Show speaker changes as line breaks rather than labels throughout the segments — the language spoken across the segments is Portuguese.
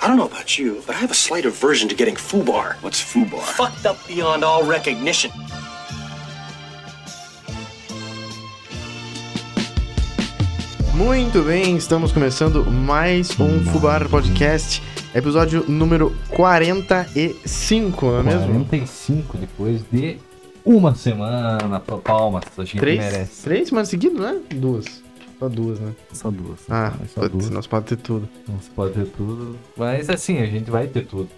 I don't know about you, but I have a slight aversion to getting foobar.
What's foobar?
Fucked up beyond all recognition.
Muito bem, estamos começando mais um Fubar Podcast, episódio número 45, não é mesmo?
45 depois de uma semana. Pô, Palmas, a gente
Três,
merece.
três semanas seguidas, né? Duas. Só duas, né?
Só duas. É,
Ah,
só
putz,
duas.
nós pode ter tudo.
Não se pode ter tudo. Mas assim, a gente vai ter tudo.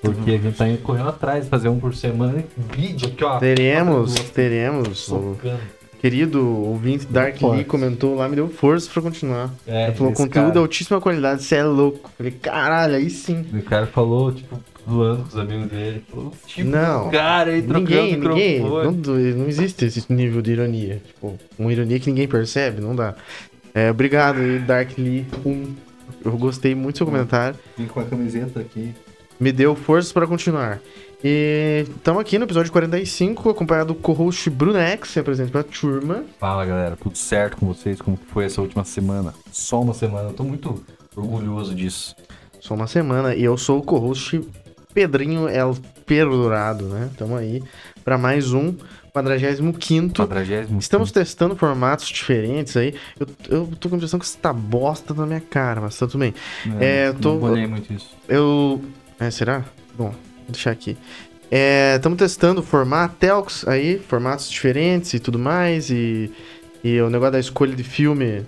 Porque a gente tá indo correndo atrás, fazer um por semana. e Vídeo aqui, ó.
Teremos,
Duas,
teremos. O
Socando.
querido ouvinte Dark Lee
Forte.
comentou lá, me deu força pra continuar.
É,
Ele falou,
esse
conteúdo de
cara.
altíssima qualidade, você é louco. Falei, caralho, aí sim.
O cara falou, tipo, zoando com os amigos dele. Falou, tipo,
Não.
o cara aí trocando
Ninguém, ninguém,
microfone.
não, não existe esse nível de ironia. Tipo, uma ironia que ninguém percebe, não dá. É, obrigado aí, Dark Lee 1. Eu gostei muito do seu comentário.
Vim com a camiseta aqui.
Me deu forças para continuar. E estamos aqui no episódio 45, acompanhado do co-host Brunex, representante da turma.
Fala galera, tudo certo com vocês? Como que foi essa última semana? Só uma semana, eu tô muito orgulhoso disso.
Só uma semana. E eu sou o co-host Pedrinho El Perdurado, né? Tamo aí para mais um 45
45.
Estamos testando formatos diferentes aí. Eu, eu tô com a impressão que essa bosta tá na minha cara, mas tá tudo bem. É, eu tô-
né? Não olhei muito isso.
Eu. É, será? Bom, vou deixar aqui. Estamos testando formato Telx aí, formatos diferentes e tudo mais. E, e o negócio da escolha de filme,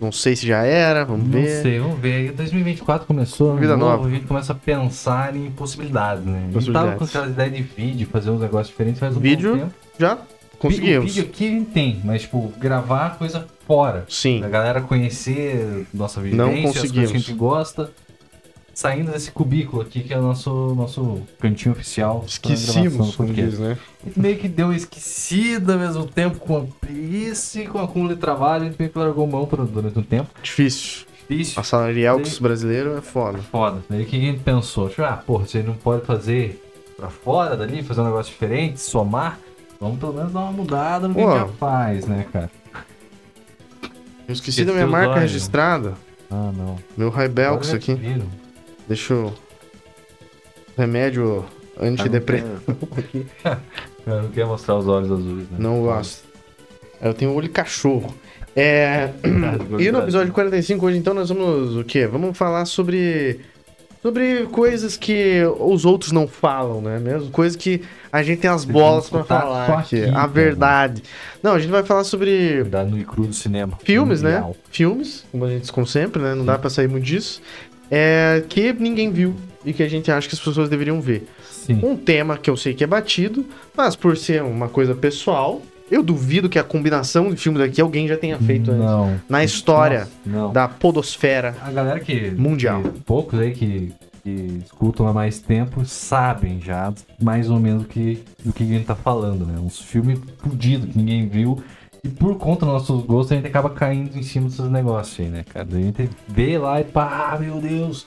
não sei se já era, vamos
Não
ver.
sei, vamos ver. 2024 começou, ano
Vida
novo,
nova.
a gente começa a pensar em possibilidades, né? A gente
Possibilidades.
tava com aquela ideia de vídeo, fazer uns negócios diferentes faz um
Vídeo,
bom tempo.
Já
Vi-
conseguimos.
Vídeo aqui a gente tem, mas tipo, gravar coisa fora.
Sim.
A galera conhecer nossa vivência,
Não
as
conseguimos.
coisas que a gente gosta. Saindo desse cubículo aqui, que é o nosso, nosso cantinho oficial. pra gravação do
Esquecimos, como
podcast.
diz, né?
gente meio que deu uma esquecida ao mesmo tempo com a preguiça e com o acúmulo de trabalho. A gente meio que largou mão por- durante um tempo.
Difícil.
Difícil.
Passar Arielx brasileiro é foda.
Foda. Daí o que a gente pensou? Tipo, ah, porra, você não pode fazer pra fora dali, fazer um negócio diferente, somar. Vamos pelo menos dar uma mudada no que
Pô.
a gente já faz, né, cara?
Eu esqueci
Esqueceu né?
da minha
os
marca
olhos.
registrada.
Ah, não.
Meu
Agora é
Raibelx
já
É aqui.
viram.
Deixa eu. Remédio
Ah,
antidepressivo.
né? Eu não quero mostrar os olhos azuis, né?
Não gosto. Eu tenho olho de cachorro. É. E no episódio 45 hoje, então, nós vamos o quê? Vamos falar sobre. Sobre coisas que os outros não falam, né mesmo? Coisas que a gente tem as
Vocês
bolas
vão
pra
escutar só
falar.
aqui, né?
aqui, a
cara.
verdade. Não, a gente vai falar sobre
Da nu e cru do cinema.
filmes, né?
Mundial.
Filmes, como a gente como sempre, né? Não dá pra sair muito disso. É, que ninguém viu e que a gente acha que as pessoas deveriam ver.
Sim.
Um tema que eu sei que é batido, mas por ser uma coisa pessoal, eu duvido que a combinação de filmes aqui alguém já tenha feito antes.
não.
Na história
Nossa, não.
da podosfera.
A galera que.
Mundial.
que- poucos aí que, que escutam há mais tempo sabem já mais ou menos do que, do que a gente tá falando, né? Uns filmes fudidos que ninguém viu. E por conta dos nossos gostos, a gente acaba caindo em cima desses negócios aí, né, cara? A gente vê lá e pá, ah, meu Deus,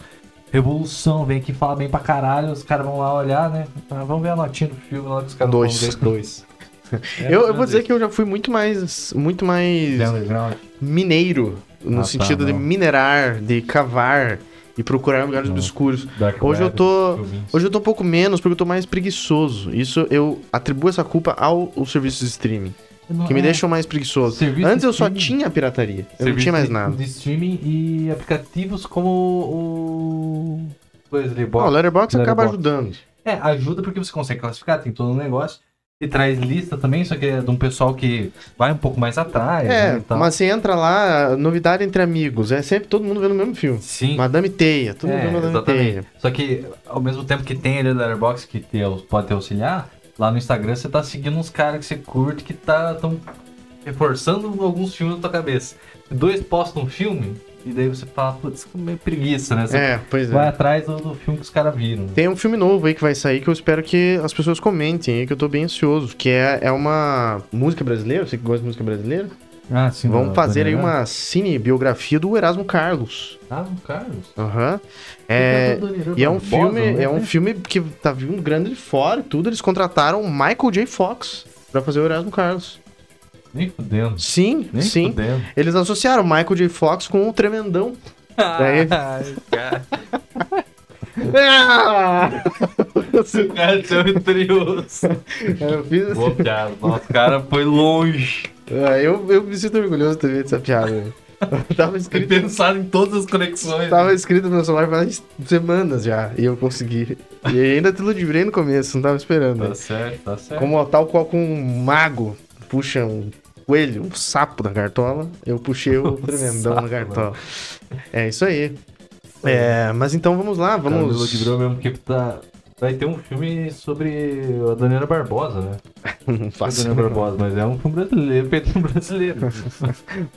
revolução, vem aqui fala bem pra caralho, os caras vão lá olhar, né? Ah, vamos ver a notinha do filme lá que os caras
Dois.
vão ver um dois. um
eu, eu vou dizer que eu já fui muito mais, muito mais
Underground.
mineiro, no
Ah, tá,
sentido de
não.
minerar, de cavar e procurar lugares
Não.
obscuros.
Dark
Hoje eu
Web,
tô-
filminhos.
Hoje eu tô um pouco menos porque eu tô mais preguiçoso. Isso eu atribuo essa culpa ao, aos serviços de streaming,
Eu não-
que me
é.
deixam mais preguiçoso.
Serviço
Antes
de
eu só
streaming.
tinha pirataria, eu não
Serviços
tinha mais
de-
nada.
De streaming e aplicativos como o. Coisa ali,
Não, o
bora.
Letterboxd acaba
Letterboxd.
ajudando.
É, ajuda porque você consegue classificar, tem todo um negócio. E traz lista também, só que é de um pessoal que vai um pouco mais atrás. né,
É,
e tal.
mas você entra lá, novidade entre amigos, é sempre todo mundo vendo o mesmo filme.
Sim.
Madame Teia, todo mundo
É,
vendo Madame Teia.
exatamente. Só que ao mesmo tempo que tem ali o Letterboxd que te, pode te auxiliar, lá no Instagram você tá seguindo uns caras que você curte que tá tão reforçando alguns filmes na tua cabeça. Dois postam um filme, e daí você fala, putz, que meio preguiça, né? Você
É, pois
vai
é.
atrás do, do filme que os caras viram.
Tem um filme novo aí que vai sair que eu espero que as pessoas comentem aí, que eu tô bem ansioso. Que é, é uma música brasileira, você que gosta de música brasileira.
Ah, sim.
Vamos fazer aí uma cinebiografia do Erasmo Carlos.
Ah, o Carlos.
Aham. É, e é um filme,
né?
é um filme que tá vindo grande de fora e tudo. Eles contrataram o Michael J. Fox pra fazer o Erasmo Carlos.
Nem fudendo.
Sim,
Nem
sim.
fudendo.
Eles associaram o Michael J. Fox com o Tremendão. Daí-
Ai, Ah, cara.
Ah!
O cara é vitorioso.
Eu fiz assim.
Boa piada. Nossa, o cara foi longe.
Ah, eu, eu me sinto orgulhoso também dessa piada. velho. tava
Tem
escrito,
pensado em todas as conexões.
tava escrito no meu celular faz semanas já, e eu consegui. E ainda te ludibrei no começo, não tava esperando.
Tá certo, tá certo.
Como tal qual com um mago puxa um coelho, um sapo da cartola, eu puxei o tremendão
sapo,
na cartola. É isso aí. É, mas então vamos lá,
Cara, me
vamos.
ludibriou mesmo, porque tá... vai ter um filme sobre a Daniela Barbosa, né?
Não faço.
Daniela Barbosa, mas é um filme brasileiro, feito por um brasileiro.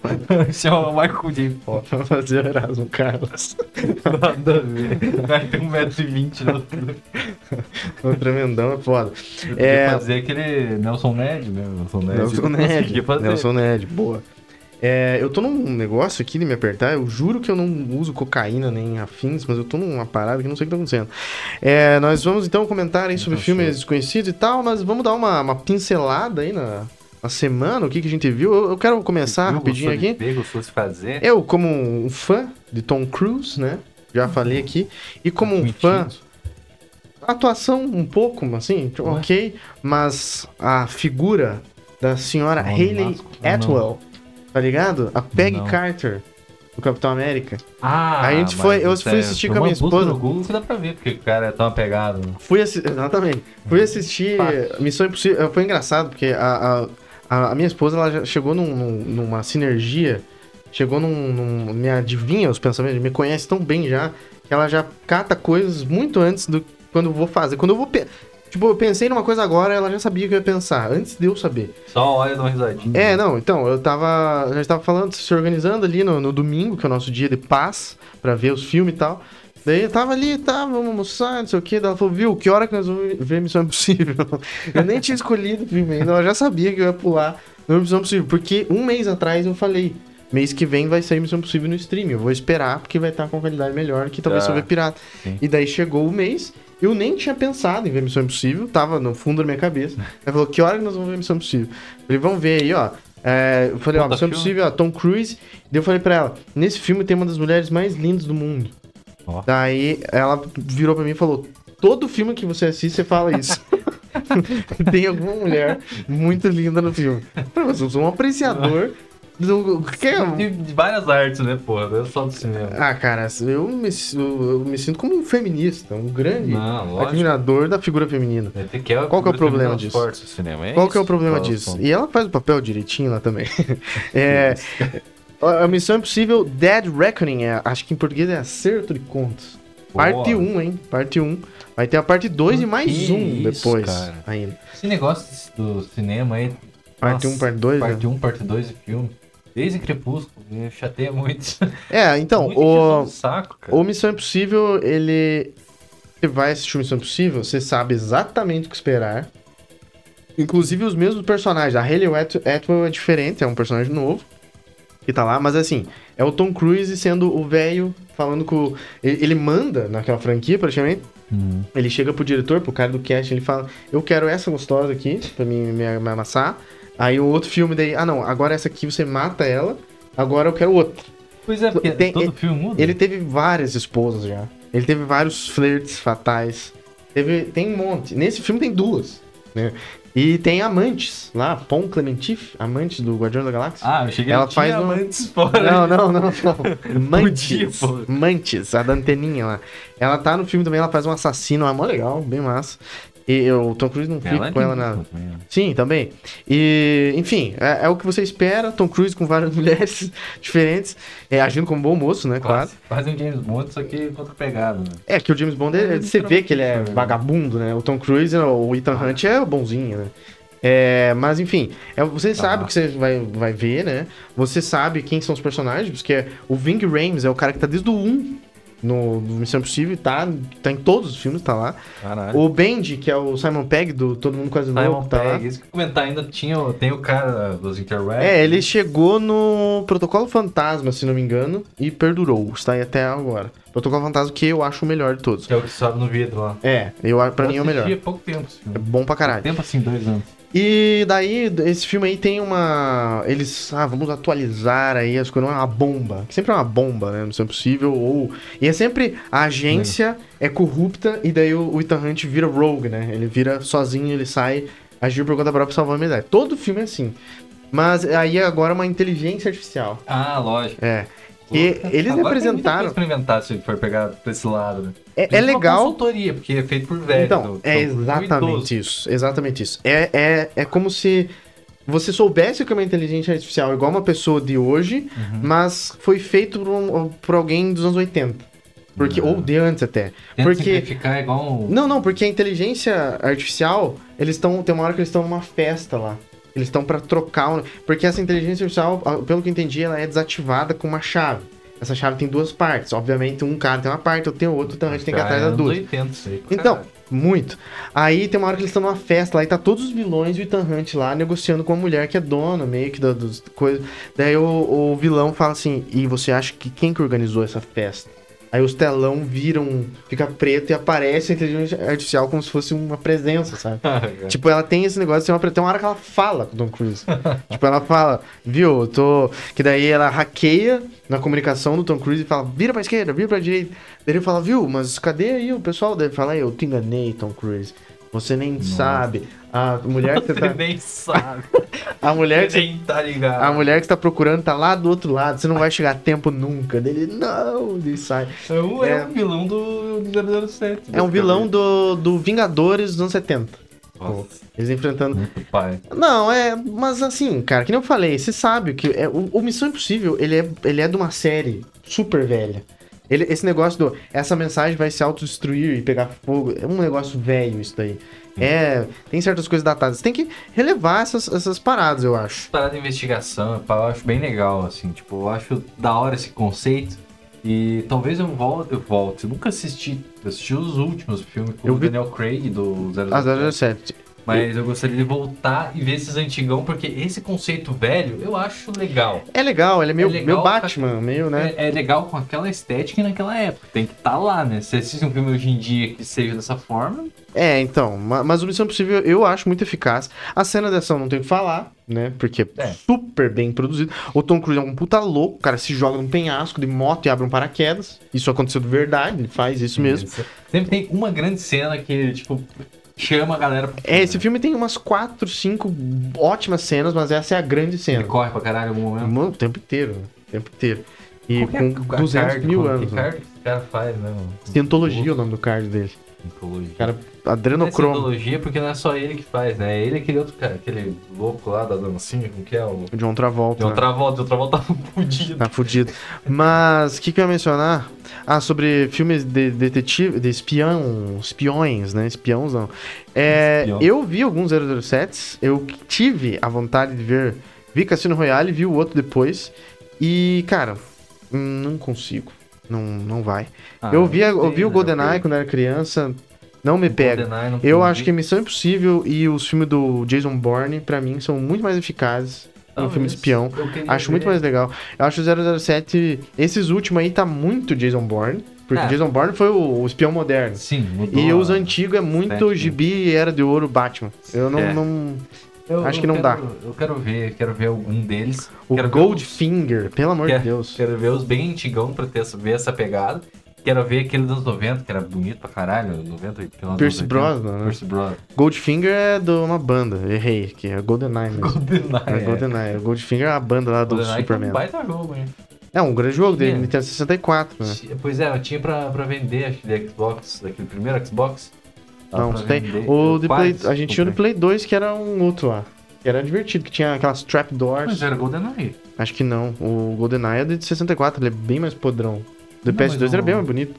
um- Chama um Michael J. Fox.
Pra fazer o Erasmo Carlos.
Nada a ver. O cara tem 1,20m no filme.
O tremendão é foda.
Eu
É.
podia fazer aquele Nelson Ned, né? tipo assim. Nelson Ned.
Nelson Ned.
Podia fazer.
Nelson Ned, boa. É, eu tô num negócio aqui de me apertar. Eu juro que eu não uso cocaína nem afins, mas eu tô numa parada que eu não sei o que tá acontecendo. É, nós vamos então comentar aí sobre
Então,
filmes
show.
desconhecidos e tal, mas vamos dar uma, uma pincelada aí na, na semana, o que, que a gente viu. Eu, eu quero começar
Viu?
rapidinho
Gostou de
aqui.
ver, gostou de fazer.
Eu, como um fã de Tom Cruise, né? Já
Uhum.
falei aqui. E como um fã
Mentindo.
a atuação um pouco, mas assim, tipo,
Ué?
ok, mas a figura da senhora
Não, não
Hayley
lasco. Não.
Atwell, tá ligado? A Peggy
Não.
Carter do Capitão América.
Ah,
A gente
mas
foi- eu
isso
fui
é-
assistir
foi
com a
uma
minha
busca
esposa.
no Google que dá pra ver, porque o cara é tão apegado. né?
Fui assistir, exatamente, fui assistir
Uhum. Fato.
Missão Impossível, foi engraçado, porque a, a, a- a minha esposa, ela já chegou num- num- numa sinergia, chegou num, num- me adivinha os pensamentos, me conhece tão bem já, que ela já cata coisas muito antes do quando eu vou fazer, quando eu vou... pe- Tipo, eu pensei numa coisa agora, ela já sabia o que eu ia pensar, antes de eu saber.
Só olha e dá uma risadinha.
É, não, então, eu tava. A gente tava falando, se organizando ali no, no domingo, que é o nosso dia de paz, pra ver os filmes e tal. Daí eu tava ali, tá, vamos almoçar, não sei o que. Ela falou, viu, que hora que nós vamos ver Missão Impossível? Eu nem tinha escolhido o filme ainda, ela já sabia que eu ia pular no Missão Impossível, porque um mês atrás eu falei. Mês que vem vai sair Missão Impossível no stream. Eu vou esperar, porque vai estar com qualidade melhor, que talvez
Tá.
eu vê é pirata.
Sim.
E daí chegou o mês, eu nem tinha pensado em ver Missão Impossível, tava no fundo da minha cabeça. Ela falou, que hora que nós vamos ver Missão Impossível? Eu falei, vamos ver aí, ó. É, eu falei, ó, Missão
Puta filme.
Impossível, ó, Tom Cruise. Daí eu falei pra ela, nesse filme tem uma das mulheres mais lindas do mundo.
Ó.
Daí ela virou pra mim e falou, todo filme que você assiste, você fala isso. tem alguma mulher muito linda no filme. Eu falei, Mas eu sou um apreciador do... Que é,
De, de várias artes, né, porra? Não é só do cinema.
ah, cara, eu me, eu, eu me sinto como um feminista, um grande
Não, lógico.
admirador da figura feminina.
Ele quer
Qual que é o
figura
problema
feminina
disso?
forte do cinema,
Qual
isso?
que é o problema
Qual o
disso?
ponto?
E ela faz o papel direitinho lá também. é, a a Missão Impossível Dead Reckoning, é, acho que em português é Acerto de Contas.
Boa. Hum,
Parte 1, hein? Parte 1. Vai ter a parte 2 e
Que
mais um
isso,
depois
cara.
ainda.
Esse negócio do cinema aí.
Parte
nossa,
1, parte 2, né?
Parte 1, parte 2 de filme. Desde Crepúsculo, me chateia muito.
É, então,
muito
o...
injeção de saco, cara.
O Missão Impossível, ele. Você vai assistir o Missão Impossível, você sabe exatamente o que esperar. Inclusive os mesmos personagens. A Hayley At- Atwell é diferente, é um personagem novo que tá lá, mas assim, é o Tom Cruise sendo o velho, falando com. Ele, ele manda naquela franquia praticamente.
Uhum.
Ele chega pro diretor, pro cara do cast, ele fala: Eu quero essa gostosa aqui, pra mim me, me amassar. Aí o outro filme daí, ah não, agora essa aqui você mata ela, agora eu quero outra.
Pois é, porque
Tem-
todo filme muda.
Ele teve várias esposas já. Ele teve vários flirts fatais. Teve, tem um monte. Nesse filme tem duas. Né? E tem amantes lá. Pom Clementif, amante do Guardião da Galáxia.
Ah, eu cheguei
Ela
no
faz um-
diamantes fora.
Não, não, não, não.
Podia,
Mantis.
pô.
Mantis, a da anteninha lá. Ela tá no filme também, ela faz um assassino lá, mó legal, bem massa. E eu- o Tom Cruise não fica
é
com ela
linda
na,
também, né?
Sim, também. E, enfim, é, é o que você espera. Tom Cruise com várias mulheres diferentes, é, agindo como bom moço, né? Claro.
Quase, quase um James Bond, só que contra pegado, né?
É, que o James Bond, ele- você vê que ele é vagabundo, né? O Tom Cruise, o Ethan Hunt é o bonzinho, né? É, mas enfim, é, você
Ah.
sabe o que você vai, vai ver, né? Você sabe quem são os personagens, porque é, o Ving Rhames é o cara que tá desde o 1 no, no Missão Impossível, tá, tá em todos os filmes, tá lá.
Caralho.
O Bendy, que é o Simon Pegg do Todo Mundo Quase
Simon
Louco, tá lá.
Pegg, né? isso que eu ia comentar ainda, tinha, o- tem o cara dos Interwebs.
É, ele chegou no Protocolo Fantasma, se não me engano, e perdurou, está aí até agora. Protocolo Fantasma que eu acho o melhor de todos.
Que é o que sobe no vidro lá.
É, eu, pra
Eu
mim é o melhor.
assisti há pouco tempo esse
É
filme.
bom pra caralho.
Tempo assim, dois anos.
E daí, esse filme aí tem uma. Eles. Ah, vamos atualizar aí as coisas. Não é uma bomba. que Sempre é uma bomba, né? Missão Impossível. Ou. E é sempre. A agência é corrupta e daí o o Ethan Hunt vira rogue, né? Ele vira sozinho, ele sai, agir por conta própria e salvar a humanidade. Todo filme é assim. Mas aí agora é uma inteligência artificial.
Ah, lógico.
É. E eles representaram.
experimentar se for pegar pra esse lado, né?
É, é
Uma
legal.
consultoria, porque é feito por velho.
Então, é
isso.
exatamente isso. Exatamente isso. É, é, é como se você soubesse o que é uma inteligência artificial igual uma pessoa de hoje, mas foi feito por, um- por alguém dos anos 80. Porque, ou de Ah. antes até.
Tenta
porque.
simplificar igual um...
Não, não, porque a inteligência artificial, eles estão. Tem uma hora que eles estão numa festa lá. Eles estão pra trocar. um- Porque essa inteligência artificial, ah, pelo que eu entendi, ela é desativada com uma chave. Essa chave tem duas partes. Obviamente, um cara tem uma parte, eu tenho outro, então a gente tem que ir atrás da duas.
80, isso aí,
Então,
caralho.
muito. Aí tem uma hora que eles estão numa festa lá e tá todos os vilões do Ethan Hunt lá negociando com a mulher que é dona, meio que da- dos coisas. Daí o, o vilão fala assim: e você acha que quem que organizou essa festa? Aí os telão viram, fica preto e aparece a inteligência artificial como se fosse uma presença, sabe?
É.
Tipo, ela tem esse negócio, tem uma, tem uma hora que ela fala com o Tom Cruise. tipo, ela fala, viu, eu tô. Que daí ela hackeia na comunicação do Tom Cruise e fala, vira pra esquerda, vira pra direita. Daí ele fala, viu, mas cadê aí o pessoal? Daí ele fala, eu te enganei, Tom Cruise. Você nem sabe. A mulher que você
Você
tá.
nem sabe.
A mulher que
Você
você
nem tá ligado.
a mulher que você tá procurando tá lá do outro lado, você não vai chegar a tempo nunca. Daí Ele, não, ele sai.
É um, é
É.
um vilão do 007.
É um vilão do, do Vingadores dos anos 70.
Nossa,
Eles enfrentando
muito pai.
Não, é. Mas assim, cara, que nem eu falei, você sabe que é, o, o Missão Impossível ele é, ele é de uma série super velha. Ele- esse negócio do. Essa mensagem vai se autodestruir e pegar fogo. É um negócio velho isso daí. É. Tem certas coisas datadas. Tem que relevar essas, essas paradas, eu acho.
Parada de investigação, pá, eu acho bem legal, assim. Tipo, eu acho da hora esse conceito. E talvez eu volte. Eu, volte. eu nunca assisti. Eu assisti os últimos filmes com
Eu
o
vi- Ah,
Daniel Craig do 007.
As 007.
Mas eu gostaria de voltar e ver esses antigão, porque esse conceito velho eu acho legal.
É legal, ele é meio,
legal,
meio
cara.
Batman, meio, né?
É, é legal com aquela estética e naquela época. Tem que estar lá, né? Se assiste um filme hoje em dia que seja dessa forma,
É, então, ma- mas o Missão Impossível eu acho muito eficaz. A cena de ação não tem o que falar, né? Porque é,
É.
super bem produzido. O Tom Cruise é um puta louco, o cara se joga num penhasco de moto e abre um paraquedas. Isso aconteceu de verdade, ele faz isso mesmo.
Sempre tem uma grande cena que, tipo, chama a galera pro
É,
filme,
esse
né?
filme tem umas 4, 5 ótimas cenas, mas essa é a grande cena.
Ele corre pra caralho em algum momento.
Mano, o tempo inteiro, né? o tempo inteiro. E
Qual que é
com
a
200
card,
mil
como-
anos.
Que
Né?
card que o cara faz, né? mano?
Cientologia é o nome do card dele.
Cientologia.
Cara,
Não é
adrenocromo.
cientologia porque não é só ele que faz, né? É ele e aquele outro cara, aquele louco lá da dancinha, como que é? O...
De um né? outra volta.
De outra volta, de outra volta fudido.
Tá fudido. Mas o que, que eu ia mencionar? Ah, sobre filmes de detetive, de espião, espiões, né? Espiões não. É,
Espião.
eu vi alguns 007s, eu tive a vontade de ver, vi Cassino Royale, vi o outro depois e, cara, hum, não consigo. Não, não vai.
Ah,
eu vi, a-
não
eu vi
sei,
o
né?
GoldenEye quando era criança, não me pega.
GoldenEye não
Eu
tem
acho que Missão Impossível e os filmes do Jason Bourne, pra mim, são muito mais eficazes que um
Talvez.
filme de espião.
Ah, Eu queria
Acho muito
ver.
mais legal. Eu acho o 007. Esses últimos aí tá muito Jason Bourne. Porque
É.
Jason Bourne foi o, o espião moderno.
Sim, mudou.
E
a-
os antigos é muito
estética.
gibi e era de ouro Batman. Eu não.
É.
não-
Eu-
acho
eu
que não
quero- Eu quero ver, quero ver algum deles.
O
Quero ver
Goldfinger, pelo amor de
Quero-
Deus.
Quero ver os bem antigão pra ter, essa- ver essa pegada. Quero ver aquele dos 90, que era bonito pra caralho. 90, e final dos
Pierce
80.
Brosnan, né?
Pierce Brosnan.
Goldfinger é de uma banda. Errei aqui. É GoldenEye mesmo. É
GoldenEye.
GoldenEye. O Goldfinger é a banda lá do
GoldenEye que é um
Superman.
baita jogo, hein?
É um grande jogo dele,
É.
Nintendo 64, né?
Ti- Pois é, eu tinha pra, pra vender, acho que de Xbox, daquele primeiro Xbox. Tava
Não,
pra
tem.
vender.
O
Eu
de
quase
Play, a gente tinha o de
comprei.
Play 2, que era um outro lá. Que era divertido, que tinha aquelas trapdoors.
Mas era GoldenEye.
Acho que não. O GoldenEye é de 64, ele é bem mais podrão. Do
Não,
PS2
mas
era bem
o- É,
mais bonito.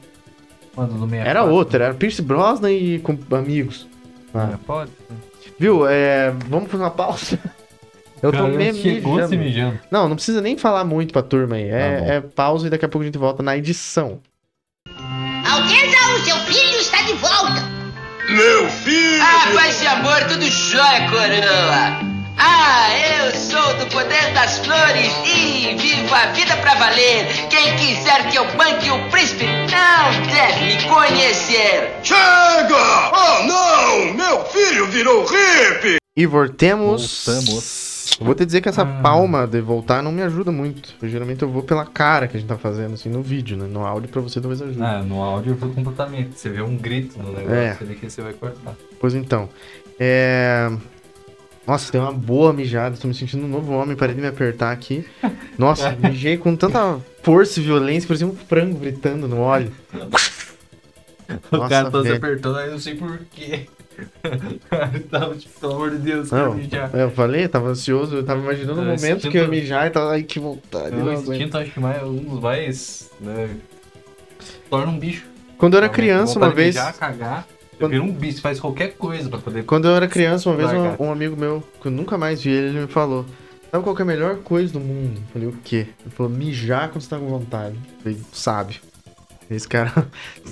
Mano, no 64.
Era outro, era Pierce Brosnan e com amigos. Ah.
É, pode.
Viu? É, vamos fazer uma pausa? Eu tô meio
Chegou se
mijando.
mijando.
Não, não precisa nem falar muito pra turma aí. É,
Tá bom.
é pausa e daqui a pouco a gente volta na edição.
Alteza, o seu filho está de volta.
Meu filho!
Ah, paz e amor, tudo jóia, coroa! Ah, eu sou do poder das flores e vivo a vida pra valer. Quem quiser que eu banque o príncipe não deve me conhecer.
Ah, Chega! Oh não! Meu filho virou hippie!
E voltemos.
Voltamos.
Vou te dizer que essa
Ah.
palma de voltar não me ajuda muito. Eu, geralmente eu vou pela cara que a gente tá fazendo, assim, no vídeo, né? No áudio pra você talvez ajude.
Ah, no áudio eu fui completamente. Você vê um grito no negócio
É.
ali que você vai cortar.
Pois então. É. Nossa, tem uma boa mijada. Tô me sentindo um novo homem. Parei de me apertar aqui. Nossa, mijei com tanta força e violência. Parecia um frango gritando no óleo.
o cara tá se
velho.
apertando, aí eu não sei porquê. tava
Tá,
tipo, pelo amor de Deus, quero
Não,
mijar.
É, eu falei, eu tava ansioso. Eu tava imaginando o
Tava
momento que eu ia
sentindo-
mijar e tava. Ai, que vontade.
O
não aguento.
instinto acho que mais, um dos mais. Né, torna um bicho.
Quando eu era
Realmente,
criança, uma
vontade de
vez.
Mijar, cagar,
Quando-
vira um bicho, faz qualquer coisa pra poder.
Quando eu era criança, uma vez
Largar.
um, um amigo meu, que eu nunca mais vi ele, ele me falou: Sabe qual que é a melhor coisa do mundo? Eu falei: O quê? Ele falou: Mijar quando você tá com vontade. Eu falei: Sabe. Esse cara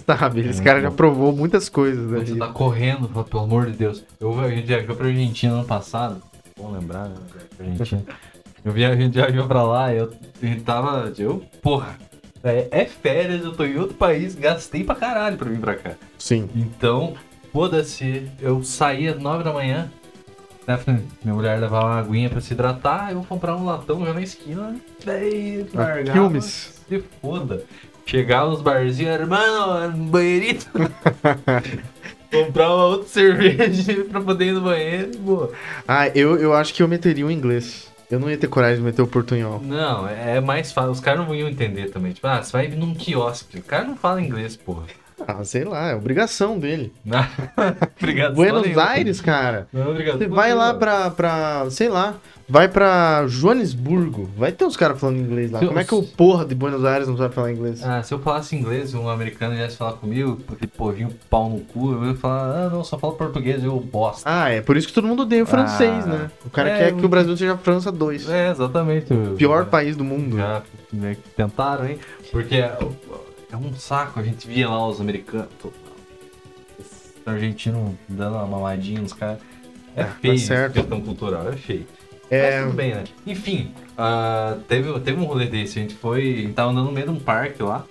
sabe, esse cara já provou muitas coisas. né? da
Quando Uhum. você
vida.
tá correndo, fala, pelo amor de Deus. Eu, a gente viajou pra Argentina ano passado. Bom lembrar, né? Argentina. Eu via, a gente viajou pra lá, eu, eu tava. Eu, porra, é, é férias, eu tô em outro país, gastei pra caralho pra vir pra cá.
Sim.
Então, foda-se, eu saí às 9 da manhã. Né, falei, minha mulher levava uma aguinha pra se hidratar, eu vou comprar um latão já na esquina. né? Daí, largava,
Filmes.
Se foda. Chegava nos barzinhos, era, mano, um banheirito. comprar uma outra cerveja pra poder ir no banheiro. e Boa.
Ah, eu, eu acho que eu meteria o inglês. Eu não ia ter coragem de meter o portunhol.
Não, é mais fácil. Os caras não iam entender também. Tipo, ah, você vai num quiosque. O cara não fala inglês, porra.
Ah, sei lá, é obrigação dele.
Obrigado.
Buenos Aires, cara.
Não, obrigado.
Você vai lá pra, pra, sei lá, vai pra Joanesburgo. Vai ter uns caras falando inglês lá.
Sim,
Como é
os-
que o porra de Buenos Aires não sabe falar inglês?
Ah, se eu falasse inglês e um americano viesse falar comigo, porque povinho pau no cu, eu ia falar, ah, não, só falo português, eu bosta.
Ah, é por isso que todo mundo odeia o francês,
Ah.
né? O cara
É,
quer que
eu-
o Brasil seja a França 2.
É, exatamente. eu-
Pior
eu-
país do mundo.
Já né, que tentaram, hein? Porque é, é um saco, a gente via lá os americanos, todo- os argentinos dando uma mamadinha nos caras. É
Ah, tá
feio,
certo.
questão cultural, é feio.
É.
Mas tudo bem, né? Enfim, ah, teve, teve um rolê desse, a gente foi, a gente tava andando no meio de um parque lá,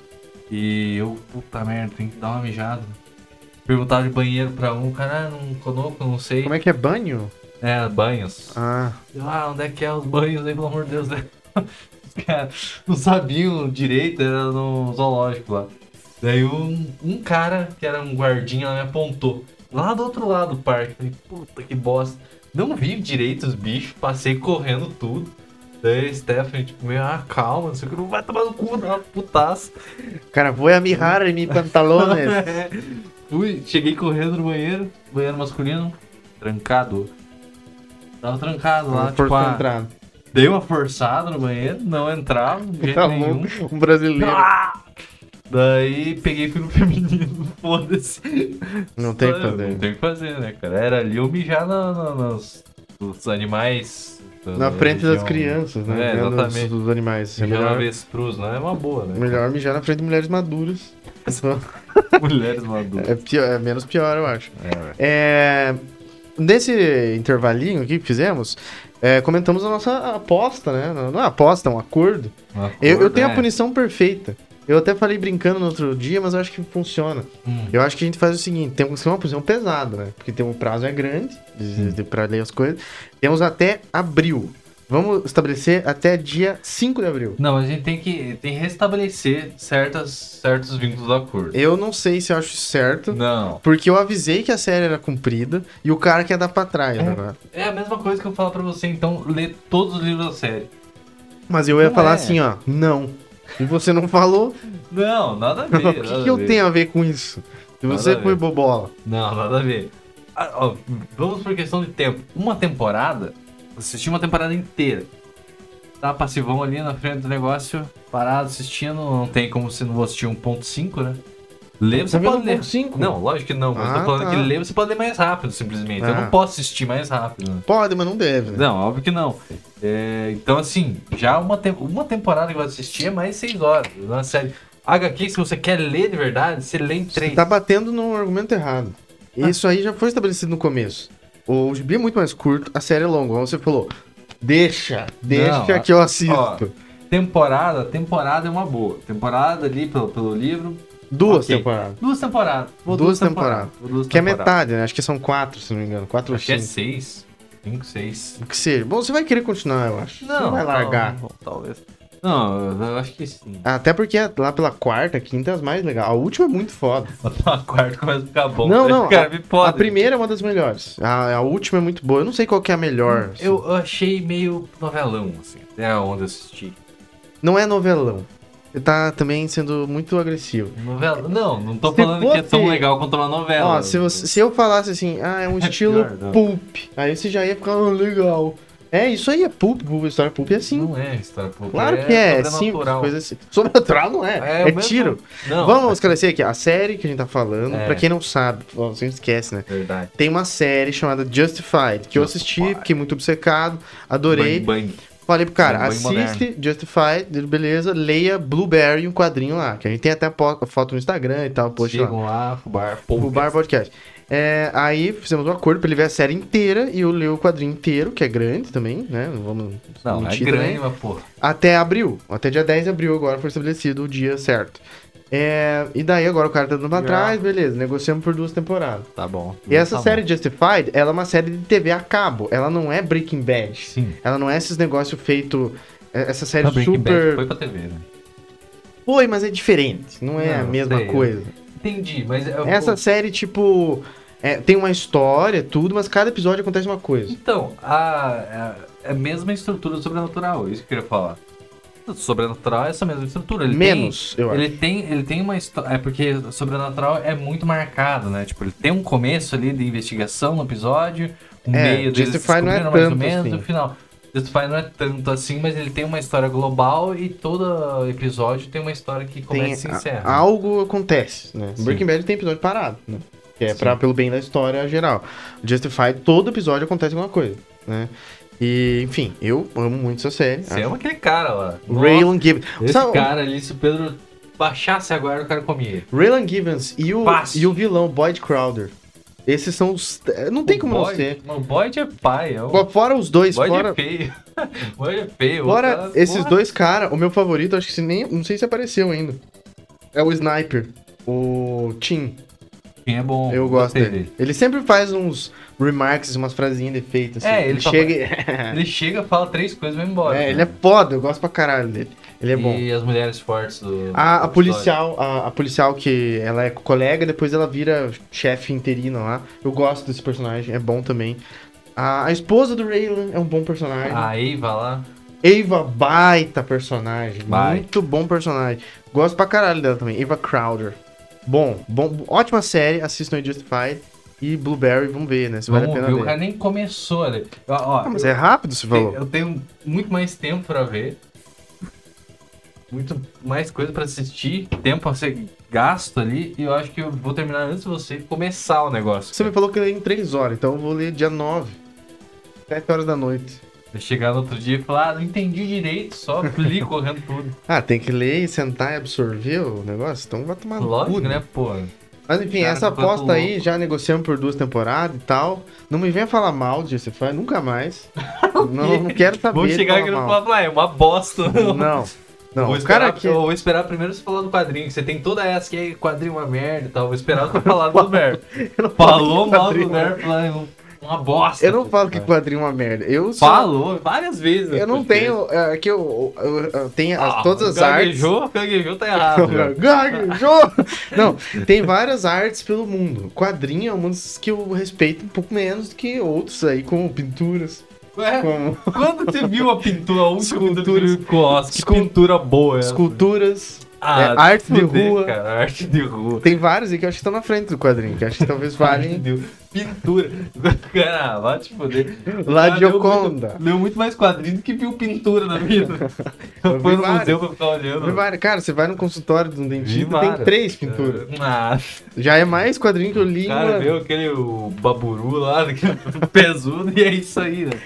e eu, puta merda, tem que dar uma mijada. Perguntaram de banheiro pra um, o cara, ah, não conosco, não sei.
Como é que é banho?
É, banhos.
Ah,
Eu, Ah, onde é que é os banhos aí, pelo amor de Deus, né? Os caras não sabiam direito, era no zoológico lá. Daí um, um cara, que era um guardinha, lá me apontou. Lá do outro lado do parque. Falei, puta que bosta. Não vi direito os bichos, passei correndo tudo. Daí a Stephanie, tipo, meio, ah, calma, não sei o que, não vai tomar no cu, dá uma putaça.
cara, vou a mirar em mi pantalones.
Fui, cheguei correndo no banheiro, banheiro masculino, trancado. Tava trancado lá,
Por
tipo, ah,
entrar.
Dei uma forçada no banheiro, não entrava de jeito
Tá
nenhum.
louco, um brasileiro.
Ah! Daí peguei pelo feminino, foda-se.
Não tem o que
Sabe,
fazer.
Não tem o que fazer, né, cara? Era ali eu mijar na, na- nos, nos animais. tá da-
Na
da
frente das
região.
crianças, né?
É,
Né, dos-
exatamente.
Dos, animais. É
Mijar na
melhor,
avestruz, não é uma boa, né?
melhor mijar na frente de mulheres maduras.
Mulheres maduras.
É, pior- é menos pior, eu acho.
É, velho.
É, nesse intervalinho aqui que fizemos, é, comentamos a nossa aposta, né? Não é aposta, é um acordo.
Uma
Eu, eu
cor,
tenho
né?
a punição perfeita. Eu até falei brincando no outro dia, mas eu acho que funciona.
Hum.
Eu acho que a gente faz o seguinte: temos que ser uma punição pesada, né? Porque tem um prazo é grande
Hum.
de, de, pra ler as coisas. Temos até abril. Vamos estabelecer até dia 5 de abril.
Não, mas a gente tem que, tem que restabelecer certas, certos vínculos da cor.
Eu não sei se eu acho isso certo,
Não.
porque eu avisei que a série era cumprida e o cara quer dar pra trás né? agora.
É a mesma coisa que eu falo pra você, então, lê todos os livros da série.
Mas eu ia
Não
falar
é.
assim, ó, não. E você não falou,
Não, nada a ver.
o que, que
nada a
eu
ver.
tenho a ver com isso? Se
Nada
você
a
foi
ver.
bobola.
Não, nada a ver. Ah, ó, vamos por questão de tempo. Uma temporada, assisti uma temporada inteira. Tá passivão ali na frente do negócio, parado assistindo, não tem como se não vou assistir 1.5, né? Lê, você
Tá vendo
pode ler.
1.5?
Não, lógico que não, mas eu
Ah,
tô falando
tá.
que lê, você pode ler mais rápido, simplesmente. Eu
Ah.
não posso assistir mais rápido. né?
Pode, mas não deve, né?
Não, óbvio que não. É, então, assim, já uma, tem- uma temporada que eu assisti é mais 6 horas. Na série HQ, se você quer ler de verdade, você lê em
Você
3.
tá batendo no argumento errado.
Ah.
Isso aí já foi estabelecido no começo. O gibi é muito mais curto, a série é longa. Como Você falou, deixa, deixa
Não,
que eu assisto.
ó, Temporada, temporada é uma boa. Temporada ali pelo, pelo livro.
Duas
ok.
temporadas.
Duas temporadas. Vou
Duas
temporadas. Vou duas
Que é
temporadas.
metade, né? Acho que são quatro, se não me engano. Quatro ou
Acho que é
cinco.
seis. 5, 6.
O que seja. Bom, você vai querer continuar, eu acho. você não vai largar.
tal- talvez. Não, eu- eu acho que sim.
Até porque lá pela quarta, quinta é as mais legais. A última é muito foda.
Botar uma quarta começa a ficar bom.
não,
né?
não.
Cara,
a,
me pode.
a primeira é uma das melhores. A, a última é muito boa. Eu não sei qual que é a melhor. assim.
Eu, eu achei meio novelão, assim. Até onde eu assisti.
Não é novelão. Você tá também sendo muito agressivo.
Novela? Não, não tô
É Se
falando que é
fosse-
tão legal quanto uma novela.
Ó, se, você- se eu falasse assim, ah, é um estilo
pior, não.
pulp, aí você já ia ficar "Ah, legal. É, isso aí é pulp, pulp, história pulp é assim.
Não é história pública.
claro que é, é simples,
sobrenatural.
coisa assim. Sobrenatural não é, é,
mesmo-
tiro.
Não,
Vamos esclarecer aqui, a série que a gente tá falando,
É.
pra quem não sabe, você esquece, né?
Verdade.
Tem uma série chamada Justified, que eu assisti,
Justified.
fiquei muito obcecado, adorei.
Bang, bang.
Falei pro cara,
Bang, bang
assiste Justified, ele, beleza, leia Blueberry, um quadrinho lá, que a gente tem até po- foto no Instagram e tal, post lá.
Chegam lá, Fubar,
O Bar Podcast. É, aí fizemos um acordo pra ele ver a série inteira e eu ler o quadrinho inteiro, que é grande também, né? Não vamos
Não, é
mentir
grande,
também.
mas pô.
Até abril. Até dia 10 de abril agora foi estabelecido o dia certo. É, e daí agora o cara tá dando pra
Yeah.
trás, beleza, negociamos por duas temporadas.
Tá bom.
E essa
Tá
série Justified, ela é uma série de TV a cabo, ela não é Breaking
bom.
Bad.
Sim.
Ela não é esses negócios feito é- essa série
Tá Breaking Bad
super
foi pra TV, né?
foi, mas é diferente, não é a
Não,
mesma
sei, eu-
coisa.
Entendi, mas... é eu-
Essa série, tipo, é, tem uma história, tudo, mas cada episódio acontece uma coisa.
Então, a, é, a, a mesma estrutura do sobrenatural, é isso que eu queria falar. O sobrenatural é essa mesma estrutura. Ele
Menos,
tem,
eu acho.
ele tem Ele tem uma história. É porque o sobrenatural é muito marcado, né? Tipo, ele tem um começo ali de investigação no episódio, um
É,
meio deles
Justified não é
descobrindo mais ou
tanto
menos
assim.
e o final. Justify não é tanto assim, mas ele tem uma história global e todo episódio tem uma história que
Tem,
começa e
a-
se encerra.
algo acontece, né?
Sim.
Breaking Bad tem episódio parado, né? Que é
Sim.
pra, pelo bem da história geral. Justified, todo episódio acontece alguma coisa, né? E, enfim, eu amo muito essa série.
Você ama é aquele cara lá.
acho- Raylan Gibbons.
Nossa, Esse
Ah. Sabe, um-
cara ali, se o Pedro baixasse agora, o cara comia.
Raylan Gibbons e o,
Fácil.
e o vilão, Boyd Crowder. Esses são os. Não tem
O
como não
Boyd-
ser.
O Boyd é pai, é o
Fora os dois,
Boyd
fora.
é feio. Boyd é feio.
Fora
Outro-
esses
Porra.
dois caras, o meu favorito, acho que se nem. Não sei se apareceu ainda. É o Sniper. O Tim.
Quem é bom.
eu gosto
gostei
dele. Ele sempre faz uns remarks, umas frasezinhas de efeito, assim.
É, ele só
chega e-
Ele chega, fala três coisas e vai embora.
É,
né?
ele é foda, eu gosto pra caralho dele. Ele é bom. Ah,
E as mulheres fortes do.
A, a
do
policial, a, a policial que ela é colega, depois ela vira chefe interina lá. Eu gosto desse personagem, é bom também. A, a esposa do Raylan é um bom personagem.
episódio. A Eva lá.
Eva, baita personagem.
Baita.
Muito bom personagem. Gosto pra caralho dela também. Eva Crowder. Bom, bom ótima série. Assistam aí Justified e Blueberry. Vamos ver, né? Se vale a
Vamos
pena
ver, o
ver.
cara nem começou ali. Ó, ó,
Ah, mas é rápido, você
eu,
falou.
eu tenho muito mais tempo pra ver. Muito mais coisa pra assistir. Tempo a ser gasto ali. E eu acho que eu vou terminar antes de você começar o negócio.
Você me falou que eu leio em 3 horas, então eu vou ler dia 9. 7 horas da noite.
Eu chegar no outro dia e falar, ah, não entendi direito, só li correndo tudo.
Ah, tem que ler e sentar e absorver o negócio? Então vai tomar no
Lógico,
cu,
né, pô?
Mas enfim,
Cara, tá
essa
que coisa
aposta aí,
louca.
já negociamos por duas temporadas e tal. Não me venha falar mal de Justified, nunca mais. não, não quero saber.
Vou
de
chegar
falar
aqui no
mal.
falar, ah, é uma bosta.
Tá Não, não.
vou
O cara
esperar,
que.
eu vou esperar primeiro você falar do quadrinho, que você tem toda essa que é quadrinho uma merda e tal. Vou esperar você falar do Nerf. Falou mal do Nerf, falou uma bosta.
Eu não falo que
cara.
quadrinho é uma merda. Eu só-
Falou várias vezes. no
Eu não
podcast.
tenho. É que eu, eu, eu tenho as-
Ah,
todas as artes.
gaguejou, Gaguejou, tá errado. velho.
Gaguejou! Não, tem várias artes pelo mundo. Quadrinho é uma das que eu respeito um pouco menos do que outros aí, como pinturas,
Ué,
como
quando você viu a pintura, a última
Escultura-
pintura que Oscar, que
escul-
pintura boa. essa.
esculturas,
É, Ah,
é, arte de
fuder,
rua.
Cara, arte de rua.
Tem vários aí que eu acho que estão na frente do quadrinho, que eu acho que talvez
Ai,
valem.
meu Deus. Pintura. Cara, vai te foder.
Lá
Cara,
de
leu
Gioconda.
muito- Leu muito mais quadrinho do que viu pintura na vida.
Eu
Foi
vi
no
vários.
museu pra ficar olhando.
Tem vários. Cara, você vai no consultório de um
Vi
dentista, tem
várias.
três pinturas.
Ah,
Já é mais quadrinho que eu li. em
cara
uma-
viu aquele o baburu lá, aquele pesudo, e é isso aí, né?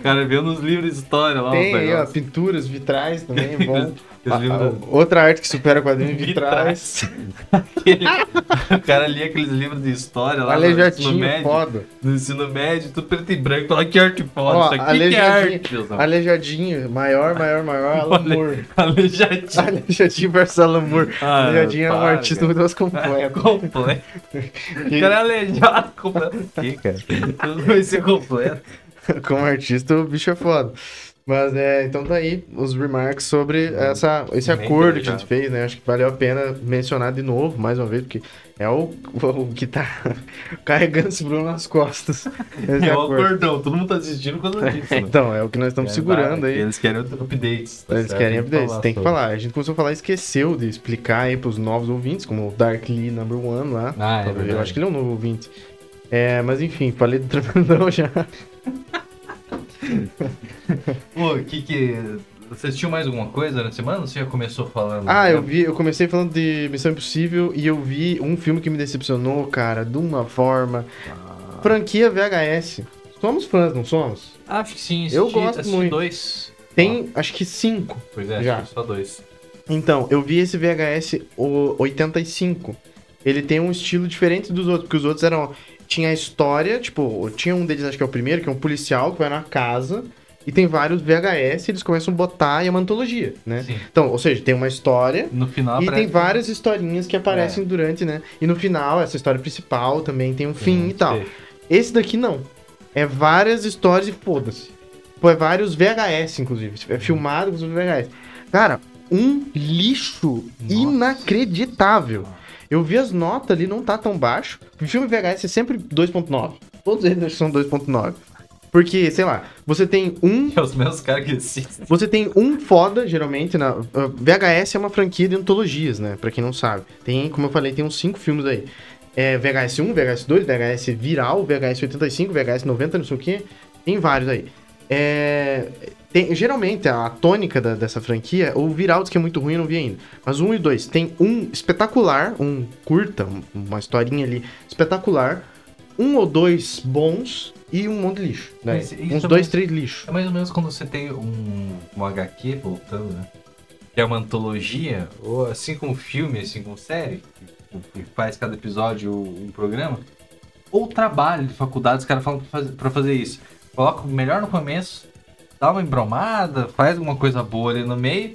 O cara viu nos livros de história lá.
Tem
os
aí, ó,
negócios.
pinturas, vitrais também, é bom.
Aqueles livros-
Ah, Outra arte que supera quadrinho, vitrais.
Aquele- o cara lia aqueles livros de história lá no ensino
Aleijadinho,
médio,
foda.
no ensino médio, tudo preto e branco. Olha que arte foda,
Ó,
isso aqui que é
aleijadinho-
arte, tiozão.
Aleijadinho, maior, maior, maior, Alan
Ale-
Moore.
Aleijadinho.
Aleijadinho versus Alan Moore.
Ah,
Aleijadinho é um
para,
artista
cara.
muito mais
É
completo.
completo. O cara é aleijado completo. O quê, cara? Eu não vai ser completo.
Como artista, o bicho é foda. Mas é, então tá aí os remarks sobre
Hum,
essa, esse
Bem
acordo que a
delicado.
gente fez, né? Acho que valeu a pena mencionar de novo, mais uma vez, porque é o, o que tá carregando esse Bruno nas costas. Esse
É o
acordo.
acordão, todo mundo tá assistindo quando eu disse. né?
Então, é o que nós estamos segurando aí.
Eles querem updates. tá
Eles
certo?
querem
Tem que
updates, tem que
sobre.
falar. A gente começou a falar e esqueceu de explicar aí pros novos ouvintes, como o Darkly Number One lá.
Ah,
Talvez-
é verdade.
Eu acho que ele é um novo ouvinte. É, mas enfim, falei do Tremendão já.
Pô, que que. Você assistiu mais alguma coisa na semana? Você já começou falando?
Ah, eu vi, eu comecei falando de Missão Impossível e eu vi um filme que me decepcionou, cara, de uma forma. Franquia VHS. Somos fãs, não somos?
Acho que sim.
Eu gosto
assisti
muito.
dois.
Tem, acho que cinco.
Pois é,
Já.
assisti só dois.
Então, eu vi esse VHS o 85. Ele tem um estilo diferente dos outros, porque os outros eram. Tinha a história, tipo, tinha um deles, acho que é o primeiro, que é um policial que vai na casa. E tem vários VHS, eles começam a botar e é uma antologia, né?
Sim.
Então, ou seja, tem uma história.
No final
E tem
aparece-
várias historinhas que aparecem
É.
durante, né? E no final, essa história principal também tem um fim
Sim,
e tal.
sei.
Esse daqui não. É várias histórias e foda-se. Pô, é vários VHS, inclusive. É filmado com os VHS. Cara, um lixo
Nossa.
inacreditável. Eu vi as notas ali, não tá tão baixo. O filme VHS é sempre 2.9. Todos eles são 2.9. Porque, sei lá, você tem um
É os mesmos caras que assistem.
você tem um foda, geralmente, na. uh, VHS é uma franquia de antologias, né? Pra quem não sabe. Tem, como eu falei, tem uns cinco filmes aí. É, VHS 1, VHS 2, VHS Viral, VHS 85, VHS 90, não sei o quê. Tem vários aí. É, tem- geralmente, a tônica da- dessa franquia, o Viral diz que é muito ruim, eu não vi ainda. Mas um e dois. Tem um espetacular, um curta, um- uma historinha ali espetacular. Um ou dois bons e um monte de lixo. né?
Mas isso
Uns
é
dois,
bom.
três lixo.
É mais ou menos quando você tem um, um HQ voltando, né? Que é uma antologia, ou assim como filme, assim como série, que- que faz cada episódio um programa, ou trabalho de faculdade, os caras falam pra fazer, pra fazer isso. Coloca o melhor no começo, dá uma embromada, faz alguma coisa boa ali no meio,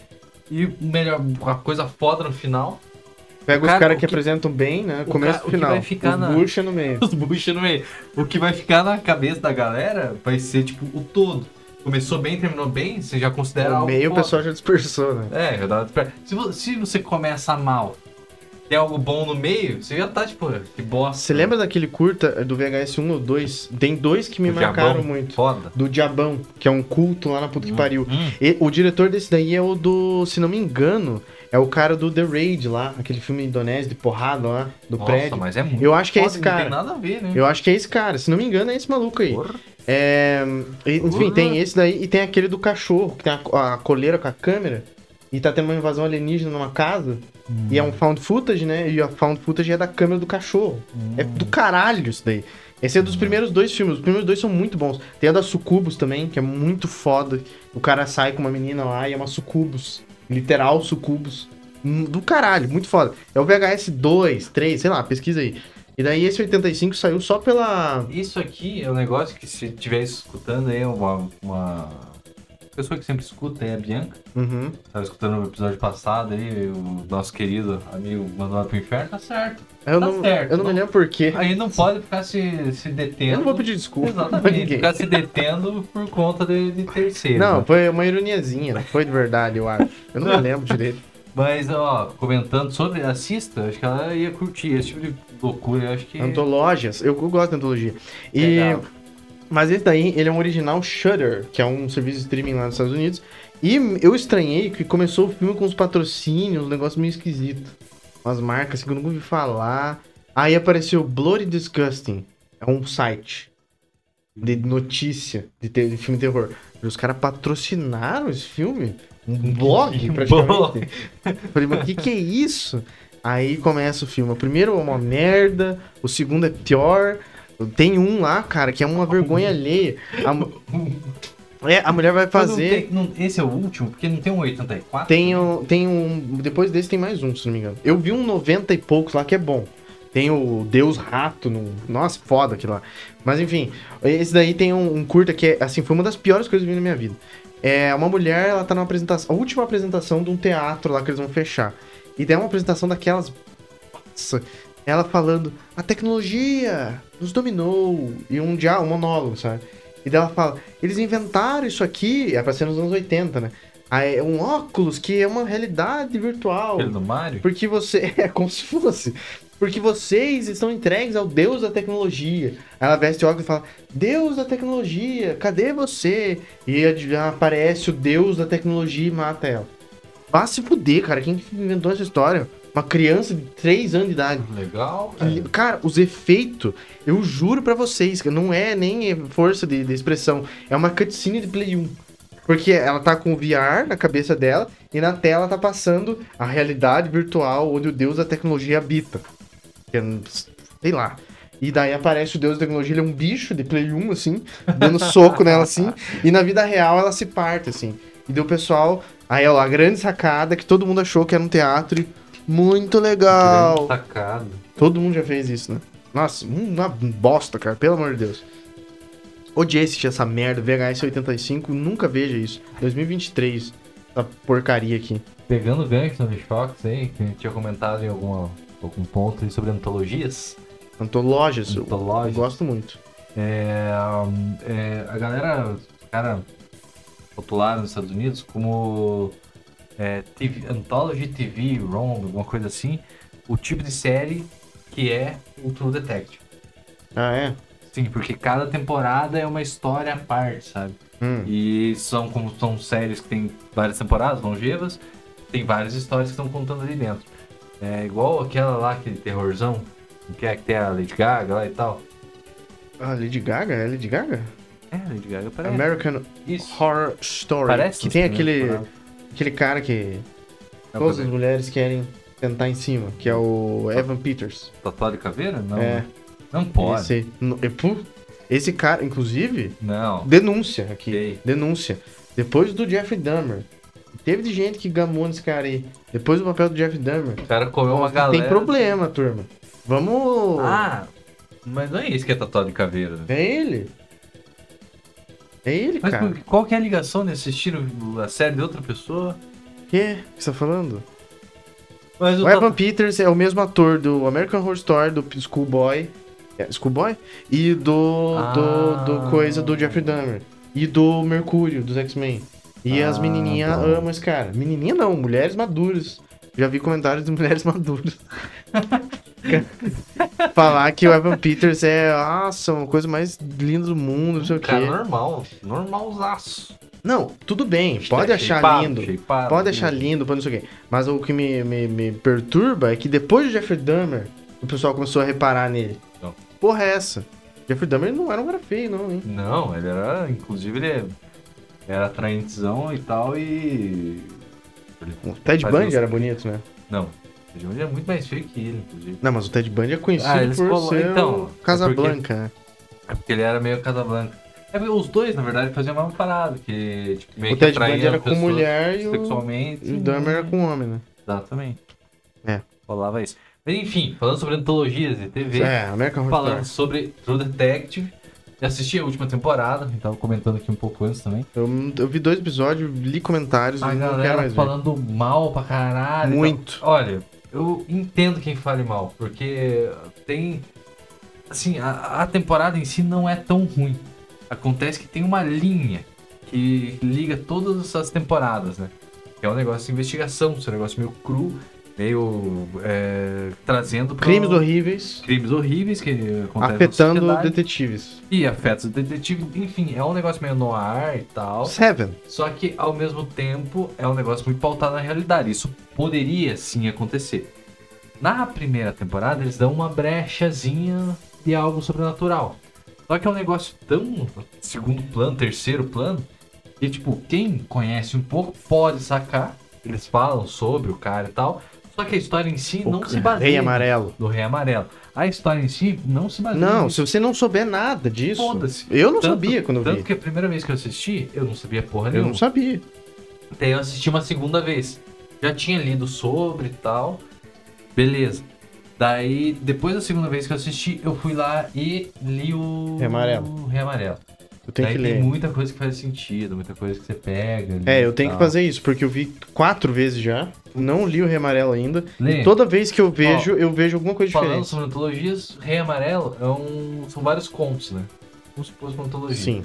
e o melhor, a coisa foda no final,
Pega
O
os
cara-
caras
o
que
que-
apresentam bem, né?
o
Começo
ca-
e
o que
final.
vai ficar
os
na-
bucha no meio.
os bucha no meio. O que vai ficar na cabeça da galera vai ser, tipo, o todo. Começou bem, terminou bem, você já considera
No
algo
meio o
foda.
pessoal já dispersou, né?
É, eu tava pra- se, vo- se você começa mal, tem algo bom no meio, você já tá tipo, que bosta.
Você lembra daquele curta eh, do VHS 1 ou 2? Tem dois que me
O diabão?
marcaram muito.
Foda.
Do Diabão, que é um culto lá na puta que pariu.
Hum.
E o diretor desse daí é o do, se não me engano, é o cara do The Raid lá, aquele filme indonésio de porrada lá, do
Nossa,
prédio.
mas é muito.
Eu acho que é
foda,
esse
Não
cara.
tem nada a ver, né?
Eu acho que é esse cara, se não me engano é esse maluco aí.
Porra.
É, e- enfim,
Porra.
tem esse daí e tem aquele do cachorro, que tem a, a coleira com a câmera e tá tendo uma invasão alienígena numa casa. E é um found footage, né? E a found footage é da câmera do cachorro. É do caralho isso daí. Esse é dos primeiros dois filmes. Os primeiros dois são muito bons. Tem a da Sucubus também, que é muito foda. O cara sai com uma menina lá e é uma Sucubus. Literal Sucubus. Hum, Do caralho, muito foda. É o VHS 2, 3, sei lá, pesquisa aí. E daí esse 85 saiu só pela.
Isso aqui é um negócio que se estiver escutando aí, uma, uma pessoa que sempre escuta aí, a Bianca.
Uhum.
Tava escutando o episódio passado aí, o nosso querido amigo mandou ela pro inferno, tá certo.
Eu,
Tá
não,
certo,
eu não me
não-
lembro por quê.
Aí não pode ficar se, se detendo.
Eu não vou pedir desculpa pra
Exatamente,
ninguém.
ficar se detendo por conta de, de terceiro. né?
Não, foi uma ironiazinha, não foi de verdade, eu acho. Eu não me lembro direito.
Mas, ó, comentando sobre, assista, acho que ela ia curtir esse tipo de loucura, eu acho que...
Antologias, eu gosto de antologia. E,
Legal.
mas esse daí, ele é um original Shudder, que é um serviço de streaming lá nos Estados Unidos. E eu estranhei que começou o filme com os patrocínios, um negócio meio esquisito. Umas marcas assim, que eu nunca ouvi falar. Aí apareceu Bloody Disgusting, é um site de notícia de, te- de filme de terror. E os caras patrocinaram esse filme? Um blog,
Um
praticamente.
blog.
Falei, mas o que, que é isso? Aí começa o filme. O primeiro é uma merda, o segundo é pior. Tem um lá, cara, que é uma vergonha alheia. A, mu- é, a mulher vai
Mas não
fazer.
tem- não- esse é o último, porque não tem um 84?
Tem, o- tem um. Depois desse tem mais um, se não me engano. Eu vi um 90 e poucos lá que é bom. Tem o Deus Rato. No... Nossa, foda aquilo lá. Mas enfim, esse daí tem um, um curta que é, assim, foi uma das piores coisas que eu vi na minha vida. É uma mulher, ela tá numa apresentação. A última apresentação de um teatro lá que eles vão fechar. E tem uma apresentação daquelas. Nossa. Ela falando, a tecnologia nos dominou. E um dia, um monólogo, sabe? E daí ela fala, eles inventaram isso aqui, é pra ser nos anos 80, né? Aí é um óculos que é uma realidade virtual.
Aquele do Mario?
Porque você. É como se fosse. Porque vocês estão entregues ao Deus da tecnologia. Aí Ela veste o óculos e fala: Deus da tecnologia, cadê você? E ad- aparece o Deus da tecnologia e mata ela. Vá se fuder, cara. Quem que inventou essa história? Uma criança de 3 anos de idade.
Legal,
E, Cara, os efeitos, eu juro pra vocês, que não é nem força de, de expressão, é uma cutscene de Play 1. Porque ela tá com o VR na cabeça dela e na tela tá passando a realidade virtual onde o deus da tecnologia habita. Que é, sei lá. E daí aparece o deus da tecnologia, ele é um bicho de Play 1, assim, dando soco nela, assim, e na vida real ela se parte, assim. E deu o pessoal, aí ó, a grande sacada que todo mundo achou que era um teatro e muito legal.
Tacado.
Todo mundo já fez isso, né? Nossa, uma bosta, cara, pelo amor de Deus. Odiei assistir essa merda, VHS 85, nunca veja isso. 2023, essa porcaria aqui.
Pegando o gancho no Fox aí, que a gente tinha comentado em alguma, algum ponto aí sobre antologias.
Antologias, eu-
Antologias.
eu gosto muito.
É, hum, é, a galera, os caras rotularam nos Estados Unidos como é, TV, Anthology TV, Wrong, alguma coisa assim, o tipo de série que é o True Detective.
Ah, é?
Sim, porque cada temporada é uma história à parte, sabe?
Hum.
E são como são séries que tem várias temporadas longevas, tem várias histórias que estão contando ali dentro. É igual aquela lá, aquele terrorzão, que é que tem a Lady Gaga lá e tal.
Ah, Lady Gaga? É Lady Gaga?
É, Lady Gaga parece.
American
Isso.
Horror Story.
Parece né?
que
nos
tem
primeiros
aquele,
temporadas.
aquele cara que
É o
todas as
cabelo
mulheres querem sentar em cima, que é o Evan Peters.
Tatuado de caveira? Não. né?
É.
Não pode.
Esse, no- e pu- esse cara, inclusive,
Não.
denúncia aqui.
Ok.
Denúncia. Depois do Jeffrey Dahmer. Teve de gente que gamou nesse cara aí. Depois do papel do Jeffrey Dahmer.
O cara comeu uma galera.
Tem problema, turma. Vamos.
é, Ah, mas não é isso que é tatuado de caveira. né?
É ele. É ele,
Mas
cara.
por- qual que é a ligação de assistir o- a série de outra pessoa?
O que? O que você tá falando?
Mas o
O Evan
tatu...
Peters é o mesmo ator do American Horror Story, do Schoolboy. É, Schoolboy? E do,
Ah.
do. do coisa do Jeffrey Dahmer. E do Mercúrio, dos X-Men. E as
Ah,
menininhas
bom.
amam esse cara. Menininha não, mulheres maduras. Já vi comentários de mulheres maduras. Falar que o Evan Peters é, nossa, uma coisa mais linda do mundo, não sei o quê.
cara normal. Normalzaço.
Não, tudo bem, pode achar
Shapeado,
lindo.
shapeado,
Pode achar
né?
lindo, pode não sei o quê. Mas o que me, me, me perturba é que depois do Jeffrey Dahmer, o pessoal começou a reparar nele.
Não.
Porra, é essa? Jeffrey Dahmer não era um cara feio, não, hein?
Não, ele era. Inclusive, ele era atraentezão e tal e.
O Ted
Mas
Bundy
não-
era bonito, né?
Não. O Jones é muito mais feio que ele, inclusive.
Não, mas o Ted Bundy é conhecido
Ah, eles
por
colo-
ser
então,
então,
é porque-
Casablanca, né?
É porque ele era meio Casablanca. É porque os dois, na verdade, faziam a mesma parada, que tipo, meio
O
que
Ted Bundy
atraía
era
pessoas
com mulher e o-
sexualmente.
E o Dahmer era com homem, né?
Exatamente.
É.
Rolava isso. Mas enfim, falando sobre antologias de TV,
É, American Horror
falando
Story.
sobre True Detective. Eu assisti a última temporada, a gente tava comentando aqui um pouco antes também.
Eu, eu vi dois episódios, li comentários,
A
e não quero
galera tá
mais ver.
falando mal pra caralho. e tal.
Muito.
Olha, eu entendo quem fale mal, porque tem. Assim, a, a temporada em si não é tão ruim. Acontece que tem uma linha que liga todas as temporadas, né? Que é um negócio de investigação, esse negócio meio cru, meio. é, trazendo. pra-
Crimes horríveis
Crimes horríveis que acontecem na
afetando
sociedade
detetives.
e afeta o detetive. Enfim, é um negócio meio no ar e tal.
Seven.
Só que ao mesmo tempo é um negócio muito pautado na realidade. Isso poderia sim acontecer. Na primeira temporada eles dão uma brechazinha de algo sobrenatural. Só que é um negócio tão segundo plano, terceiro plano, que tipo, quem conhece um pouco pode sacar. Eles falam sobre o cara e tal. Só que a história em si não se baseia.
Rei amarelo.
Do Rei Amarelo. A história em si não se baseia.
Não,
nisso.
se você não souber nada disso.
Foda-se.
Eu não
Tanto-
sabia quando eu
Tanto
vi.
que a primeira vez que eu assisti, eu não sabia porra
Eu
nenhuma.
não sabia.
Daí eu assisti uma segunda vez. Já tinha lido sobre e tal. Beleza. Daí, depois da segunda vez que eu assisti, eu fui lá e li o.
Rei Amarelo.
Rei Amarelo.
Eu tenho
Daí
que
tem
ler.
muita coisa que faz sentido, muita coisa que você pega. ali
É, eu
e
tenho que
tal.
fazer isso, porque eu vi quatro vezes já. Não li o Remarelo ainda.
Lê.
E toda vez que eu vejo, eu vejo alguma coisa
Falando
diferente.
sobre antologias, Rei Amarelo é um... são vários contos, né? Como se fosse uma antologia.
Sim.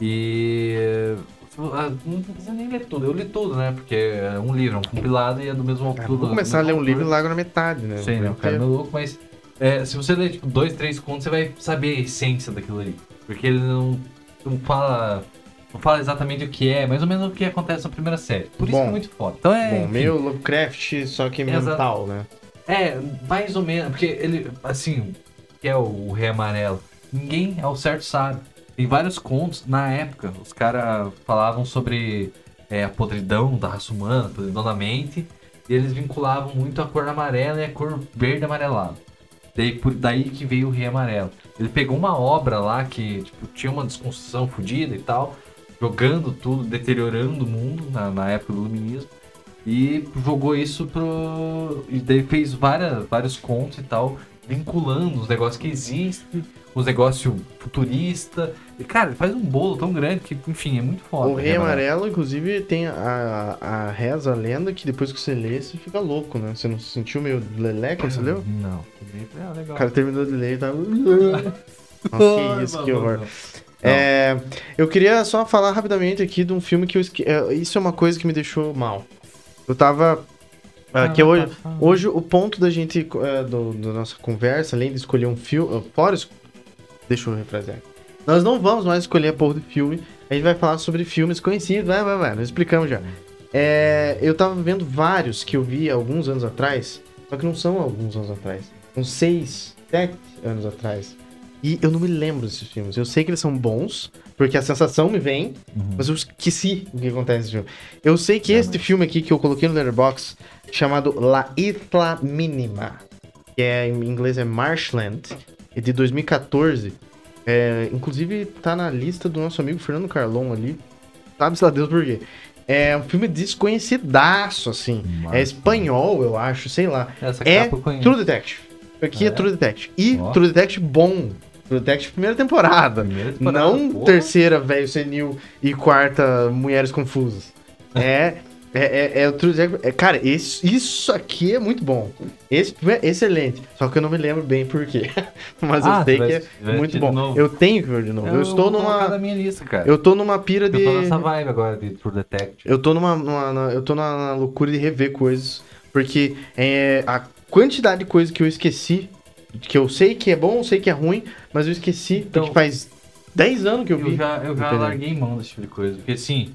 E. eh, ah, Não precisa nem ler tudo. Eu li tudo, né? Porque é um livro, é um compilado e é do mesmo
Ah,
autor.
vou
do
começar a
mesmo
ler um livro
autor.
e largo na metade, né?
Sim, né? O cara
Porque-
é meio louco, mas é, se você ler tipo, dois, três contos, você vai saber a essência daquilo ali. Porque ele não, não fala. Não fala exatamente o que é, mais ou menos o que acontece na primeira série. Por isso
Bom.
que é muito foda. Então é.
Bom,
enfim,
meio Lovecraft, só que
Exato.
mental, né?
É, mais ou menos. Porque ele, assim, que é o, o Rei Amarelo, ninguém ao certo sabe. Tem vários contos, na época, os caras falavam sobre é, a podridão da raça humana, a podridão da mente, e eles vinculavam muito a cor amarela e a cor verde amarelada. Daí, por, daí que veio o Rei Amarelo. Ele pegou uma obra lá que tipo, tinha uma desconstrução fodida e tal, jogando tudo, deteriorando o mundo na, na época do iluminismo, e jogou isso pro. E daí fez várias, vários contos e tal, vinculando os negócios que existem, os negócios futuristas. E, cara, ele faz um bolo tão grande que, enfim, é muito foda.
o Rei Amarelo, inclusive, tem a, a reza, a lenda, que depois que você lê, você fica louco, né? Você não se sentiu meio lelé quando você leu?
Não. É, legal.
O cara terminou de ler e tava... Nossa, que isso, que horror. É, eu queria só falar rapidamente aqui de um filme que eu esque... é, Isso é uma coisa que me deixou mal. Eu tava. ah, que hoje, hoje o ponto da gente. é, do, da nossa conversa, além de escolher um filme. Fora. es- Deixa eu refrasear. Nós não vamos mais escolher a porra do filme. A gente vai falar sobre filmes conhecidos. Vai, vai, vai. Nós explicamos já. É, eu tava vendo vários que eu vi alguns anos atrás. Só que não são alguns anos atrás. São seis, sete anos atrás. E eu não me lembro desses filmes. Eu sei que eles são bons, porque a sensação me vem,
Uhum.
mas eu esqueci o que acontece nesse filme. Eu sei
É,
que este filme aqui que eu coloquei no Letterboxd, chamado La Isla Mínima, que é, em inglês é Marshland, é de 2014. É, inclusive tá na lista do nosso amigo Fernando Carlon ali. Sabe-se lá Deus por quê. É um filme desconhecidaço, assim. É espanhol, eu acho, sei lá.
Essa
É
capa eu conheço.
True Detective. Aqui é,
É?
True Detective. E
Ó.
True Detective bom. True Detective primeira temporada.
Primeira temporada,
Não
porra.
terceira, velho senil e quarta, mulheres confusas. É. É, é, é o True Detective. é, cara, esse- isso aqui é muito bom. Esse filme é excelente. Só que eu não me lembro bem por quê. Mas
Ah,
eu sei
vai-
que é
vai
muito
de
bom.
novo.
Eu tenho que ver de novo. Eu, estou
vou colocar na
numa.
minha lista, cara. Eu,
Eu tô numa pira de.
tô nessa vibe agora de True Detective.
Eu tô numa. numa- na- eu tô na, na loucura de rever coisas. Porque é, a quantidade de coisas que eu esqueci, que eu sei que é bom, eu sei que é ruim, mas eu esqueci,
Então-
porque faz 10 anos que eu
Eu,
vi. Eu,
já, eu já
Entendeu?
larguei mão desse tipo de coisa, porque assim,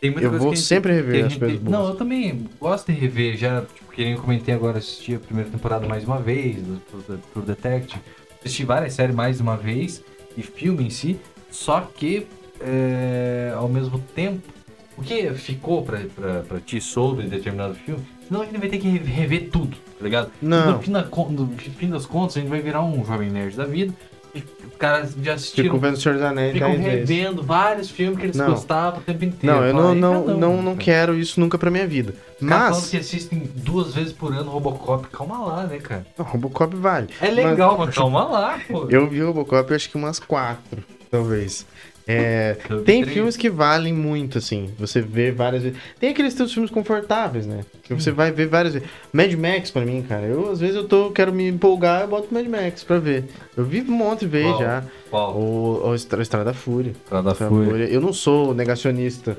tem muita coisa
vou
que a gente-
sempre
que
rever
a
as
gente-
coisas boas.
Não, eu também gosto de rever, já, tipo, que nem eu comentei agora, assisti a primeira temporada mais uma vez, do True- True Detective, assisti várias séries mais uma vez, e filme em si, só que, é, ao mesmo tempo, o que ficou pra, pra, pra ti sobre determinado filme, senão a gente vai ter que rever, rever tudo, tá ligado?
Não.
No fim, da con- no fim das contas, a gente vai virar um jovem nerd da vida, e os caras já
Fico
assistiram
vendo o Senhor dos Anéis
Ficam
10 vezes.
revendo vários filmes que eles
Não.
gostavam o tempo inteiro.
Não, eu
Fala,
não,
"Aí,
não,
cada um,
não, não
cara."
quero isso nunca pra minha vida.
Os caras falam
Mas.
que assistem duas vezes por ano Robocop. Calma lá, né, cara?
Não, Robocop vale.
É
Mas-
legal, mas, calma lá, pô.
Eu vi Robocop acho que umas 4, talvez. É.
Eu vi
Tem
três.
filmes que valem muito, assim. Você vê várias vezes. Tem aqueles teus filmes confortáveis, né? Que
Hum.
você vai ver várias vezes. Mad Max, pra mim, cara. Eu, às vezes, eu tô, quero me empolgar, eu boto Mad Max pra ver. Eu vi um monte de vez
Qual?
já.
Qual?
Ou, ou Estra- Estrada da Fúria.
Estrada da
Estrada
Fúria.
Eu não sou negacionista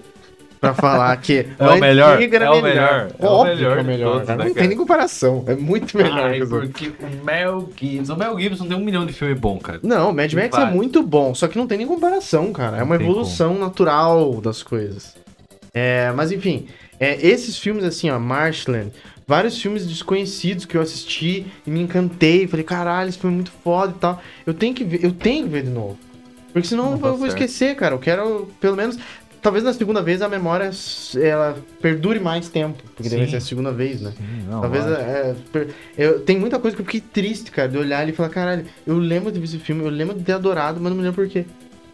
pra falar que...
É o
a
melhor,
antiga era
é o melhor, é o
Óbvio que
melhor
é o
de
melhor.
todos,
cara.
né,
não
cara? Ah,
tem nem comparação. É muito melhor
Ai,
que os outros.
porque o Mel Gibson. O Mel Gibson tem um milhão de filme bom, cara.
Não, Mad
Tem
Max é
vários.
muito bom, só que não tem nem comparação, cara. É
Não
uma
tem
evolução natural das coisas. É, mas enfim, é, esses filmes assim, ó, Marshland, vários filmes desconhecidos que eu assisti e me encantei, falei, caralho, isso foi muito foda e tal. Eu tenho que ver, eu tenho que ver de novo. Porque senão
Não
eu
tá
vou
certo.
esquecer, cara. Eu quero, pelo menos, talvez na segunda vez a memória ela perdure mais tempo, porque deve
Sim.
ser a segunda vez, né?
Sim, não,
Talvez
lógico.
é, per- eu, tem muita coisa que eu fiquei triste, cara, de olhar ali e falar, caralho, eu lembro de ver esse filme, eu lembro de ter adorado, mas não me lembro por quê.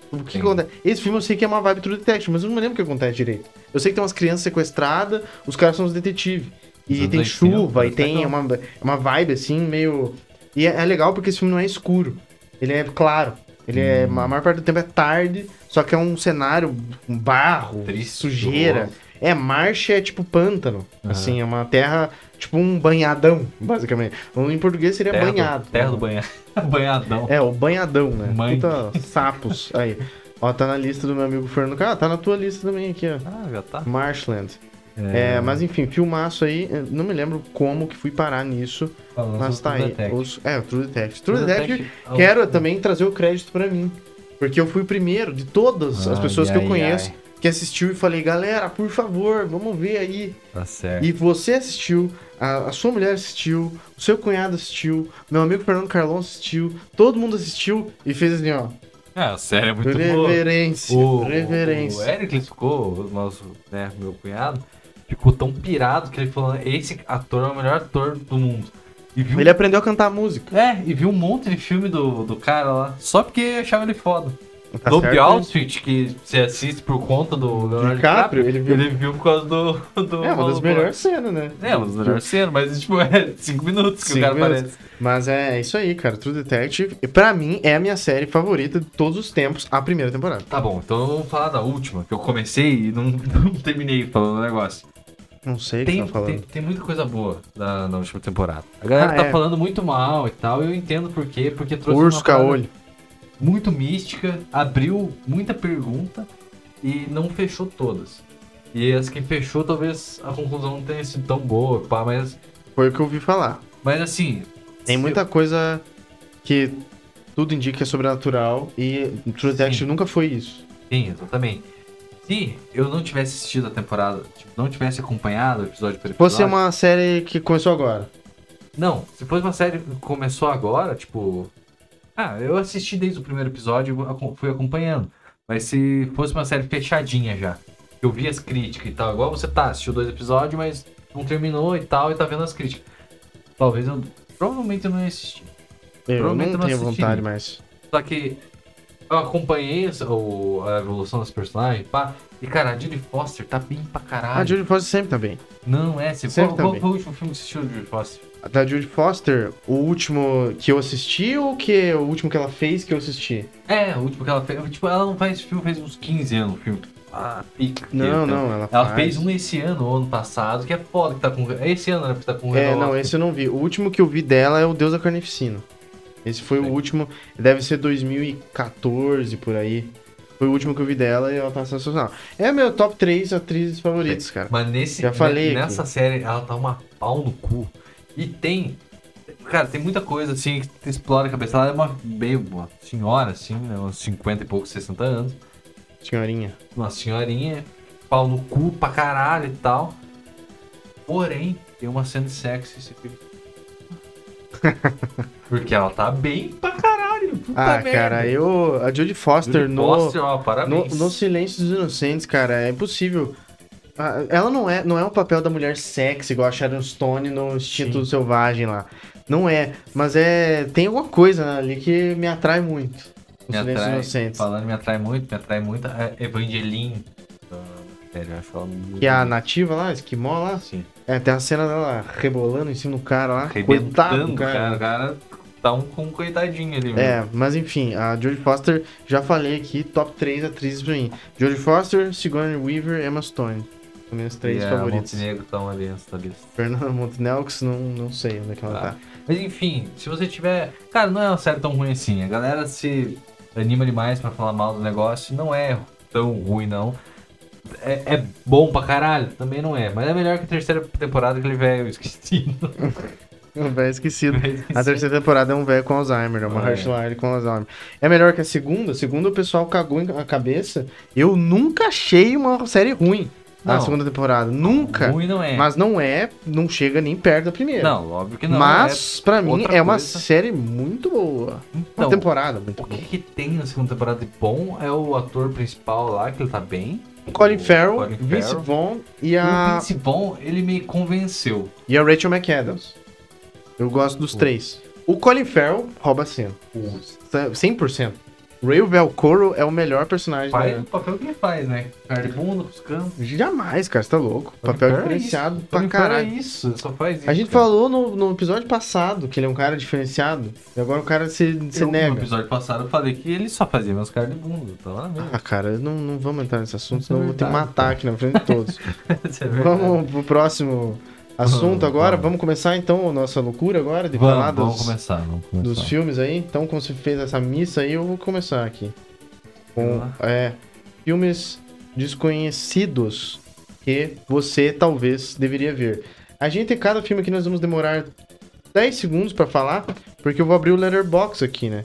O que, que
Sim.
acontece? Esse filme eu sei que é uma vibe True Detective, mas eu não me lembro o que acontece direito. Eu sei que tem umas crianças sequestradas, os caras são os detetives.
Os
E
anos
tem
80,
chuva, e
tá
tem
legal.
uma, uma vibe assim, meio. E é, é legal porque esse filme não é escuro. Ele é claro. Ele é.
Hum.
A maior parte do tempo é tarde, só que é um cenário um barro,
Triste,
sujeira.
horroroso.
É, marcha é tipo pântano.
Aham.
Assim, é uma terra, tipo um banhadão, basicamente. Ou Em português seria
Terra do-
banhado.
Terra do banhado. Banhadão.
É, o banhadão, né?
Mãe.
Puta sapos aí. Ó, tá na lista do meu amigo Fernando. Ah, tá na tua lista também aqui, ó.
Ah, já tá.
Marshland. É, mas enfim, filmaço aí. eu Não me lembro como que fui parar nisso,
Falando
mas tá
sobre
aí.
True Detective.
Os, é, o True Detective. True,
True
Detective,
Detective,
quero
ah,
também trazer o crédito pra mim. Porque eu fui o primeiro de todas as
Ai,
pessoas que eu
ai,
conheço que assistiu e falei, galera, por favor, vamos ver aí.
Tá certo.
E você assistiu, a, a sua mulher assistiu, o seu cunhado assistiu, meu amigo Fernando Carlão assistiu, todo mundo assistiu e fez assim, ó.
É, a série é muito boa.
Reverência.
O,
reverência.
o Ericles ficou, o nosso, né, meu cunhado, ficou tão pirado que ele falou: esse ator é o melhor ator do mundo. E viu,
Ele aprendeu a cantar música.
É, e viu um monte de filme do, do cara lá, só porque achava ele foda.
Tá
Dope
certo?
Outfit, que você assiste por conta do Leonardo
DiCaprio,
DiCaprio,
ele
ele
viu-
viu, por causa do. do
É uma das
do-
melhores cenas, né?
É, uma das melhores cenas, mas tipo, é 5 minutos que
Cinco
o cara
minutos.
aparece.
Mas é isso aí, cara. True Detective, pra mim, é a minha série favorita de todos os tempos, a primeira temporada.
Tá bom, então vamos falar da última, que eu comecei e não, não terminei falando o negócio.
Não sei o que
Tem,
tá falando.
tem, tem muita coisa boa na, na última temporada. A galera
Ah,
tá
é.
falando muito mal e tal, eu entendo por quê, porque trouxe
Urso
uma parada
Caolho.
muito mística, abriu muita pergunta e não fechou todas. E as que fechou, talvez a conclusão não tenha sido tão boa, pá, mas,
Foi o que eu ouvi falar.
mas assim.
Tem
se-
muita coisa que tudo indica que é sobrenatural e True Detective nunca foi isso.
Sim, exatamente. Se eu não tivesse assistido a temporada, tipo, não tivesse acompanhado o episódio por episódio.
Fosse é uma série que começou agora.
Não, se fosse uma série que começou agora, tipo. Ah, eu assisti desde o primeiro episódio e aco- fui acompanhando. Mas se fosse uma série fechadinha já, eu vi as críticas e tal, igual você tá, assistiu dois episódios, mas não terminou e tal, e tá vendo as críticas. Talvez eu. Provavelmente eu não ia assistir.
Eu
Provavelmente
não
eu não
tenho
assisti.
vontade mais.
Só que eu acompanhei essa- o- a evolução dos personagens, pá. E cara, a Judy Foster tá bem pra caralho.
A Judy Foster sempre tá bem.
Não, é, se
Sempre
qual, qual
tá
foi o último filme que você assistiu de Judy Foster?
A da Judy Foster, o último que eu assisti ou que o último que ela fez que eu assisti?
É, o último que ela fez. Tipo, ela não faz filme, fez uns 15 anos o filme. Ah, pica.
Não,
Então,
não, ela faz.
fez um esse ano ou ano passado, que é foda que tá com. é Esse ano, né? Que tá com
É,
Renault.
não, esse eu não vi. O último que eu vi dela é o Deus da Carnificina. Esse foi o
Sim.
último, deve ser 2014 por aí. Foi o último que eu vi dela e ela tá sensacional. É meu top 3 atrizes favoritas, cara.
Mas nesse,
Já falei
ne- nessa série, ela tá uma pau no cu. E tem. Cara, tem muita coisa assim que te explora a cabeça. Ela é uma meio uma senhora, assim, né? Uns 50 e poucos, 60 anos.
Senhorinha.
Uma senhorinha, pau no cu pra caralho e tal. Porém, tem uma cena de sexo e você fica. Porque ela tá bem pra caralho. Puta
Ah,
merda.
cara, eu. A Jodie Foster,
Jodie
no,
Foster, ó,
no,
parabéns.
no Silêncio dos Inocentes, cara, é impossível. Ah, Ela não é, não é um papel da mulher sexy, igual a Sharon Stone no Instinto
Sim.
Selvagem lá. Não é, mas é. Tem alguma coisa ali que me atrai muito. No
me
Silêncio dos
atrai,
Inocentes.
falando, me atrai muito, me atrai muito. A Evangeline. da série, eu acho ela muito
Que é a
bonita,
nativa lá, esquimó lá.
assim,
É, tem a cena dela rebolando em cima do cara lá. Coitado,
arrebentando,
do
cara.
cara.
O Ah, cara tá um, com um coitadinho ali, velho.
É, mas enfim, a Jodie Foster, já falei aqui, top 3 atrizes pra mim. Jodie Foster, Sigourney Weaver, Emma Stone. As minhas três
e
favoritas.
A Montenegro tá uma aliança da lista.
Fernanda Montenegro, que não, não sei onde é que ela tá.
Tá. Mas enfim, se você tiver. Cara, não é uma série tão ruim assim. A galera se anima demais pra falar mal do negócio. Não é tão ruim, não. É, é bom pra caralho? Também não é. Mas é melhor que a terceira temporada que ele velho esquecido.
Um velho esquecido.
Velho esquecido.
A terceira temporada é um velho com Alzheimer, é uma
Ah, é.
Hartline com Alzheimer. É melhor que a segunda? A segunda o pessoal cagou em- a cabeça. Eu nunca achei uma série ruim na
Não.
segunda temporada. Nunca.
Ruim não é.
Mas não é, não chega nem perto da primeira.
Não, óbvio que não.
É.
é né?
Mas, pra mim,
outra
é uma
coisa.
série muito boa.
é.
Uma
Então,
temporada muito
o
boa.
que, que tem na segunda temporada de bom é o ator principal lá, que ele tá bem.
Colin
O
Farrell,
Colin
Vince
Farrell.
Vaughn e
O
a,
Vince Vaughn, ele me convenceu.
e a Rachel McAdams. Eu gosto dos
O-
três. O Colin Farrell rouba a cena.
O
100%. Ray Velcoro é o melhor personagem.
faz
da-
o papel que ele faz, né? Cardibundo, os campos.
Jamais, cara, você tá louco.
Tony
Papel
Fair é
diferenciado
isso.
pra
Tony Fair é
caralho.
isso, só faz isso.
A gente
cara.
falou no, no episódio passado que ele é um cara diferenciado. E agora o cara se, se
Eu, No
nega.
episódio passado eu falei que ele só fazia meus caras de bunda. Tá lá mesmo.
Ah, cara, não, não vamos entrar nesse assunto,
Isso é
senão eu vou ter que
verdade.
matar aqui na frente de todos.
Isso é verdade.
Vamos pro próximo assunto
Vamos,
agora.
vamos.
Vamos começar então a nossa loucura agora de falar
vamos,
dos,
vamos começar. Vamos começar.
dos filmes aí. Então, como você fez essa missa aí, eu vou começar aqui. Com
lá.
é, filmes desconhecidos que você talvez deveria ver. A gente tem cada filme que nós vamos demorar 10 segundos pra falar, porque eu vou abrir o letterbox aqui, né?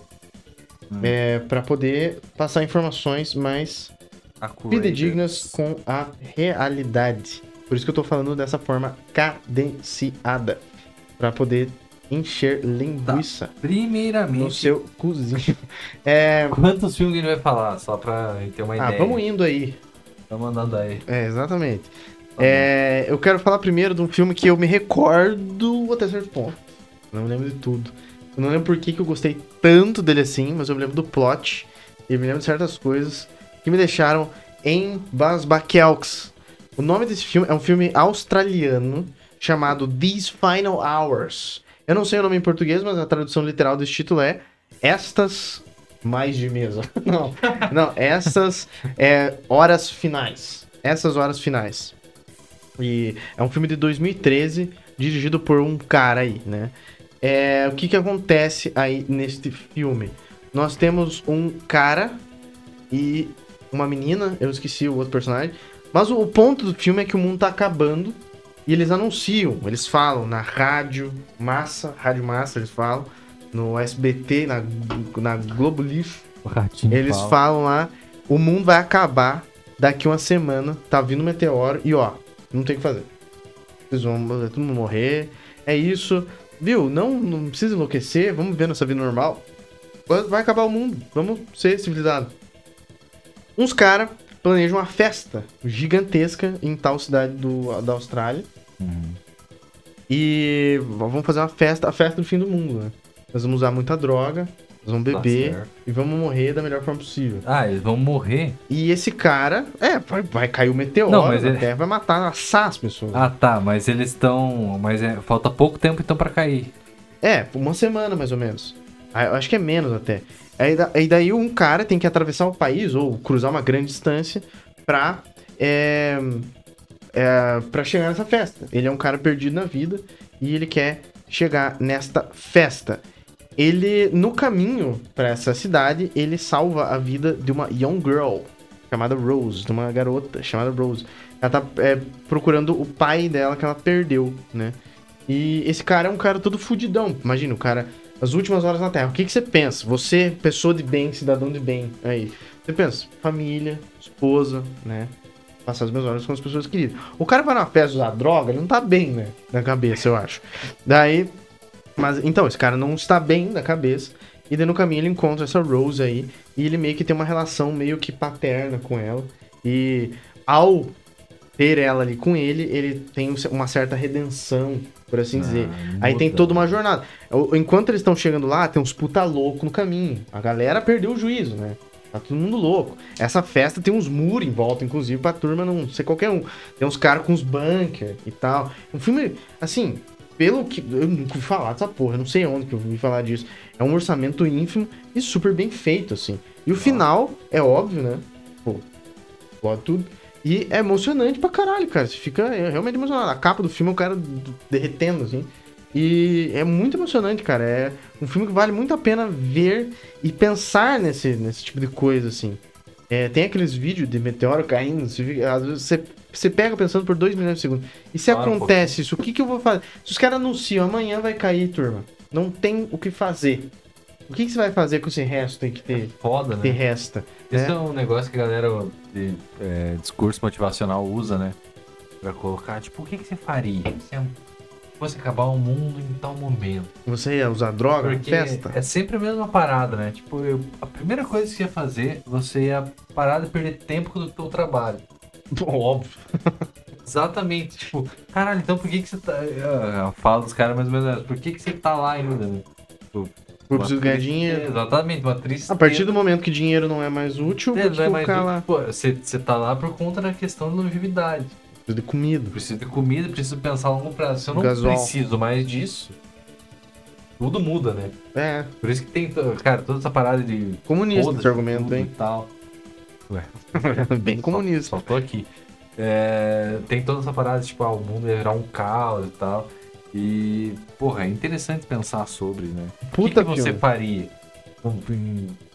Hum.
É, para poder passar informações mais
Accurate.
fidedignas com a realidade. Por isso que eu tô falando dessa forma cadenciada, Pra poder encher
Tá.
linguiça no
Primeiramente,
seu cozinho. É,
quantos filmes ele vai falar? Só pra ele ter uma
ah,
ideia.
vamos indo aí.
Tá mandando aí.
É, exatamente. É, eu quero falar primeiro de um filme que eu me recordo até certo ponto. Não me lembro de tudo. Eu não lembro por que, que eu gostei tanto dele assim, mas eu me lembro do plot. E me lembro de certas coisas que me deixaram em Basbaquelks. O nome desse filme é um filme australiano chamado These Final Hours. Eu não sei o nome em português, mas a tradução literal desse título é Estas mais de mesa. Não, não, essas é, horas finais. Essas horas finais. E é um filme de 2013, dirigido por um cara aí, né? É, o que que acontece aí neste filme? Nós temos um cara e uma menina, eu esqueci o outro personagem, mas o, o ponto do filme é que o mundo tá acabando e eles anunciam, eles falam na rádio massa, rádio massa eles falam, no SBT, na, na Globo Lixo,
O ratinho
eles
fala.
falam lá, o mundo vai acabar daqui uma semana, tá vindo um meteoro e ó, não tem o que fazer. Vocês vão todo mundo morrer, é isso. Viu? Não, não precisa enlouquecer, vamos ver nossa vida normal. Vai- Vai acabar o mundo, vamos ser civilizados. Uns caras planejam uma festa gigantesca em tal cidade do, da Austrália.
Uhum.
E v- vamos fazer uma festa, a festa do fim do mundo, né? Nós vamos usar muita droga, nós vamos
Tá
beber
certo.
e vamos morrer da melhor forma possível.
Ah, eles vão morrer?
E esse cara, é, vai, vai cair o meteoro
Não, mas
na
ele-
Terra, vai matar assar as pessoas.
Ah, tá, mas eles estão. Mas é- falta pouco tempo então pra cair.
É, uma semana mais ou menos. Ah, eu acho que é menos até. Aí, da- aí daí um cara tem que atravessar o país ou cruzar uma grande distância pra, é, é, pra chegar nessa festa. Ele é um cara perdido na vida e ele quer chegar nesta festa. Ele, no caminho pra essa cidade, ele salva a vida de uma young girl chamada Rose, de uma garota chamada Rose. Ela tá é, procurando o pai dela que ela perdeu, né? E esse cara é um cara todo fudidão. Imagina, o cara, as últimas horas na Terra. O que, que você pensa? Você, pessoa de bem, cidadão de bem, aí. Você pensa, família, esposa, né? Passar as minhas horas com as pessoas queridas. O cara vai numa festa usar droga, ele não tá bem, né? Na cabeça, eu acho. Daí. Mas, então, esse cara não está bem da cabeça. E daí no caminho ele encontra essa Rose aí. E ele meio que tem uma relação meio que paterna com ela. E ao ter ela ali com ele, ele tem um uma certa redenção, por assim dizer.
Ah,
Aí tem
muda.
toda uma jornada. O- Enquanto eles estão chegando lá, tem uns puta louco no caminho. A galera perdeu o juízo, né? Tá todo mundo louco. Essa festa tem uns muros em volta, inclusive, pra turma não ser qualquer um. Tem uns caras com uns bunker e tal. Um filme, assim, pelo que. Eu nunca ouvi falar dessa porra, eu não sei onde que eu ouvi falar disso. É um orçamento ínfimo e super bem feito, assim. E o final, é óbvio, né? Pô, explode tudo. E é emocionante pra caralho, cara. Você fica é, realmente emocionado. A capa do filme é o cara d- derretendo, assim. E é muito emocionante, cara. É um filme que vale muito a pena ver e pensar nesse, nesse tipo de coisa, assim. É, tem aqueles vídeos de meteoro caindo, você, fica- às vezes você, você pega pensando por 2 milhões de segundos. E se
Para um
acontece isso, o que, que eu vou fazer? Se os caras anunciam, amanhã vai cair, turma. Não tem o que fazer. O que, que você vai fazer com esse resto aí que te,
Foda,
te
né?
resta?
Esse é. um negócio que a galera de é, discurso motivacional usa, né? Pra colocar, tipo, o que, que você faria se fosse acabar o mundo em tal momento?
Você ia usar droga?
Porque
festa?
é sempre a mesma parada, né? Tipo, eu- a primeira coisa que você ia fazer, você ia parar de perder tempo com o teu trabalho.
Óbvio.
Exatamente, tipo, caralho, então por que que você tá... Eu falo dos caras mais ou menos, por que que você tá lá ainda, né?
Eu preciso
Uma
ganhar
tristeza,
dinheiro.
Exatamente, uma tristeza.
A partir do momento que dinheiro não é mais útil,
É,
por
não é
que
mais
ficar
do-
lá?
Pô, você, você tá lá por conta da questão da longevidade.
Preciso de comida.
Preciso de comida, preciso pensar a longo prazo. Se eu não
Gasol.
preciso mais disso, tudo muda, né?
É,
Por isso que tem, to- cara, toda essa parada de
comunista
foda-se
esse argumento,
tudo
hein?
e tal.
Bem comunista.
Só tô aqui. É, tem toda essa parada, tipo, ah, o mundo ia virar um caos e tal. E, porra, é interessante pensar sobre, né? O que,
Puta
que você
filme.
faria? Um- um-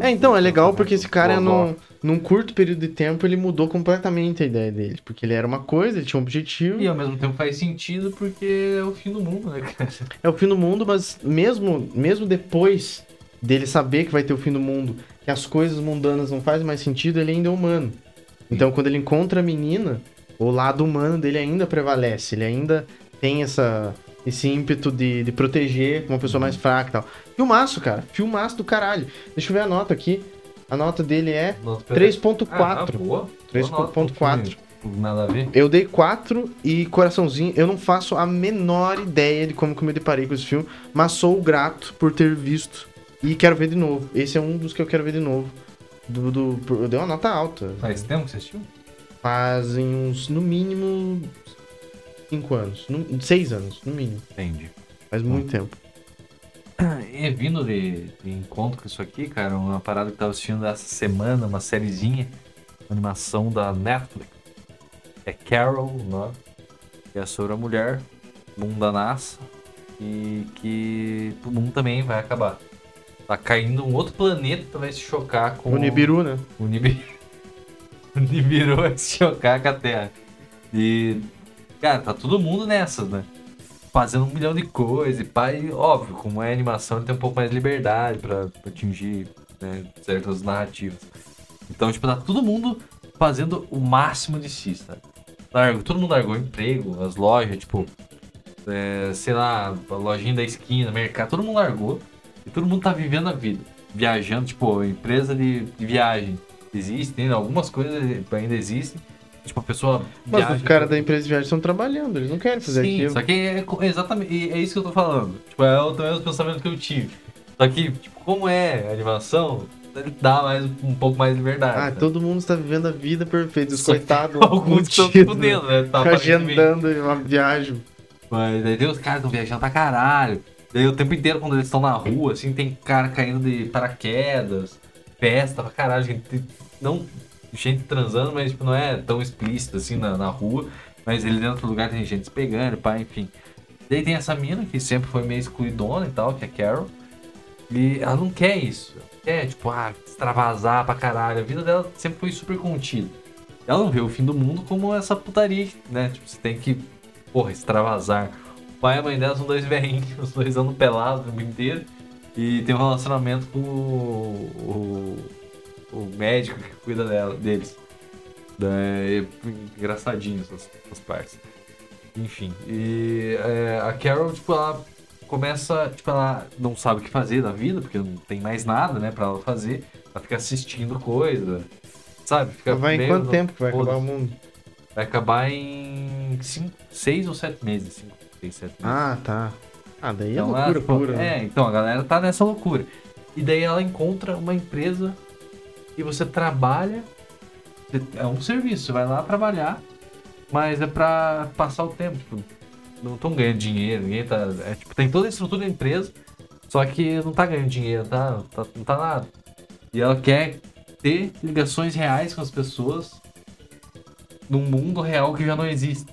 É, então, é legal porque esse cara, num, num curto período de tempo, ele mudou completamente a ideia dele. Porque ele era uma coisa, ele tinha um objetivo.
E ao mesmo tempo faz sentido porque é o fim do mundo, né, cara?
É o fim do mundo, mas mesmo, mesmo depois dele saber que vai ter o fim do mundo, que as coisas mundanas não fazem mais sentido, ele ainda é humano. Então, quando ele encontra a menina, o lado humano dele ainda prevalece. Ele ainda tem essa, esse ímpeto de, de proteger uma pessoa mais fraca e tal. Filmaço, cara. Filmaço do caralho. Deixa eu ver a nota aqui. A nota dele é
Nossa, pera- Ah,
3.4.
boa.
3.4.
Não, Nada a ver.
Eu dei 4 e coraçãozinho. Eu não faço a menor ideia de como que eu me deparei com esse filme, mas sou grato por ter visto e quero ver de novo. Esse é um dos que eu quero ver de novo. Do, do- eu dei uma nota alta.
Faz tempo que você assistiu?
Fazem uns, no mínimo, 5 anos. 6 anos, no mínimo.
Entendi.
Faz muito tempo.
É vindo de, de encontro com isso aqui, cara, uma parada que eu tava assistindo essa semana, uma sériezinha, uma animação da Netflix. É Carol, o nome. que é sobre a mulher, bunda nasa, e que o mundo também vai acabar. Tá caindo um outro planeta, vai se chocar com
O Nibiru, né?
O Nibiru. o Nibiru vai se chocar com a Terra. E. Cara, tá todo mundo nessas, né? Fazendo um milhão de coisas. E pai, óbvio, como é animação, ele tem um pouco mais de liberdade pra pra atingir né, certas narrativas. Então, tipo, tá todo mundo fazendo o máximo de si, sabe? Largo, todo mundo largou emprego, as lojas, tipo, é, sei lá, a lojinha da esquina, mercado, todo mundo largou e todo mundo tá vivendo a vida. Viajando, tipo, empresa de, de viagem existe, ainda algumas coisas ainda existem. Tipo, a pessoa.
Mas
viaja
os caras
pra-
da empresa de viagem estão trabalhando, eles não querem fazer
Sim,
aquilo.
Só que é, co- exatamente, e é isso que eu tô falando. Tipo, é o, também é o pensamento que eu tive. Só que, tipo, como é animação, ele dá mais, um pouco mais de liberdade.
Ah,
né?
todo mundo está vivendo a vida perfeita, os
Só que
coitados.
Alguns estão
fudidos,
fudendo, né? Tá aparentemente.
Agendando uma viagem.
Mas daí tem os caras que estão viajando pra caralho. Daí o tempo inteiro, quando eles estão na rua, assim, tem cara caindo de paraquedas, festa pra caralho, gente. Não. Gente transando, mas tipo, não é tão explícito assim na, na rua. Mas ele dentro do lugar tem gente se pegando, pá, enfim. Daí tem essa mina que sempre foi meio excluidona e tal, que é a Carol. E ela não quer isso. Ela quer, tipo, ah, extravasar pra caralho. A vida dela sempre foi super contida. Ela não vê o fim do mundo como essa putaria, né? Tipo, você tem que porra, extravasar. O pai e a mãe dela são dois velhinhos, os dois andam pelados o tempo inteiro. E tem um relacionamento com o, o, o médico que cuida dela, deles. Daí, engraçadinho essas, essas partes. Enfim, e é, a Carol, tipo, ela começa, tipo, ela não sabe o que fazer da vida, porque não tem mais nada, né, pra ela fazer. Ela fica assistindo coisa, sabe? Fica
Vai em
meio
quanto
no-
tempo que vai acabar o
Foda-se.
mundo?
Vai acabar em 6 ou 7 meses. 5, 6, 7 meses.
Ah, tá. Ah, daí
Então,
é loucura
ela- pô,
pura. né?
É, então a galera tá nessa loucura. E daí ela encontra uma empresa e você trabalha. É um serviço, você vai lá trabalhar, mas é pra passar o tempo. Tipo, não estão ganhando dinheiro, ninguém tá. é, tipo, tem toda a estrutura da empresa, só que não tá ganhando dinheiro, tá, tá- não tá nada. E ela quer ter ligações reais com as pessoas num mundo real que já não existe.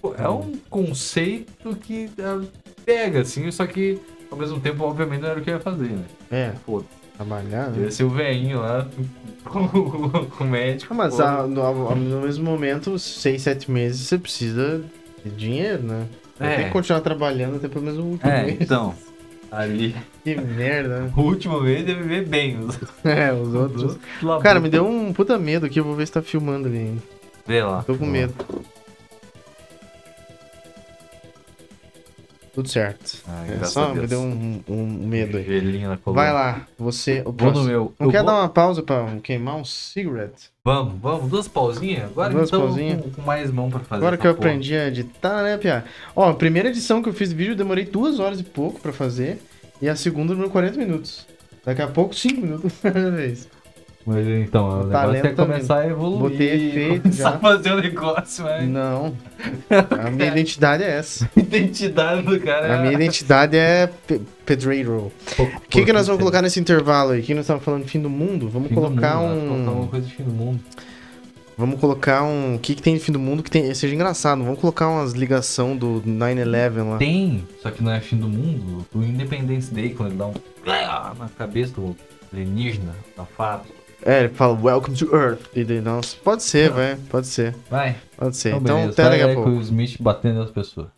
Pô, É um conceito que ah, pega, assim, só que ao mesmo tempo, obviamente, não era o que eu ia fazer, né?
É,
Foda.
trabalhar,
Eu
né?
ia ser o velhinho lá com, o- com o médico.
Ah, Mas
foda.
a- no, ao- no mesmo momento, seis, sete meses, você precisa de dinheiro, né?
É.
Tem que continuar trabalhando até pelo menos o último
É,
mês.
então. Ali.
Que merda, né?
O último mês deve ver bem. Os
É, os
Uhum.
outros. Cara, me deu um puta medo aqui, eu vou ver se tá filmando ali ainda.
Vê lá.
Tô com medo. Tudo certo.
Ah,
É,
graças a
só me
Deus.
deu um, um medo aí.
Gelinho na coluna.
Vai lá, você. O
Vou no
próximo.
meu.
Não
Eu
quer
vou-
dar uma pausa pra queimar um cigarette?
Vamos, vamos. Duas pausinhas. Agora
Duas
então
pausinhas.
Com, com mais mão pra fazer.
Agora
essa
que eu
porra.
aprendi a editar, né, Pia? Ó, a primeira edição que eu fiz vídeo eu demorei duas horas e pouco pra fazer. E a segunda durou 40 minutos. Daqui a pouco, 5 minutos cada vez.
Mas então, o,
O
negócio é
talento também.
começar a evoluir.
Botei efeito
começar
já. Hum.
a fazer o negócio, né?
Não. A minha identidade é essa.
Identidade do cara.
A minha identidade é pe- Pedreiro. O que, que nós vamos colocar nesse intervalo aí? Que nós estamos falando de fim do mundo? Vamos colocar um.
né? Colocar uma coisa de fim do mundo. tá?
Vamos colocar um. O que, que tem de fim do mundo que tem- seja engraçado? Vamos colocar umas ligação do 9-11 lá.
Tem, só que não é fim do mundo. O Independence Day, quando ele dá um ah, na cabeça do alienígena, safado.
É, ele fala Welcome to Earth. E daí, nossa, pode ser, vai, pode ser,
Vai.
pode ser.
Então,
Então,
beleza.
até
Sai
daqui a
aí
pouco.
com o Smith batendo nas pessoas.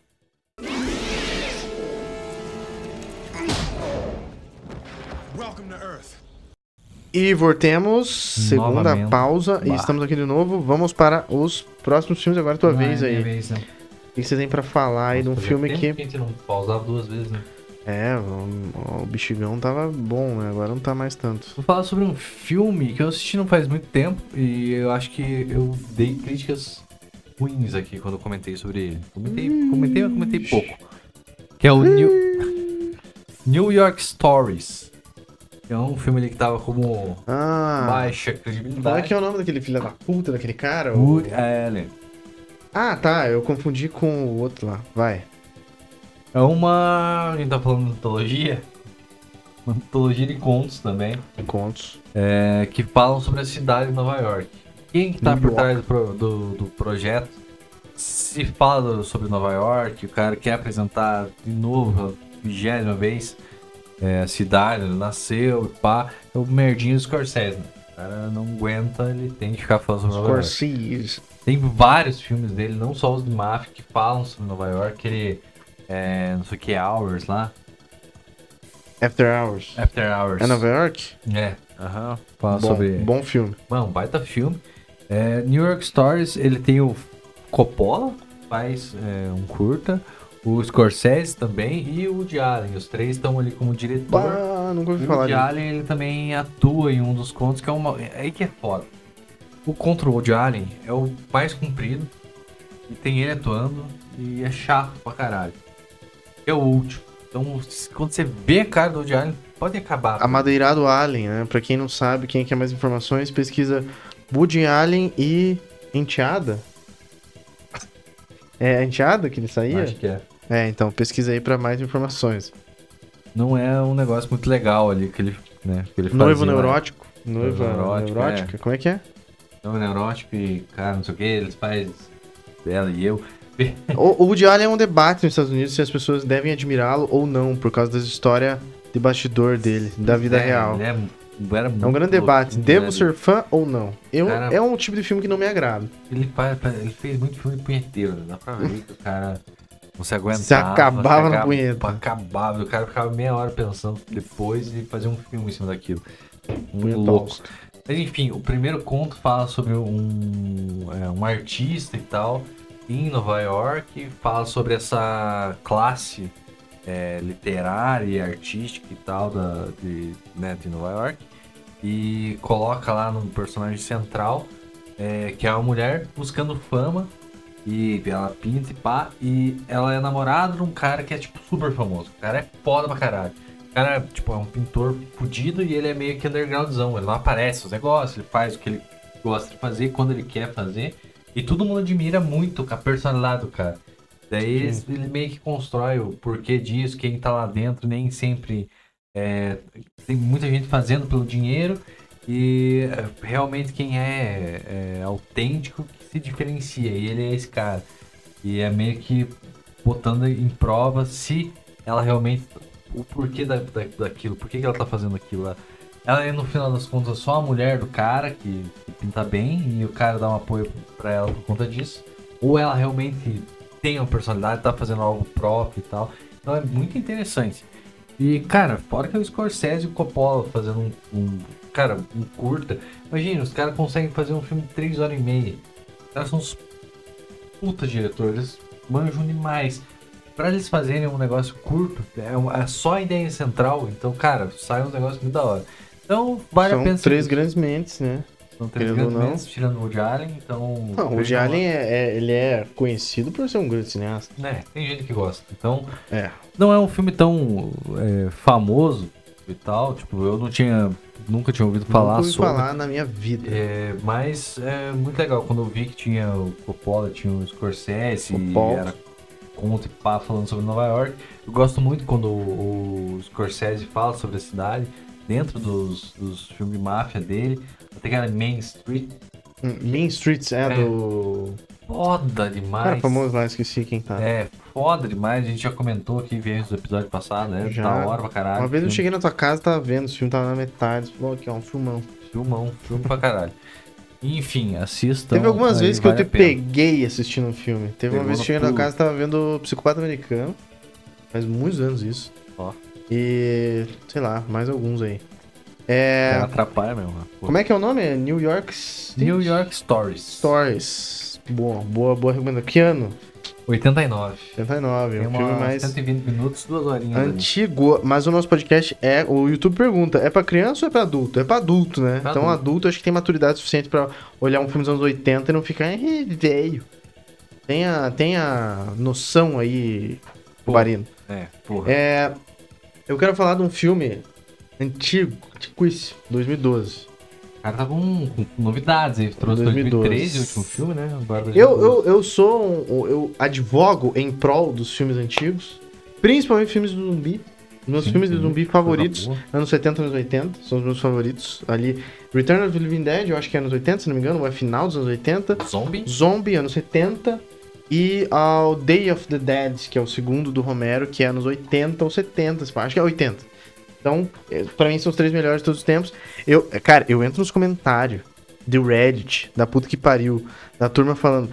E voltemos, segunda
Novamente.
pausa, e
Bah.
estamos aqui de novo. Vamos para os próximos filmes, agora é tua vez
Ah, é
aí.
minha vez, né?
O que você tem pra falar aí de um
Nossa, fazia
filme
tempo
que...
A gente não pausava duas vezes, né?
É, o, o bexigão tava bom, né? Agora não tá mais tanto.
Vou falar sobre um filme que eu assisti não faz muito tempo e eu acho que eu dei críticas ruins aqui quando eu comentei sobre ele. Comentei,
Hum.
comentei, mas comentei pouco. Que é o New,
Hum.
New York Stories. É um filme ali que tava como
Ah,
baixa
como é que
credibilidade. é,
é o nome daquele filho da puta, daquele cara? O-
Woody Allen.
Ah, tá, eu confundi com o outro lá. Vai.
É uma. A gente tá falando de antologia? Uma antologia de contos também.
Contos.
é, que falam sobre a cidade de Nova York. Quem que tá
New
por
York.
trás do, pro- do, do projeto se fala sobre Nova York, o cara quer apresentar de novo, a vigésima vez, é, a cidade, ele nasceu, pá, é o merdinho Scorsese, né? O cara não aguenta, ele tem que ficar falando sobre Nova York.
Scorsese.
Tem vários filmes dele, não só os de máfia, que falam sobre Nova York, ele... É, não sei o que, Hours lá,
After Hours.
After Hours.
É Nova York?
É, aham, fala
bom,
sobre...
bom filme.
Mano, um baita filme. É, New York Stories, ele tem o Coppola, faz é, um curta. O Scorsese também e o Woody Allen. Os três estão ali como diretor.
Ah, nunca
E
ouvi
o
falar
Woody
disso.
Allen, ele também atua em um dos contos, que é uma... é Aí que é foda. O contra o Woody Allen é o mais comprido. E tem ele atuando. E é chato pra caralho. É o último. Então, quando você vê a cara do Woody Allen, pode acabar.
Amadeirado Allen, né? Pra quem não sabe, quem quer mais informações, pesquisa Woody Allen e Enteada. É a Enteada que ele saía?
Acho que é.
É, então pesquisa aí pra mais informações.
não é um negócio muito legal ali que ele, né, que ele
Noivo
fazia, né?
neurótico. Noiva
neurótico,
neurótica, como é que é?
Noivo neurótico e, cara, não sei o que, eles faz ela e eu.
o, o Woody Allen é um debate nos Estados Unidos se as pessoas devem admirá-lo ou não, por causa da história de bastidor dele, da vida
É,
real.
ele é, ele era
É um
muito
grande
louco, assim,
debate.
muito
Devo
grande.
ser fã ou não? Eu,
Cara-
é um tipo de filme que não me agrada.
Ele, faz- faz- ele fez muito filme de punheteiro, né? dá pra ver que o cara não se aguentava.
acabava na
acaba-
punheta.
Acabava, o cara ficava meia hora pensando depois e fazia um filme em cima daquilo. Muito
Punhetaço.
louco. Mas enfim, o primeiro conto fala sobre um, é, um artista e tal, em Nova York, e fala sobre essa classe é, literária e artística e tal da, de, né, de Nova York, e coloca lá no personagem central, é, que é uma mulher buscando fama, e ela pinta e pá, e ela é namorada de um cara que é tipo super famoso, o cara é foda pra caralho. O cara, tipo, é um pintor fudido e ele é meio que undergroundzão. Ele não aparece os negócios, ele faz o que ele gosta de fazer, quando ele quer fazer. E todo mundo admira muito a personalidade do cara. Daí ele, ele meio que constrói o porquê disso, quem tá lá dentro nem sempre. é, tem muita gente fazendo pelo dinheiro e é, realmente quem é, é autêntico que se diferencia. E ele é esse cara. E é meio que botando em prova se ela realmente o porquê da, da, daquilo, por que que ela tá fazendo aquilo. Ela- Ela é, no final das contas, só a mulher do cara que, que pinta bem e o cara dá um apoio pra ela por conta disso. Ou ela realmente tem uma personalidade, tá fazendo algo próprio e tal. Então é muito interessante. E, cara, fora que é o Scorsese e o Coppola fazendo um, um- cara, um curta. Imagina, os caras conseguem fazer um filme de 3 horas e meia. Os caras são uns puta diretores, eles manjam demais. Pra eles fazerem um negócio curto, é, um- é só a ideia central, então, cara, sai um negócio muito da hora. Então, vale a
São
pena
três
seguir.
grandes mentes, né?
São três
Querendo ou
grandes
não.
mentes, tirando o Woody Allen, então...
Não, o Woody
vejam lá.
Allen é, é- ele é conhecido por ser um grande cineasta.
É, tem gente que gosta. Então,
É.
não é um filme tão é, famoso e tal. Tipo, eu não tinha... Nunca tinha ouvido falar
Nunca ouvi
sobre.
falar na minha vida.
É, mas é muito legal. Quando eu vi que tinha o Coppola, tinha o Scorsese,
Coppola.
e era conto e pá falando sobre Nova York. Eu gosto muito quando o, o Scorsese fala sobre a cidade, dentro dos, dos filmes de máfia dele. Até aquela Main Street,
Hum, Mean Streets é,
É.
do
foda demais.
Cara famoso lá, esqueci quem tá.
É, foda demais. A gente já comentou aqui vezes do episódio passado, né?
Já.
Da hora pra caralho.
Uma vez eu
Filme-
cheguei na tua casa, tava vendo, esse filme tava na metade. Falou aqui, ó, um filmão.
Então, Filmão, filme pra caralho. Enfim, assistam.
Teve algumas
aí,
vezes que eu
vale
te
a pena.
peguei assistindo um filme. Teve
Pegou
uma vez
no
que eu cheguei na
pulo.
casa, tava vendo Psicopata Americano. Faz muitos anos isso.
Ó.
E, sei lá, mais alguns aí. É...
Ela atrapalha mesmo. né? Pô.
Como assim? é que é o nome? É New York City
New York Stories.
Stories. Boa, boa, boa recomendação. Que ano?
89.
79.
Tem
É um
uma
filme mais
120 minutos, duas horinhas. ali.
antigo. Mas o nosso podcast é. O YouTube pergunta: é pra criança ou é pra adulto? É pra adulto, né?
Pra
então,
adulto.
adulto acho que tem maturidade suficiente pra olhar um filme dos anos 80 e não ficar. "Ih, velho. Tem a, tem a noção aí,
Pô.
Barino.
É, porra.
É, eu quero falar de um filme antigo, antiquíssimo, 2012.
O cara tá com, com novidades. Ele trouxe
2012.
2013, o último filme, né? Agora
Eu, eu, eu sou um, eu advogo em prol dos filmes antigos, principalmente filmes do zumbi. Meus
Sim,
filmes de
sim.
zumbi favoritos,
Coisa
anos 70, anos 80, são os meus favoritos. Ali, Return of the Living Dead, eu acho que é anos 80, se não me engano, ou é final dos anos 80.
Zombie?
Zombie, anos 70. E ao Day of the Dead, que é o segundo do Romero, que é anos 80 ou 70, se pá, acho que é 80. Então, é, pra mim são os três melhores de todos os tempos. Eu, é, cara, eu entro nos comentários do Reddit, da puta que pariu, da turma falando.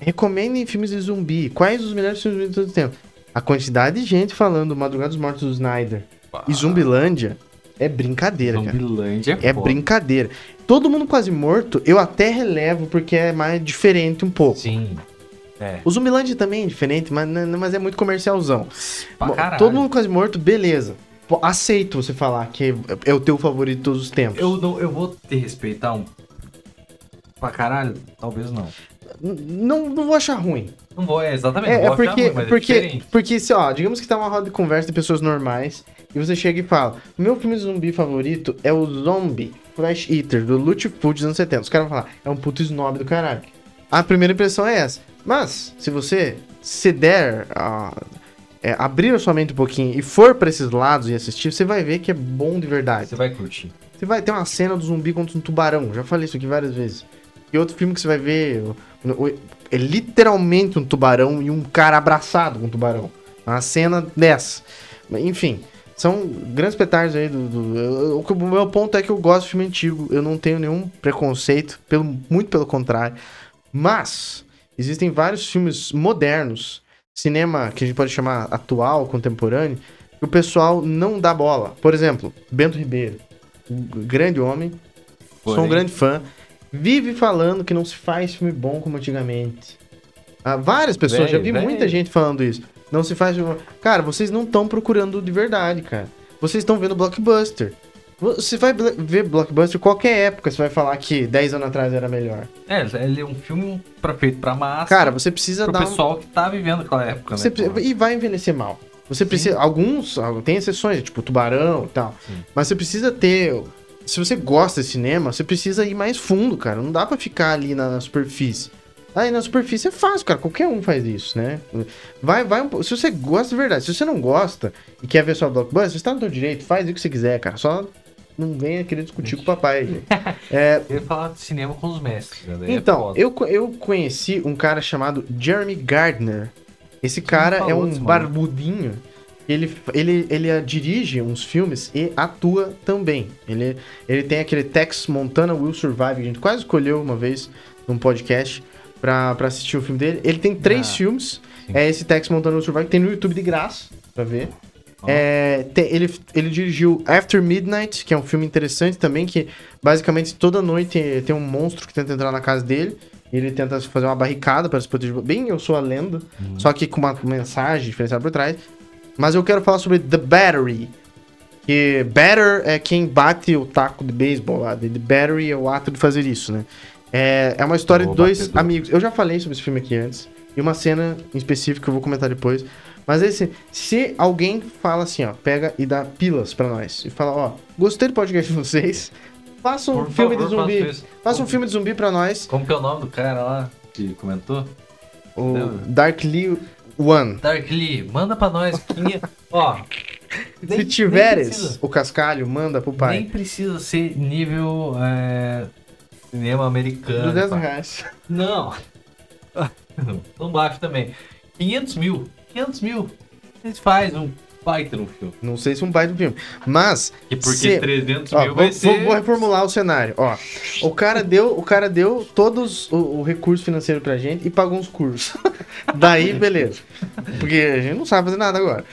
Recomendem filmes de zumbi. Quais os melhores filmes de zumbi de todos os tempos? A quantidade de gente falando Madrugada dos Mortos do Snyder e Zumbilândia é brincadeira, cara.
Zombilândia.
É
foda.
brincadeira. Todo mundo quase morto, eu até relevo porque é mais diferente um pouco.
Sim. É.
O Zumbiland também é diferente, mas, n- mas é muito comercialzão.
Pra
Bom,
caralho.
Todo mundo quase morto, beleza. Pô, Aceito você falar que é o teu favorito de todos os tempos.
Eu, não, eu vou te respeitar um. Pra caralho? Talvez não.
N- Não, não vou achar ruim.
Não vou, é exatamente.
É, é
não vou achar
porque,
ruim, mas é
porque,
diferente.
porque, se ó, digamos que tá uma roda de conversa de pessoas normais e você chega e fala: Meu filme de zumbi favorito é o Zombie Flash Eater do Lutfoot dos anos 70. Os caras vão falar: É um puto snob do caralho. A primeira impressão é essa. Mas, se você ceder a. é, abrir a sua mente um pouquinho e for pra esses lados e assistir, você vai ver que é bom de verdade.
Você vai curtir.
Você vai ter uma cena do zumbi contra um tubarão. Já falei isso aqui várias vezes. E outro filme que você vai ver o- o- é literalmente um tubarão e um cara abraçado com um tubarão. Uma cena dessa. Mas, Enfim, são grandes petardos aí do. do- eu- eu- o meu ponto é que eu gosto de filme antigo. Eu não tenho nenhum preconceito, pelo, muito pelo contrário. Mas existem vários filmes modernos, cinema que a gente pode chamar atual, contemporâneo, que o pessoal não dá bola. Por exemplo, Bento Ribeiro, um grande homem, sou um
Porém,
grande fã, vive falando que não se faz filme bom como antigamente. Há várias pessoas,
Velho,
já vi
velho.
muita gente falando isso. Não se faz filme bom. Cara, vocês não estão procurando de verdade, cara. Vocês estão vendo blockbuster. Você vai bla- ver blockbuster qualquer época, você vai falar que 10 anos atrás era melhor.
É, ele é um filme pra, feito pra massa.
Cara, você precisa
pro
dar um-
pessoal que tá vivendo aquela época,
Você
né?
precisa-
porra?
e vai envelhecer mal. Você precisa. Alguns. Tem exceções, tipo tubarão e tal.
Sim.
Mas você precisa ter. Se você gosta de cinema, você precisa ir mais fundo, cara. Não dá pra ficar ali na, na superfície. Aí na superfície é fácil, cara. Qualquer um faz isso, né? Vai, vai um pouco. Se você gosta de verdade, se você não gosta e quer ver só blockbuster, você tá no teu direito, faz o que você quiser, cara. Só não venha querer discutir com o papai, gente. É,
Eu ia falar de cinema com os mestres, né? Daí é
então,
foda.
eu, co- eu conheci um cara chamado Jeremy Gardner. Esse cara é
falou
um
desse maluco.
barbudinho. Ele, ele, ele ah, dirige uns filmes e atua também. Ele, ele tem aquele Tex Montana Will Survive, que a gente quase escolheu uma vez num podcast pra, pra assistir o filme dele. Ele tem três
Ah,
filmes.
sim.
É esse Tex Montana Will Survive, que tem no YouTube de graça, pra ver.
Ah.
É, tem- ele, ele dirigiu After Midnight, que é um filme interessante também, que basicamente toda noite tem um monstro que tenta entrar na casa dele. E ele tenta fazer uma barricada para se proteger. Bem, eu sou a lenda, só que com uma mensagem diferenciada por trás. Mas eu quero falar sobre The Battery. Que batter é quem bate o taco de beisebol lá. The Battery é o ato de fazer isso, né? É, é uma história
O
de dois
batedor.
amigos. Eu já falei sobre esse filme aqui antes. E uma cena em específico que eu vou comentar depois. Mas é esse, se alguém fala assim, ó, pega e dá pilas pra nós. E fala, ó, gostei do podcast de vocês. Faça um
Por
filme
favor,
de zumbi.
faça isso.
Faça um filme de zumbi pra nós.
Como que é o nome do cara lá que comentou?
O
Não.
Darkly One.
Darkly, manda pra nós. Quem é... Ó. nem-
Se
nem
tiveres
precisa-
o cascalho, manda pro pai.
Nem precisa ser nível é, cinema americano.
200
pá.
reais.
Não. Tão baixo também. 500 mil. 500 mil. Eles fazem um baita no filme.
Não sei se um baita filme. Mas.
E porque
se-
300
ó,
mil
vou,
vai ser.
vou- vou reformular o cenário. Ó, o cara deu, o cara deu todos o, o recurso financeiro pra gente e pagou uns cursos. Daí, beleza. Porque a gente não sabe fazer nada agora.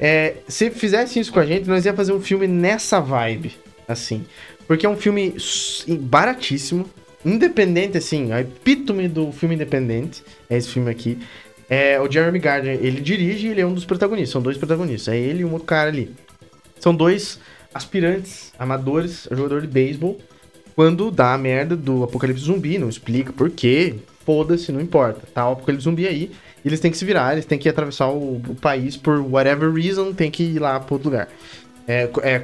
É, se fizesse isso com a gente, nós ia fazer um filme nessa vibe, assim. Porque é um filme s- baratíssimo, independente, assim, a epítome do filme independente. É esse filme aqui. É, o Jeremy Gardner, ele dirige e ele é um dos protagonistas. São dois protagonistas. É ele e um outro cara ali. São dois aspirantes, amadores, jogador de beisebol. Quando dá a merda do apocalipse zumbi, não explica por quê, foda-se, não importa. Tá o apocalipse zumbi aí, eles têm que se virar, eles têm que atravessar o, o país por whatever reason, tem que ir lá pra outro lugar. É, co- é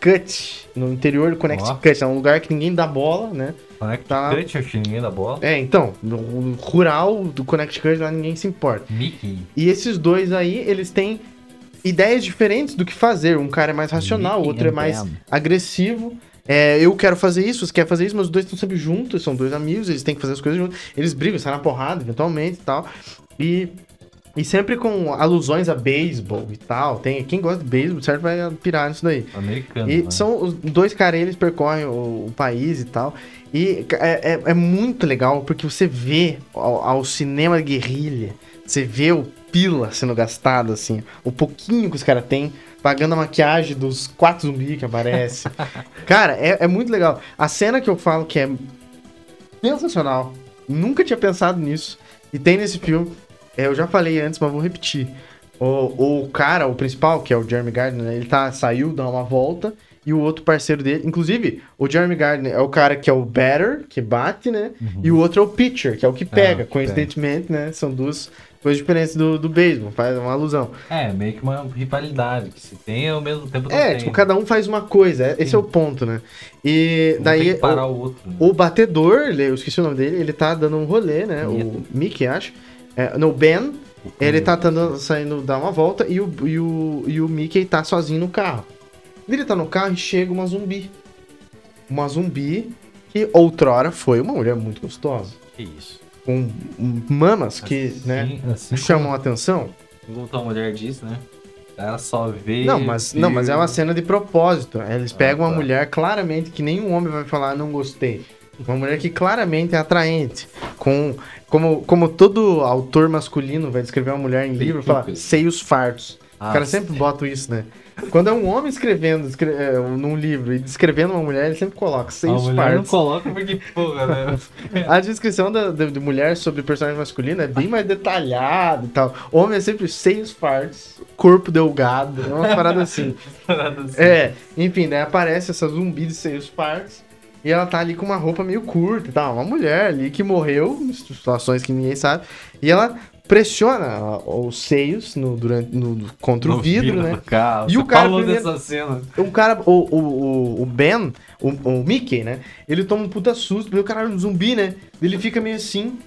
Connecticut, no interior do Connecticut, é um lugar que ninguém dha bola, né?
Será que
Tá.
Grande é o chininho da bola.
É, então, no- no rural do Connecticut lá ninguém se importa.
Mickey.
E esses dois aí, eles têm ideias diferentes do que fazer. Um cara é mais racional, o
Mickey
outro é
and
mais
them.
agressivo. É, eu quero fazer isso, você quer fazer isso, mas os dois estão sempre juntos, são dois amigos, eles têm que fazer as coisas juntos. Eles brigam, saem na porrada, eventualmente e tal. E, e sempre com alusões a beisebol e tal. Tem, quem gosta de beisebol, certo, vai pirar nisso daí.
Americano.
E
né?
são os dois caras, eles percorrem o, o país e tal. E ca- é, é- é muito legal porque você vê ao, ao cinema guerrilha, você vê o pila sendo gastado, assim, o pouquinho que os caras têm, pagando a maquiagem dos quatro zumbis que aparece. cara, é, é muito legal. A cena que eu falo que é sensacional, nunca tinha pensado nisso, e tem nesse filme, é, eu já falei antes, mas vou repetir. O, o cara, o principal, que é o Jeremy Gardner, né, ele tá, saiu, dá uma volta, e o outro parceiro dele. Inclusive, o Jeremy Gardner é o cara que é o batter, que bate, né?
Uhum.
E o outro é o pitcher, que é o que
Ah,
pega.
que
Coincidentemente, né? São duas coisas diferentes do, do beisebol, faz uma alusão.
É, meio que uma rivalidade que se tem ao mesmo tempo não
É,
tem.
tipo, cada um faz uma coisa. é- Esse é o ponto, né? E
Um
daí.
tem que parar
o-
o, outro. né?
o batedor, ele- eu esqueci o nome dele, ele tá dando um rolê, né? O Mickey, acho. É, no Ben, ele tá tando- saindo dar uma volta e o, e, o, e o Mickey tá sozinho no carro. Ele tá no carro e chega uma zumbi. Uma zumbi que outrora foi uma mulher muito gostosa.
Que isso.
Com um- mamas que,
Assim-
né,
assim
chamam a atenção.
Como tua mulher disse, né? Ela só vê.
Não mas, não, mas é uma cena de propósito. Eles pegam uma
tá.
mulher claramente que nenhum homem vai falar não gostei. Uma mulher que claramente é atraente. Com, como, como todo autor masculino vai descrever uma mulher em livro, fala
Peitucas.
seios fartos.
Ah,
o cara sempre bota isso, né? Quando é um homem escrevendo escre- é, num livro e descrevendo uma mulher, ele sempre coloca
A
seios
mulher não
fartos.
coloca porque, porra, né?
A descrição da, de, de mulher sobre personagem masculino é bem mais detalhada e tal. Homem é sempre seios fartos, corpo delgado, é uma parada assim.
Parada assim.
É, enfim, daí aparece essa zumbi de seios partes e ela tá ali com uma roupa meio curta e tal. Uma mulher ali que morreu, em situações que ninguém sabe, e ela pressiona os seios no, durante, no, contra o
No
vidro, né?
do Carro.
E
Você
o cara
falou
primeiro-
dessa cena.
Um cara, o, o, o, o Ben, o, o Mickey, né? Ele toma um puta susto, vê o cara um zumbi, né? Ele fica meio assim,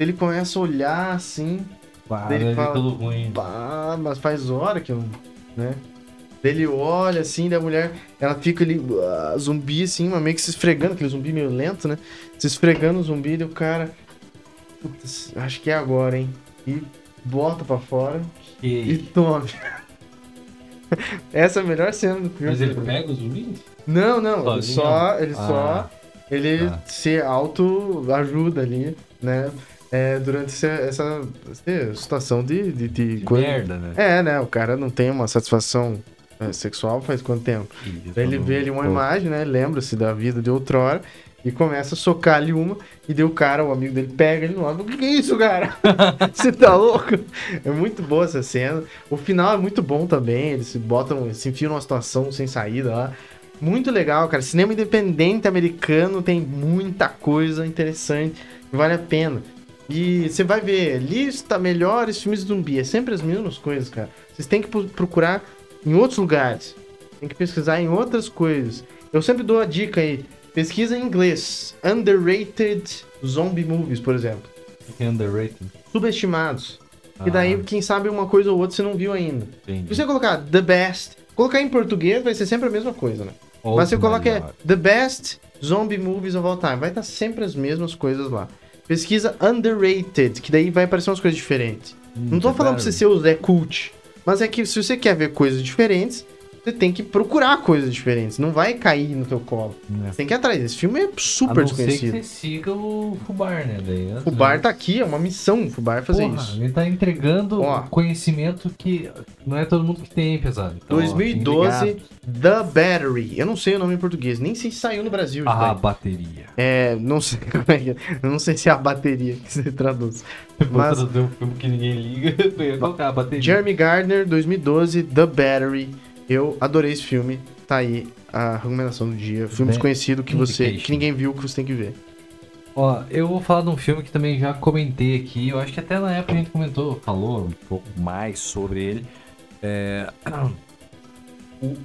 ele começa a olhar assim,
Para,
Dele
ele
fala-
tudo ruim.
Pá, mas faz hora que eu. né? Ele olha assim, da mulher, ela fica ali, ah, zumbi assim, mas meio que se esfregando, aquele zumbi meio lento, né? Se esfregando o zumbi, e o cara. Putz, acho que é agora, hein? E bota pra fora e
Que...
tome. Essa é a melhor cena do filme.
Mas ele pega os zumbis?
Não, não, ele
Sozinho?
só. Ele
Ah,
só. Ele
tá.
se auto-ajuda ali, né? É, durante essa, essa- essa situação de, de, de,
Que
coisa-
merda, né?
é, né? O cara não tem uma satisfação é, sexual faz quanto tempo? Daí
tá
ele vê ali uma imagem, né? Lembra-se da vida de outrora e começa a socar ali uma. E daí o cara, o amigo dele, pega ele no lado. O que é isso, cara? Você tá louco? É muito boa essa cena. O final é muito bom também. Eles se botam, se enfiam numa situação sem saída lá. Muito legal, cara. Cinema independente americano tem muita coisa interessante. Vale a pena. E você vai ver, lista melhores filmes de zumbi. É sempre as mesmas coisas, cara. Vocês têm que pu- procurar em outros lugares. Tem que pesquisar em outras coisas. Eu sempre dou a dica aí. Pesquisa em inglês. Underrated zombie movies, por exemplo.
Underrated.
Subestimados. E daí, quem sabe uma coisa ou outra você não viu ainda.
Ah, entendi.
Se você colocar The Best, colocar em português vai ser sempre a mesma coisa, né?
Outro
Mas se eu colocar
melhor.
The Best Zombie Movies of All Time, vai estar sempre as tá mesmas coisas lá. Pesquisa underrated, que daí vai aparecer umas coisas diferentes. Não tô
é
falando pra
claro.
você ser o Zé Cult, mas é que se você quer ver coisas diferentes, você tem que procurar coisas diferentes. Não vai cair no teu colo.
É.
Você tem que ir atrás. Esse filme é
A
super
não ser que
desconhecido.
você siga o Fubar, né? Daí, às
O Bar
vezes-
tá aqui, é uma missão o Fubar fazer
Porra,
isso.
Ele tá entregando
Ó.
conhecimento que não é todo mundo que tem, pesado. Então, ó, fiquem
2012,
ligados.
The Battery. Eu não sei o nome em português, nem sei se saiu no Brasil. isso
Ah,
daí.
bateria.
É, não sei como é que é. Eu Não sei se é a bateria que você traduz. Mas-
Mas... Vou traduzir um filme que ninguém liga. Eu ia colocar a bateria.
Jeremy Gardner, 2012, The Battery. Eu adorei esse filme. Tá aí a recomendação do dia. Filme
Bem,
desconhecido que você.
indication.
que ninguém viu, que você tem que ver.
Ó, eu vou falar de um filme que também já comentei aqui. Eu acho que até na época a gente comentou, falou um pouco mais sobre ele. É...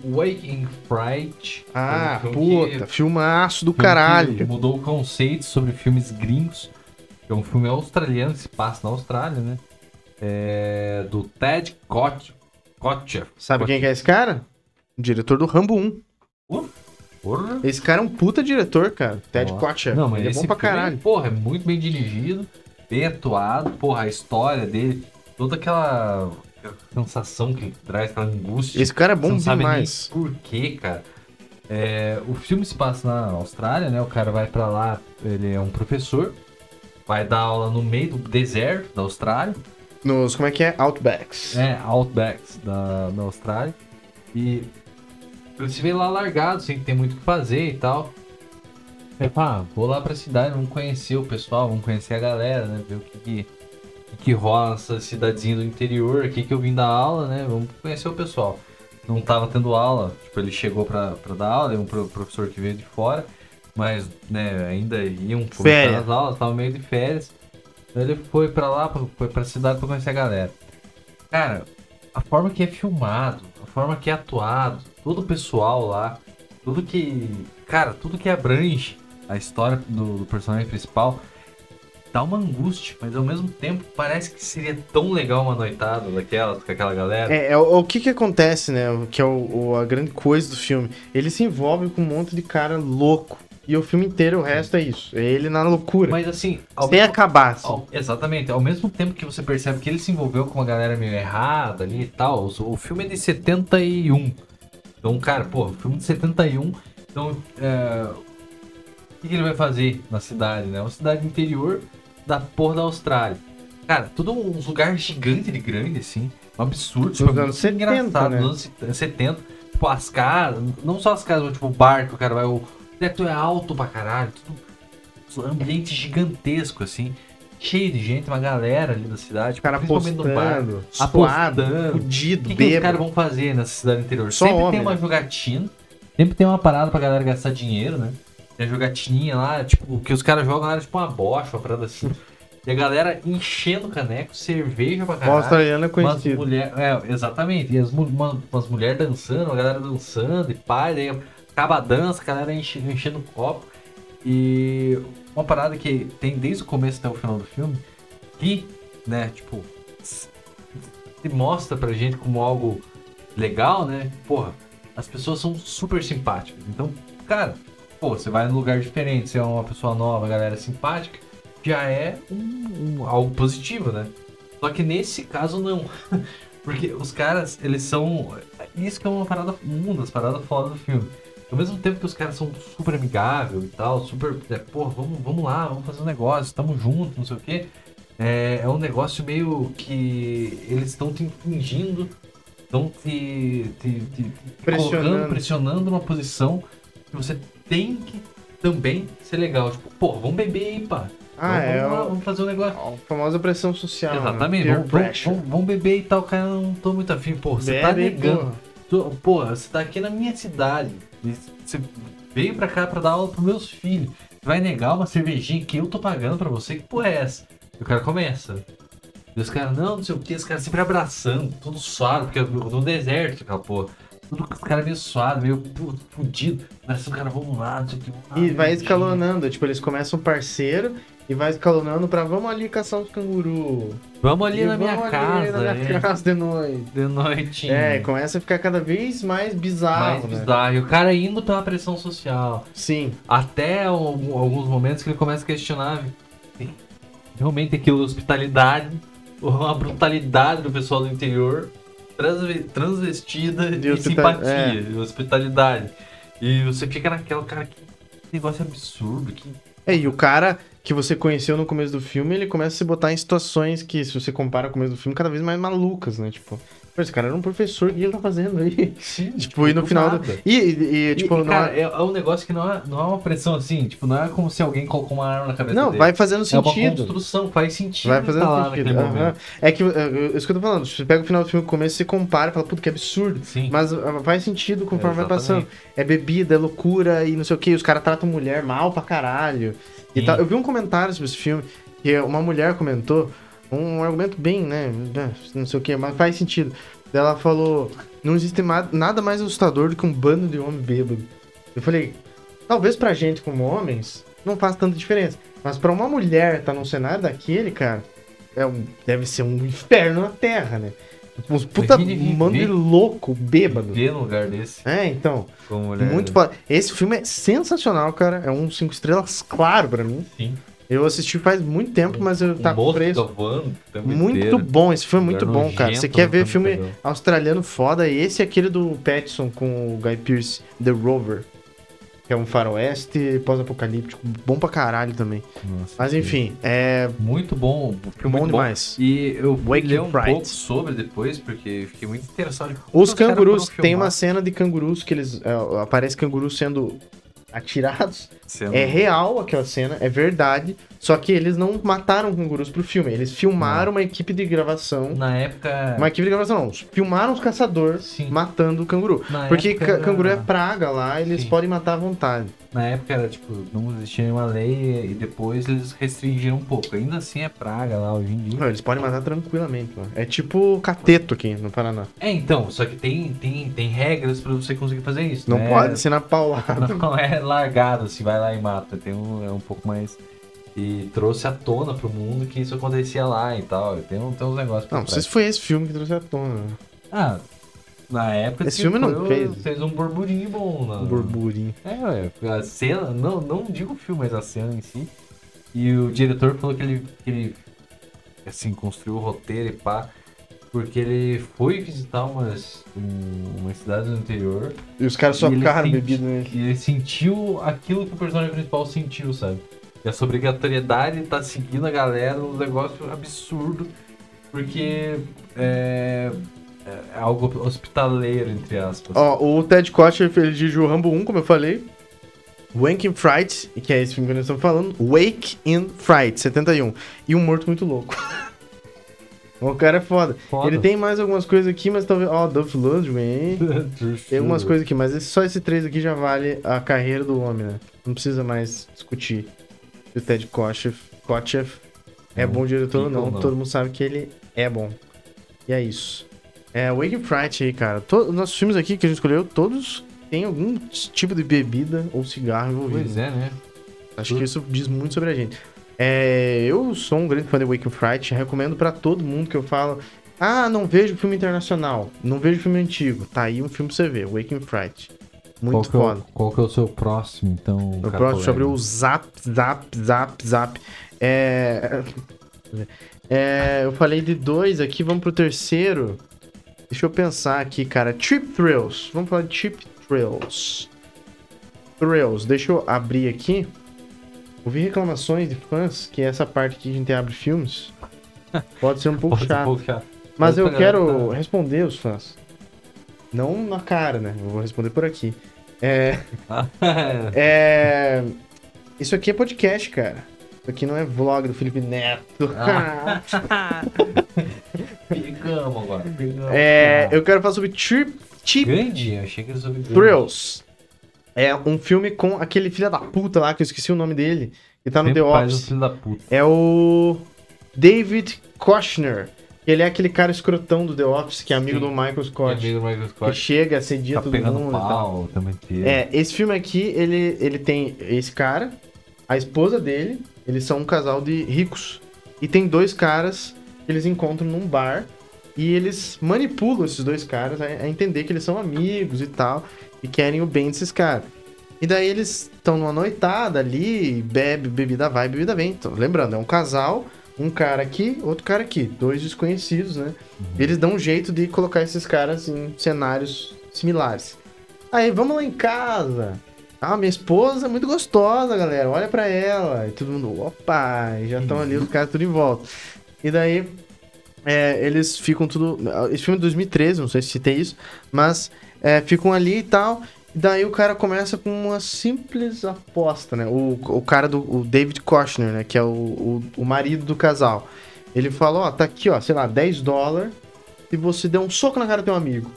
O Waking Fright.
Ah,
é um filme que-
puta, filmaço do
filme que
caralho.
Mudou o conceito sobre filmes gringos. que É um filme australiano que se passa na Austrália, né? É, do Ted Koch- Kotcheff.
Sabe quem que é esse cara? O diretor do Rambo 1.
Porra.
Esse cara é um puta diretor, cara. Ted
Ó.
Kotcheff.
Não, mas
Ele é
esse
bom pra
filme,
caralho.
Porra, é muito bem dirigido, bem atuado. Porra, a história dele, toda aquela sensação que ele traz, aquela angústia.
Esse cara é bom
Você não
demais.
sabe nem por quê, cara. É, o filme se passa na Austrália, né? O cara vai pra lá, ele é um professor, vai dar aula no meio do deserto da Austrália,
Nos, como é que é? Outbacks.
é, Outbacks da, da Austrália. E ele se vê lá largado, sem ter muito o que fazer e tal. Aí fala, ah, vou lá pra cidade, vamos conhecer o pessoal, vamos conhecer a galera, né? Ver o que, que, o que que rola nessa cidadezinha do interior, aqui que eu vim dar aula, né? Vamos conhecer o pessoal. Não tava tendo aula, tipo, ele chegou pra, pra dar aula, é um pro- professor que veio de fora, mas, né, ainda iam começar
Férias.
as aulas, tava meio de férias. Daí ele foi pra lá, pra- foi pra cidade pra conhecer a galera. Cara, a forma que é filmado, a forma que é atuado, todo o pessoal lá, tudo que. Cara, tudo que abrange a história do, do personagem principal dá uma angústia, mas ao mesmo tempo parece que seria tão legal uma noitada daquela, com aquela galera.
É, é o, o que que acontece, né? O Que é o- o- a grande coisa do filme. Ele se envolve com um monte de cara louco. E o filme inteiro, o resto é isso. É ele na loucura.
Mas assim, ao,
Sem acabar, assim.
ao- exatamente, ao mesmo tempo que você percebe que ele se envolveu com uma galera meio errada ali e tal, o, o filme é de 71. Então, cara, pô, o filme de 71. Então, é, o que que ele vai fazer na cidade, né? Uma cidade interior da porra da Austrália. Cara, tudo uns lugares gigante de grande, assim. Um absurdo. Tipo,
Nos
é
anos
muito
70,
engraçado.
né?
Nos anos set- 70. Tipo, as casas. Não só as casas, mas tipo, o barco, cara. Vai, o teto é alto pra caralho. Tudo, um ambiente gigantesco, assim. Cheio de gente, uma galera ali da cidade.
O cara
principalmente no bar.
apostando, suado,
apostando. O
fudido,
que, que os caras
bêbado.
vão fazer nessa cidade interior?
Só
sempre
homem,
tem uma
né?
jogatina, sempre tem uma parada pra galera gastar dinheiro, né? Tem a jogatininha lá, tipo, o que os caras jogam lá era tipo uma bocha, uma parada assim. E a galera enchendo o caneco, cerveja pra
O
caralho.
australiano é
Umas
conhecido.
mulher, é, exatamente. E as, mu- uma, umas mulheres dançando, a galera dançando e pá, e daí acaba a dança, a galera enche- enchendo o copo. E uma parada que tem desde o começo até o final do filme, que, né, tipo, se se mostra pra gente como algo legal, né? Porra, as pessoas são super simpáticas. Então, cara, pô, você vai num lugar diferente, você é uma pessoa nova, a galera é simpática, já é um- um, algo positivo, né? Só que nesse caso não. Porque os caras, eles são. Isso que é uma parada. Uma das paradas fora do filme. Ao mesmo tempo que os caras são super amigáveis e tal, super. É, Pô, vamos, vamos lá, vamos fazer um negócio, tamo junto, não sei o quê. É, é um negócio meio que eles estão te fingindo, estão te, te, te, te
Pressionando.
colocando, pressionando numa posição que você tem que também ser legal. Tipo, pô, vamos beber aí, pá.
Ah,
vamos,
é
vamos, lá,
o-
vamos fazer um negócio.
a famosa pressão social. né?
Exatamente,
Peer
vamos, vamos,
pressure.
vamos- vamos beber e tal, cara, eu não tô muito afim, pô, você tá
Bebe,
negando.
porra.
Tô- Porra, você tá aqui na minha cidade, e você veio pra cá pra dar aula pros meus filhos, Você vai negar uma cervejinha que eu tô pagando pra você, que porra é essa? E o cara começa. E os caras, não, não sei o que, os caras sempre abraçando, tudo suado, porque eu tô no deserto, aquela porra. Tudo com os caras meio suado, meio pu- fudido. Parece um cara, vamos lá, não sei o que. vamos lá,
E vai
cervejinha.
escalonando. Tipo, eles começam parceiro e vai escalonando pra vamos ali caçar uns canguru.
Vamos ali
E
na minha
vamos ali
casa,
na minha
é,
casa de noite.
de noitinha.
É, começa a ficar cada vez mais bizarro,
mais
né?
bizarro. E o cara indo pela pressão social.
Sim.
Até algum- alguns momentos que ele começa a questionar. "Tem- realmente aquilo hospitalidade, a brutalidade do pessoal do interior, transve- transvestida de,
De hospita-
simpatia,
é.
de hospitalidade. E você fica naquela, cara, que negócio absurdo, que
É, e o cara que você conheceu no começo do filme, ele começa a se botar em situações que, se você compara com o começo do filme, cada vez mais malucas, né? Tipo, "Pô, esse cara era um professor, o que ele tá fazendo aí?
Sim,
Tipo, e no final do.
nada.
E, e- e, tipo,
E, e,
não,
cara, é, é um negócio que não é, não é uma pressão assim, tipo, não é como se alguém colocou uma arma na cabeça
não
dele.
vai fazendo
É uma
sentido.
construção, faz sentido
Vai fazendo
tá lá
sentido.
naquele
aham.
momento.
É que, é, é, isso que eu tô falando, você pega o final do filme, o começo, você compara e fala, puta, que absurdo.
Sim.
Mas ah, faz sentido conforme vai passando.
Exatamente.
É bebida, é loucura e não sei o que. Os caras tratam mulher mal pra caralho. E
Sim.
tal. Eu vi um comentário sobre esse filme que uma mulher comentou. Um argumento bem, né? Não sei o que, mas faz sentido. Ela falou: Não existe ma- nada mais assustador do que um bando de homem bêbado. Eu falei: Talvez pra gente, como homens, não faça tanta diferença. Mas pra uma mulher estar num cenário daquele, cara, é um- deve ser um inferno na terra, né? Uns puta
Imagine viver.
mano de louco, bêbado.
Ver num lugar desse,
É, então.
como mulher.
Muito foda. Esse filme é sensacional, cara. É um 5 estrelas claro pra mim.
Sim.
Eu assisti faz muito tempo, mas eu
Tá
tava
um
preso.
preso.
Muito bom, esse filme é muito
Lugar
bom, cara.
nojento, né?
Você quer ver
nunca me
filme
pegou.
australiano foda? Esse é aquele do Pattinson com o Guy Pearce, The Rover. Que é um faroeste pós-apocalíptico, bom pra caralho também. Mas enfim, é
Muito bom. Filme
bom
muito
demais.
E eu fui
Wake
ler
and
um
Fright.
pouco sobre depois, porque fiquei muito interessado. em como
Os
caras
cangurus,
foram
tem
filmar
uma cena de cangurus que eles. é, aparece cangurus sendo atirados.
sendo-
É real aquela cena, é verdade. Só que eles não mataram cangurus pro filme. Eles filmaram uma equipe de gravação.
Na época.
Uma equipe de gravação, não. Filmaram os caçadores
Sim.
matando o canguru.
Na
Porque
época
ca-
era-
canguru é praga lá, eles
Sim.
podem matar à vontade.
Na época era tipo, não existia nenhuma lei e depois eles restringiram um pouco. Ainda assim é praga lá hoje em dia.
Não, eles podem matar tranquilamente lá. É tipo cateto aqui no Paraná.
É, então, só que tem, tem, tem regras pra você conseguir fazer isso.
Não
né?
pode ser na paulada.
Não é largado, assim, vai lá e mata. Tem um, é um pouco mais. E trouxe à tona pro mundo que isso acontecia lá e tal. e Tem, um- tem uns negócios pra
Não, não sei
trás.
se foi esse filme que trouxe à tona. né?
Ah, na época.
Esse
tipo,
filme não
eu-
fez.
Fez um burburinho bom. Na...
Um burburinho.
É, ué, a cena, não, não digo o filme, mas a cena em si. E o diretor falou que ele, que ele assim, construiu o roteiro e pá. Porque ele foi visitar umas, um, uma cidade do interior
E os caras
E ele
socaram
senti-
bebida né? nele.
e ele sentiu aquilo que o personagem principal sentiu, sabe? E essa obrigatoriedade tá seguindo a galera um negócio absurdo, porque é, é algo hospitaleiro, entre aspas.
Ó, o Ted Kotcher ele dirigiu o Rambo 1, como eu falei. Wake in Fright, que é esse filme que nós estamos falando. Wake in Fright, 71. E um morto muito louco. o cara é foda.
Foda.
Ele tem mais algumas coisas aqui, mas talvez. Ó, Duff Lundgren, hein? Tem algumas coisas aqui, mas esse- só esse três aqui já vale a carreira do homem, né? Não precisa mais discutir se o Ted Kotcheff, Kotcheff é
Não
bom diretor ou
fica ou
não.
não.
Todo mundo sabe que ele é bom. E é isso. É, Wake and Fright aí, cara. Todos nossos filmes aqui que a gente escolheu, todos têm algum tipo de bebida ou cigarro envolvido.
Pois é, né?
Acho que isso diz muito sobre a gente. É, eu sou um grande fã de Wake and Fright, recomendo pra todo mundo que eu falo. Ah, não vejo filme internacional, não vejo filme antigo. Tá aí um filme pra você ver, Wake and Fright.
Qual
Muito
que, é o-
foda.
qual que é o seu próximo, então?
O próximo sobre o Zap, Zap, Zap, Zap. É... é, Eu falei de dois aqui, vamos pro terceiro. Deixa eu pensar aqui, cara. Trip Thrills. Vamos falar de Trip Thrills. Thrills. Deixa eu abrir aqui. Ouvi reclamações de fãs que essa parte aqui que a gente abre filmes pode ser um pouco
é.
chato. Mas eu
tá.
quero responder os fãs. Não na cara, né? Eu vou responder por aqui. É. É. Isso aqui é podcast, cara. Isso aqui não é vlog do Felipe Neto.
Ah, Pegamos tá agora. Pegamos.
é, eu quero falar sobre Trip Cheap
Grande? Eu achei que ele soube grande.
Thrills. É um filme com aquele filho da puta lá, que eu esqueci o nome dele, que tá no
Sempre
The
faz
Office.
um filho da puta.
É o David Koshner. Ele é aquele cara escrotão do The Office, que é amigo
Sim.
do Michael
Pode.
Scott.
Amigo do Michael
Que
Scott.
chega, assedia
Tá
todo
pegando
mundo e tal.
pau também. inteiro.
É, esse filme aqui, ele, ele tem esse cara, a esposa dele, eles são um casal de ricos. E tem dois caras que eles encontram num bar e eles manipulam esses dois caras a, a entender que eles são amigos e tal, e querem o bem desses caras. E daí eles estão numa noitada ali, e bebe, bebida vai, bebida vem. Então, lembrando, é um casal Um cara aqui, outro cara aqui. Dois desconhecidos, né? Eles dão um jeito de colocar esses caras em cenários similares. Aí, vamos lá em casa. Ah, minha esposa é muito gostosa, galera. Olha pra ela. E todo mundo, opa, e já estão ali os caras tudo em volta. E daí, é, eles ficam tudo. Esse filme é de 2013, não sei se citei isso, mas é, ficam ali e tal. E daí o cara começa com uma simples aposta, né? O, o cara do o David Kochner, né? Que é o, o, o marido do casal. Ele fala, ó, tá aqui, ó, sei lá, 10 dólares e você deu um soco na cara do teu amigo.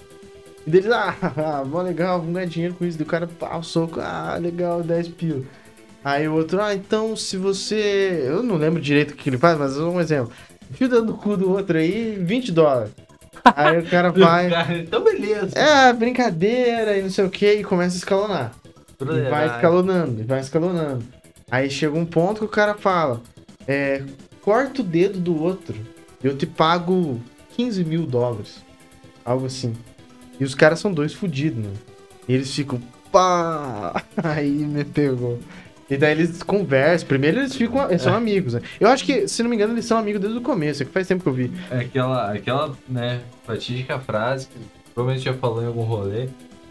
E deles, ah, bom, legal, vamos ganhar dinheiro com isso. Do cara, pá, o soco, ah, legal, 10 pila. Aí o outro, ah, então se você. Eu não lembro direito o que ele faz, mas é um exemplo. Fio dando o cu do outro aí, 20 dólares. Aí o cara vai.
Então beleza.
É, brincadeira e não sei o que, e começa a escalonar. E vai escalonando, e vai escalonando. Aí chega um ponto que o cara fala: é, corta o dedo do outro, eu te pago 15 mil dólares. Algo assim. E os caras são dois fudidos, né? E eles ficam, pá! Aí me pegou. E daí eles conversam. Primeiro eles ficam. Eles são amigos, né? Eu acho que, se não me engano, eles são amigos desde o começo, é que faz tempo que eu vi.
É aquela, aquela, né, fatídica frase que provavelmente já falou em algum rolê.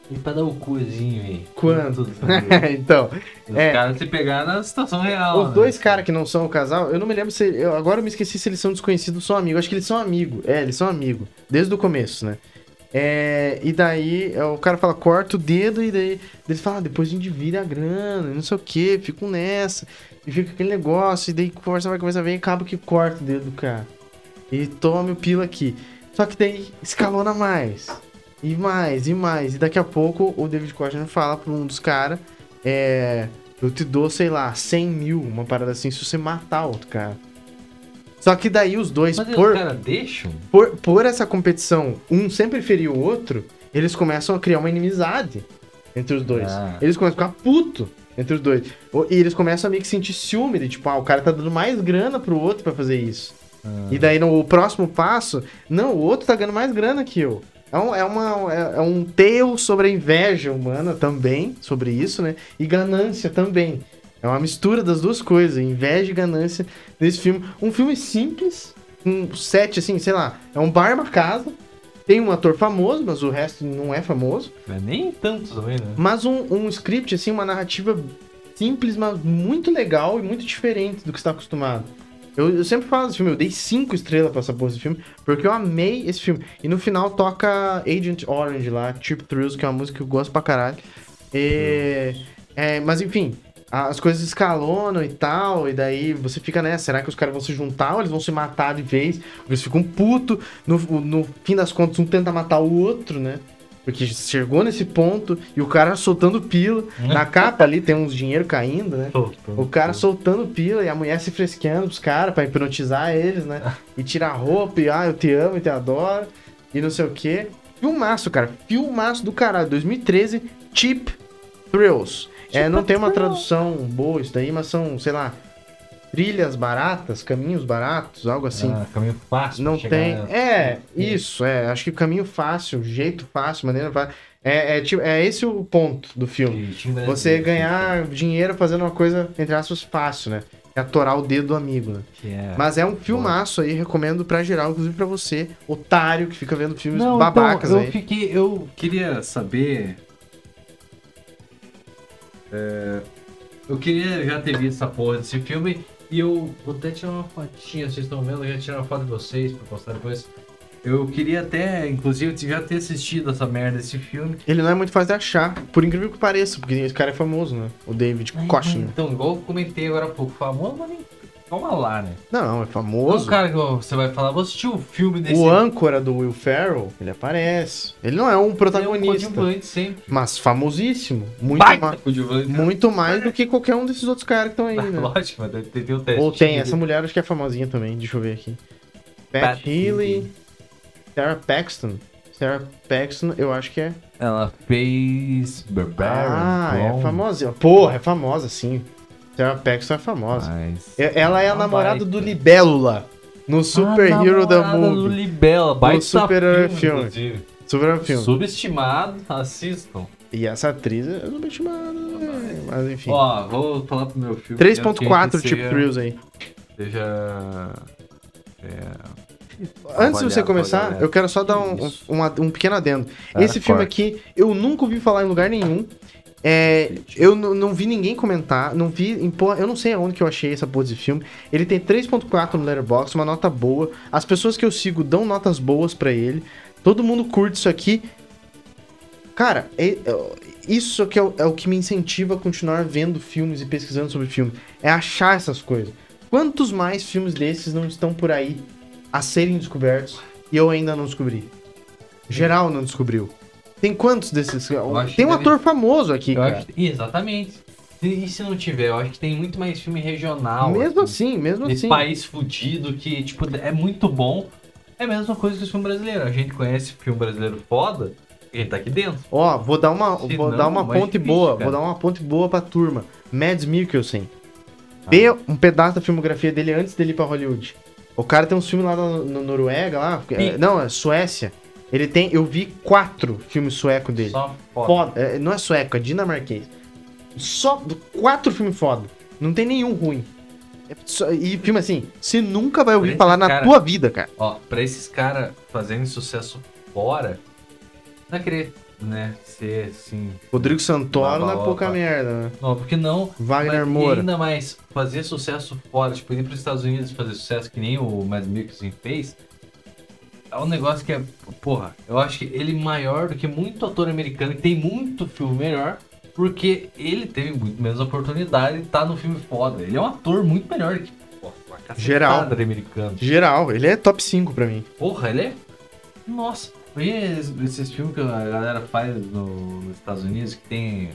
E pra dar o cuzinho aí.
Quando?
Tudo, tudo.
então,
Os
É.
caras se pegaram na situação real.
os
né?
dois caras que não são o casal, eu não me lembro se. Eu, agora eu me esqueci se eles são desconhecidos ou são amigos. Eu acho que eles são amigos. É, eles são amigos. Desde o começo, né? É, e daí é, o cara fala, corta o dedo, e daí eles falam, ah, depois a gente vira a grana, não sei o que, ficam nessa, e fica aquele negócio, e daí conversa vai, conversa vem, e acaba que corta o dedo do cara. E tome o pila aqui. Só que daí escalona mais. E mais, e mais. E daqui a pouco o David Kochner fala pra um dos caras: É. Eu te dou, sei lá, 100 mil, uma parada assim, se você matar outro cara. Só que daí os dois,
Mas aí
por,
os caras deixam?
por, por essa competição, um sempre ferir o outro, eles começam a criar uma inimizade entre os dois.
Ah.
Eles começam a ficar puto entre os dois. O- E eles começam a meio que sentir ciúme de tipo, ah, o cara tá dando mais grana pro outro pra fazer isso. E daí no próximo passo, não, o outro tá ganhando mais grana que eu. É um, é, uma, é, é um teu sobre a inveja humana também, sobre isso, né? E ganância também. É uma mistura das duas coisas, inveja e ganância nesse filme. Um filme simples, um set, assim, sei lá, é um bar, uma casa. Tem um ator famoso, mas o resto não é famoso.
Mas nem tanto também, né?
Mas um, um script, assim, uma narrativa simples, mas muito legal e muito diferente do que você tá acostumado. Eu, eu sempre falo desse filme, eu dei cinco estrelas pra essa porra desse filme, porque eu amei esse filme. E no final toca Agent Orange lá, Chip Thrills, que é uma música que eu gosto pra caralho. E- é, mas enfim, a- as coisas escalonam e tal, e daí você fica, né? Será que os caras vão se juntar ou eles vão se matar de vez? Eles ficam puto, no, no fim das contas, um tenta matar o outro, né? Porque chegou nesse ponto e o cara soltando pila. Na capa ali tem uns dinheiro caindo, né? O cara soltando pila e a mulher se fresqueando pros caras pra hipnotizar eles, né? E tirar a roupa e, ah, eu te amo e te adoro. E não sei o quê. Filmaço, cara. Filmaço do caralho. 2013, Cheap Thrills. é, não tem uma tradução boa isso daí, mas são, sei lá, trilhas baratas, caminhos baratos, algo assim.
Ah, caminho fácil. pra
Não
chegar
tem.
nela.
É, isso, é. Acho que o caminho fácil, o jeito fácil, maneira fácil. É, é, tipo, é esse o ponto do filme.
Jeitinho brasileiro.
Você ganhar dinheiro fazendo uma coisa, entre aspas, fácil, né? É atorar o dedo do amigo, né?
Que é.
Mas é um filmaço aí, recomendo pra geral, inclusive pra você, otário, que fica vendo filmes
Não,
babacas
então, eu
aí.
fiquei. Eu queria saber. é, eu queria já ter visto essa porra desse filme. E eu vou até tirar uma fotinha, vocês estão vendo? Eu já tirar uma foto de vocês pra postar depois. Eu queria até, inclusive, já ter assistido essa merda desse filme.
Ele não é muito fácil de achar, por incrível que pareça, porque esse cara é famoso, né? O David Kochner.
Então, igual eu comentei agora há pouco, famoso, mas nem. Calma lá, né?
Não, é
Não é o
famoso.
cara que você vai falar, vou assistir o filme desse
O âncora do Will Ferrell, ele aparece. Ele não é um protagonista.
É um coadjuvante sempre.
Mas famosíssimo. Muito,
Baita
ma-
coadjuvante.
muito mais do que qualquer um desses outros caras que estão aí, né?
Lógico, mas tem, tem o teste.
Ou tem, essa mulher acho que é famosinha também, deixa eu ver aqui. Pat,
Pat
Healy, Sarah Paxton. Sarah Paxton, eu acho que é.
Ela fez Barbarian.
ah, é
Blonde,
famosa. Porra, é famosa, sim. Sarah Paxton é famosa.
mas- Ah,
É- Ela é a
Uma
namorada
baita.
do Libélula, no Super
Ah,
Hero da
namorada do
Movie. Um
Libela, baita
super-herói filme.
inclusive.
Super filme.
Subestimado, assistam.
E essa atriz é subestimada, né? mas enfim.
Ó, vou falar pro meu filme.
3.4
tipo
Chip Thrills aí.
Seja
Antes de você
avaliar pra
começar,
galera.
eu quero só dar um,
Isso.
um, um- um pequeno adendo.
Cara,
Esse filme
corta.
aqui, eu nunca ouvi falar em lugar nenhum. É, eu n- não vi ninguém comentar, não vi em porra- eu não sei aonde que eu achei essa porra desse filme. Ele tem 3.4 no Letterboxd, uma nota boa. As pessoas que eu sigo dão notas boas pra ele. Todo mundo curte isso aqui. Cara, é- é- isso que é o, é o que me incentiva a continuar vendo filmes e pesquisando sobre filmes. É achar essas coisas. Quantos mais filmes desses não estão por aí a serem descobertos e eu ainda não descobri? Geral não descobriu. Tem quantos desses?
acho que
Tem um
deve-
ator famoso aqui,
Eu
cara.
acho que- Exatamente. E, e se não tiver? Eu acho que tem muito mais filme regional.
mesmo
assim,
assim, mesmo
de
assim.
país fudido que, tipo, é muito bom. É a mesma coisa que o filme brasileiro. A gente conhece filme brasileiro foda e a gente tá aqui dentro.
Ó, vou dar uma,
Se
vou
não,
dar uma
mais
ponte
difícil,
boa,
cara.
vou dar uma ponte boa pra turma. Mads Mikkelsen.
Ah.
Vê um pedaço da filmografia dele antes dele ir pra Hollywood. O cara tem uns filmes lá na na Noruega, lá.
Sim.
Não, é Suécia. Ele tem. Eu vi quatro filmes sueco dele.
Só foda.
Foda. É, não é sueco, é dinamarquês. Só quatro filmes foda. Não tem nenhum ruim. É só- e filme assim, você nunca vai ouvir
Esse
falar na
cara-
tua vida, cara.
Ó, pra esses caras fazendo sucesso fora, não é querer, né, ser assim.
Rodrigo Santoro
Lava
não é pouca
Opa.
merda, né?
Não, porque não
Wagner
Mas- E
Moura.
ainda mais, fazer sucesso fora, tipo, ir para os Estados Unidos e fazer sucesso que nem o Mads Mikkelsen fez, é um negócio que é, porra, eu acho que ele é maior do que muito ator americano, que tem muito filme melhor, porque ele teve muito menos oportunidade de estar no filme foda. Ele é um ator muito melhor que, porra, uma cacetada
Geral.
de americano.
Geral, ele é top 5 pra mim.
Porra, ele é. Nossa, e es- esses filmes que a galera faz no- nos Estados Unidos que tem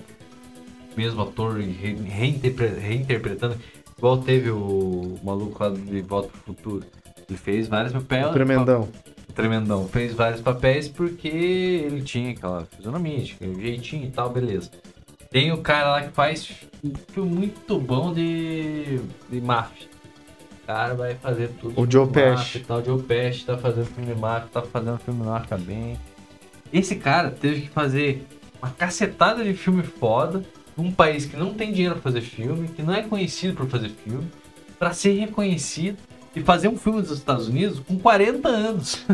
o mesmo ator e re- reinterpre- reinterpretando, igual teve o maluco lá de Volta pro Futuro. Ele fez vários papéis.
Tremendão.
Tremendão. Fez vários papéis porque ele tinha aquela fisionomia, tinha aquele jeitinho e tal, beleza. Tem o cara lá que faz um filme muito bom de, de máfia. O cara vai fazer tudo.
O Joe
de máfia
Pesci.
e Tal. O Joe Pesci tá fazendo filme máfia, tá fazendo filme marca bem. Esse cara teve que fazer uma cacetada de filme foda num país que não tem dinheiro pra fazer filme, que não é conhecido por fazer filme, pra ser reconhecido e fazer um filme dos Estados Unidos com 40 anos.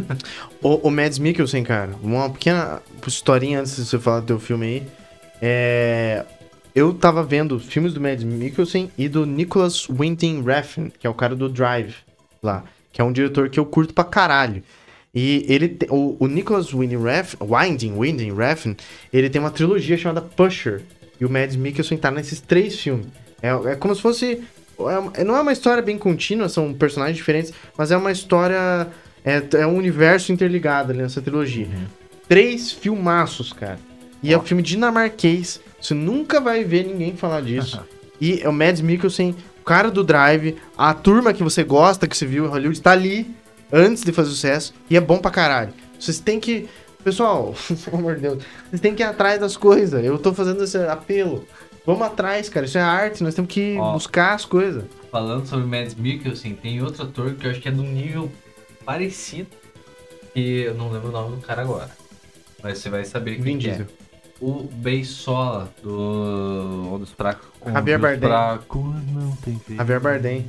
O, o Mads Mikkelsen, cara, uma pequena historinha antes de você falar do teu filme aí. É, eu tava vendo filmes do Mads Mikkelsen e do Nicholas Winton Refn, que é o cara do Drive lá, que é um diretor que eu curto pra caralho. E ele te- o, o Nicholas Winning Refn, Winding, Winding Refn, ele tem uma trilogia chamada Pusher. E o Mads Mikkelsen tá nesses três filmes. É, é como se fosse. é uma- não é uma história bem contínua, são personagens diferentes, mas é uma história. É, é um universo interligado ali nessa trilogia. Três filmaços, cara. E é um filme dinamarquês. Você nunca vai ver ninguém falar disso. e é o Mads Mikkelsen, o cara do Drive, a turma que você gosta, que você viu em Hollywood, tá ali antes de fazer sucesso. E é bom pra caralho. Vocês têm que. Pessoal, pelo amor de Deus, vocês têm que ir atrás das coisas. Eu tô fazendo esse apelo. Vamos atrás, cara. Isso é arte, nós temos que
Ó.
buscar as coisas.
Falando sobre Mads Mikkelsen, tem outro ator que eu acho que é de um nível parecido, que eu não lembro o nome do cara agora. Mas você vai saber quem
Vin
que é.
Diesel.
O Beisola, do Onde os Fracos... onde
Javier
os
Bardem.
Fracos não tem vez.
Javier Bardem.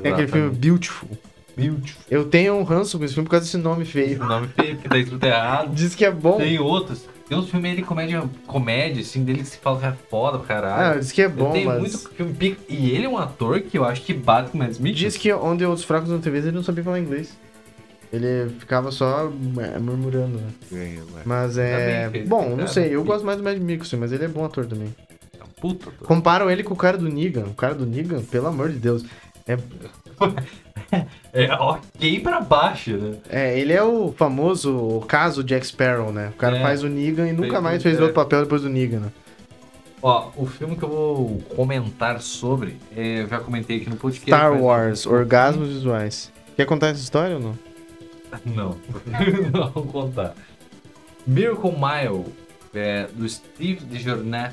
Tem É aquele filme
Exatamente.
Beautiful.
Beautiful.
Eu tenho um ranço com esse filme por causa desse nome feio.
O nome feio, porque tá escrito errado.
Diz que é bom.
Tem outros. Tem uns filmes aí de comédia, comédia, assim, dele que se fala que é foda pra
Ah,
caralho.
diz que é bom,
tem
mas.
muito filme pica. E ele é um ator que eu acho que bate com o Mads Mikkelsen.
Diz que onde os fracos não TV ele não sabia falar inglês. Ele ficava só é, murmurando, né? Mas é.
Ainda Tá bem que ele
bom,
tem
não
cara.
sei. Eu gosto mais do Mad Mikkelsen, mas ele é bom ator também.
É um puta ator.
Comparam ele com o cara do Negan. O cara do Negan, pelo amor de Deus.
É ok pra baixo, né?
É, ele é o famoso caso Jack Sparrow, né? O cara
É.
faz o Negan e nunca
Fez
mais
o-
fez
é.
outro papel depois do Negan, né?
Ó, o filme que eu vou comentar sobre, é, eu já comentei aqui no podcast.
Star
mas-
Wars, orgasmos visuais. Quer contar essa história ou não?
Não, não vou contar. Miracle Mile, é, do Steve DeJournay.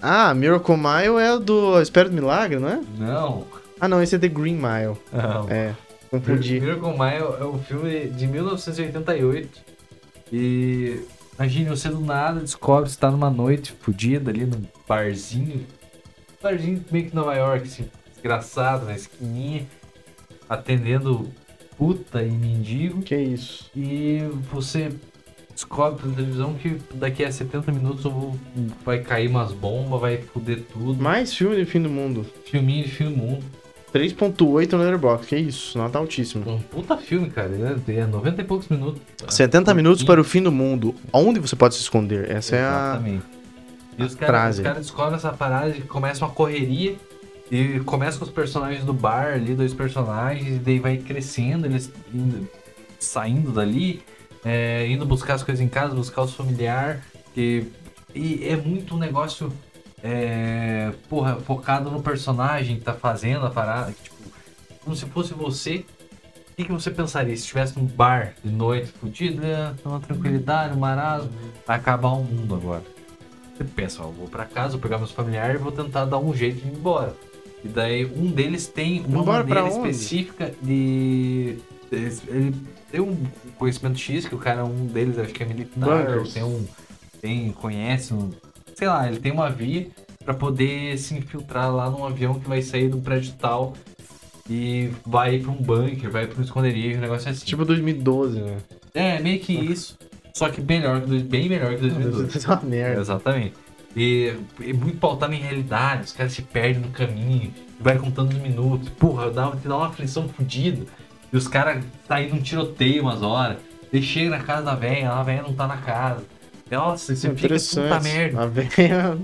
Ah, Miracle Mile é o do Espero do Milagre, não é?
Não,
Ah, não, esse é The Green Mile.
não.
É, confundi.
Miracle Mile é um filme de 1988. E imagine você do nada descobre que você tá numa noite fodida ali num barzinho. Barzinho meio que Nova York, assim, desgraçado, na esquininha, atendendo puta e mendigo.
Que isso.
E você descobre na televisão que daqui a 70 minutos eu vou- vai cair umas bombas, vai foder tudo.
Mais filme de fim do mundo.
Filminho de filme mundo.
3.8 no Letterboxd. Que isso, nota altíssima.
Um puta filme, cara. É é 90 e poucos minutos.
70 minutos para o fim do mundo. Onde você pode se esconder? Essa é a.
Exatamente. E os
a
caras
frase.
os caras descobrem essa parada e começa uma correria. E começa com os personagens do bar ali, dois personagens, e daí vai crescendo, eles indo- saindo dali, é, indo buscar as coisas em casa, buscar os familiares. E, e é muito um negócio é, porra, focado no personagem que tá fazendo a parada. que, Tipo, como se fosse você. O que, que você pensaria se estivesse num bar de noite fudido, né, numa tranquilidade, um marasmo? Vai acabar o mundo agora. Você pensa, ó, vou pra casa, vou pegar meus familiares e vou tentar dar um jeito de ir embora. E daí um deles tem uma
Embora pra
maneira
onde?
específica de. Ele tem um conhecimento X, que o cara, um deles, acho que é militar,
Bunkers.
ou tem um. Tem, conhece, um, sei lá, ele tem uma via pra poder se infiltrar lá num avião que vai sair de um prédio tal e vai pra um bunker, vai pra um esconderijo, um negócio assim.
Tipo 2012, né?
é, meio que isso. Só que melhor, que dois- bem melhor que 2012.
Isso é uma merda.
Exatamente. E, e muito pautado em realidade, os caras se perdem no caminho, vai contando os minutos, porra, dá, te dá uma aflição fodida. E os caras tá indo um tiroteio umas horas. E chega na casa da velha, a velha não tá na casa. Nossa,
é
você fica puta merda.
A velha.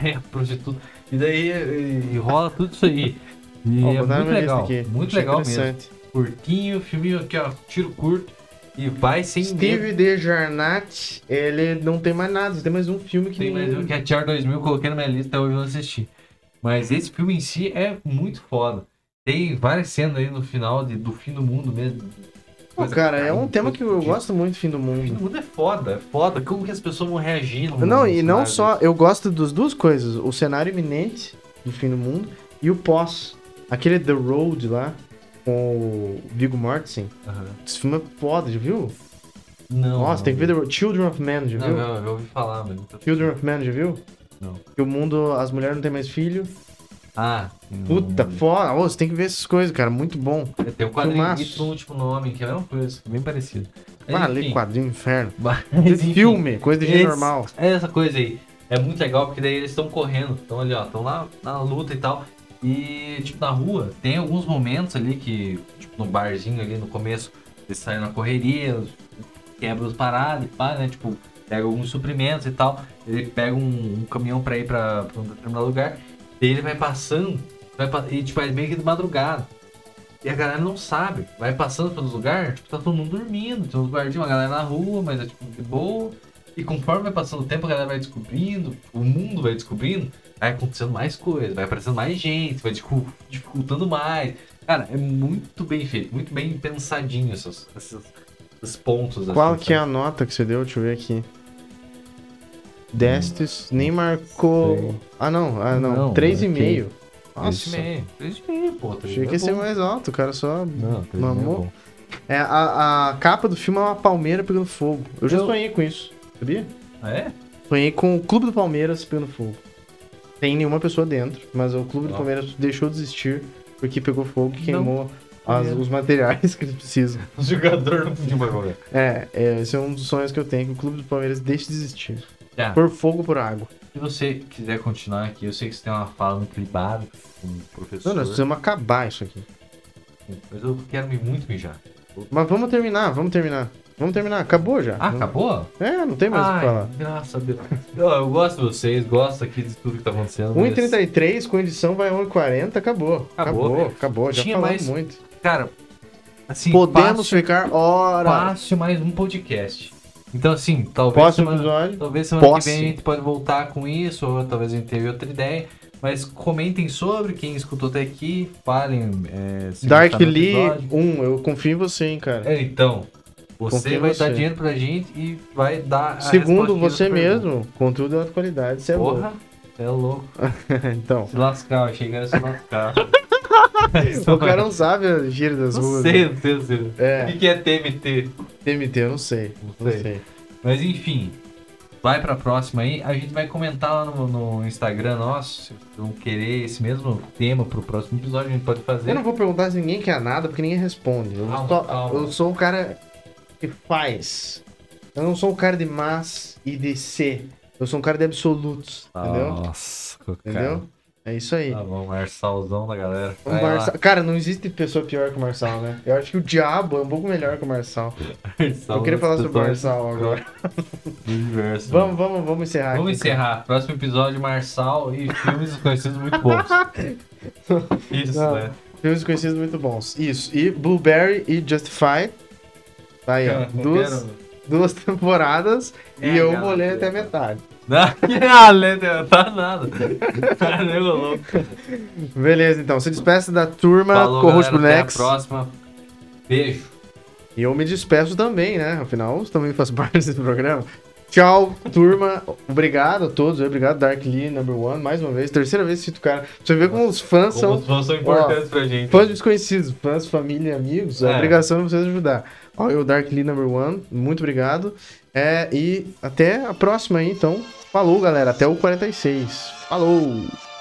Véia, prostituta. E daí e- e rola tudo isso aí. E
Ó,
é
botaram na
muito
minha lista
legal. Muito
Achei
legal mesmo.
interessante.
Curtinho, filminho aqui, ó. Tiro curto. E vai sem medo.
Steve de Jarnat, ele não tem mais nada, só tem mais um filme que
Tem
nem-
mais um que é Tier 2000, coloquei na minha lista, até hoje eu não assisti. Mas esse filme em si é muito foda. Tem várias cenas aí no final de- do fim do mundo mesmo.
Pô,
Coisa
cara, é
caindo,
um tema que eu
explodindo.
gosto muito, fim do
O fim
mundo.
do mundo é foda, é foda. Como que as pessoas vão reagir? num-
Não, e
num
não
cenário
só,
desse?
eu gosto das duas coisas, o cenário iminente do fim do mundo e o pós. Aquele The Road lá, com o Viggo Mortensen,
Aham.
esse filme é foda, já viu?
Não.
Nossa,
não,
tem que ver The Road, Children of Men, já
Não,
viu?
eu, eu ouvi falar, mas. nunca-
Children of Men, já viu?
Não.
Que o mundo, as mulheres não têm mais filho.
Ah,
Puta,
não-
foda. Ô, você tem que ver essas coisas, cara. Muito bom.
Tem um quadrinho
Filmaço.
It no último nome, que é a mesma coisa, bem parecido.
Ah,
Enfim,
lê quadrinho, inferno.
mas, enfim,
Filme, coisa de gente
esse-
normal.
É essa coisa aí. É muito legal porque daí eles estão correndo, estão ali, ó, estão lá na luta e tal. E, tipo, na rua, tem alguns momentos ali que, tipo, no barzinho ali no começo, eles saem na correria, quebra os paradas e pá, né? Tipo, pega alguns suprimentos e tal. Ele pega um, um caminhão pra ir pra, pra um determinado lugar. E ele vai passando, vai, pa- e tipo, é meio que de madrugada. E a galera não sabe, vai passando pelos lugares, tipo, tá todo mundo dormindo, tem uns guardinhos, uma galera na rua, mas é tipo, de boa. E conforme vai passando o tempo, a galera vai descobrindo, o mundo vai descobrindo, vai acontecendo mais coisas, vai aparecendo mais gente, vai dificu- dificultando mais. Cara, é muito bem feito, muito bem pensadinho esses, esses, esses pontos.
Qual
assim,
que é
sabe?
a nota que você deu? Deixa eu ver aqui. Destes, nem marcou.
sei.
Ah, não, ah, não. 3,5.
Não, Três e
Nossa,
meio, três e meio, pô. três e
achei
meio
que ia
é
ser
bom.
mais alto, o cara só.
Não, três e meio é
Mamou.
bom.
É, a, a capa do filme é uma palmeira pegando fogo. Eu já
Eu-
sonhei com isso, sabia?
Ah, é?
Sonhei com o Clube do Palmeiras pegando fogo. Tem nenhuma pessoa dentro, mas o Clube do
Ó.
Palmeiras deixou de existir porque pegou fogo e queimou as-
Primeiro.
os materiais que eles precisam.
O jogador não podia mais correr.
É, é, esse é um dos sonhos que eu tenho, que o Clube do Palmeiras deixe de existir.
Tá.
Por fogo, por água.
Se você quiser continuar aqui, eu sei que você tem uma fala muito libada com o professor.
Não, nós precisamos acabar isso aqui.
Mas eu quero me muito mijar.
Mas vamos terminar, vamos terminar. Vamos terminar, acabou já.
Ah,
Não-
acabou?
É, não tem mais o que falar.
graças a Deus. Eu, eu gosto de vocês, gosto aqui de tudo que tá acontecendo. mas,
1,33 com edição vai 1,40, acabou.
Acabou.
Acabou, acabou, já
Tinha
falamos
mais-
muito.
Cara, assim,
Podemos
fácil,
ficar horas.
fácil mais um podcast. Então, assim, talvez
Próximo
semana,
episódio.
talvez semana
Posse.
que vem a gente pode voltar com isso, ou talvez a gente tenha outra ideia. Mas comentem sobre quem escutou até aqui, falem. é, se
Dark
gostaram do
Lee
episódio.
1, eu confio em você, hein, cara.
É, então,
Confia
você
em
vai
você.
dar dinheiro pra gente e vai dar. a
Segundo
resposta
você
da pergunta.
mesmo, conteúdo de alta qualidade, você é louco.
Porra, é louco.
então,
Se lascar, eu cheguei a se lascar.
o cara não sabe a gíria das
Não
ruas. né?
sei, não sei, não sei.
É.
O que que é TMT?
TMT, eu não sei.
Não
Não
sei.
sei.
Mas enfim, Vai pra próxima aí. A gente vai comentar lá no, no Instagram nosso. Se vão querer esse mesmo tema pro próximo episódio, a gente pode fazer.
Eu não vou perguntar se ninguém quer nada, porque ninguém responde. Eu,
Calma,
só-
calma.
eu sou o cara que faz. Eu não sou o cara de mas e de se. Eu sou um cara de absolutos, entendeu?
Nossa, Ah, cara.
Entendeu? Um É isso aí.
Tá bom, Marçalzão da galera.
O
Vai
Marçal- Cara, não existe pessoa pior que o Marçal, né? Eu acho que o Diabo é um pouco melhor que o Marçal.
lá. Marçal,
eu queria falar sobre o
pessoal
Marçal agora.
do universo.
Vamos, vamos, vamos encerrar
Vamos
aqui, cara.
encerrar. Próximo episódio, Marçal e filmes conhecidos muito bons. Isso,
Não.
né?
Filmes conhecidos muito bons. Isso. E Blueberry e Justified. Tá aí, ó.
Cara, eu
Duas,
quero-
duas temporadas.
É,
e eu
cara,
vou ler até a
eu-
metade.
Não, ah, Lenda, tá nada. Tá nego louco.
Beleza, então. Se despeça da turma,
Falou,
Corros
galera, até a
Brunex.
próxima. Beijo.
E eu me despeço também, né? Afinal, eu também faço parte desse programa. Tchau, turma. Obrigado a todos. Obrigado, Dark Lee, number one, mais uma vez. Terceira vez que cito o cara. Você vê como os fãs
Como
são
os fãs são importantes pra gente.
Fãs desconhecidos, fãs, família, e amigos, é
É.
obrigação de vocês ajudar. Ó, eu, Dark Lee Number One, muito obrigado. É, e até a próxima aí, então. Falou, galera. Até o 46. Falou!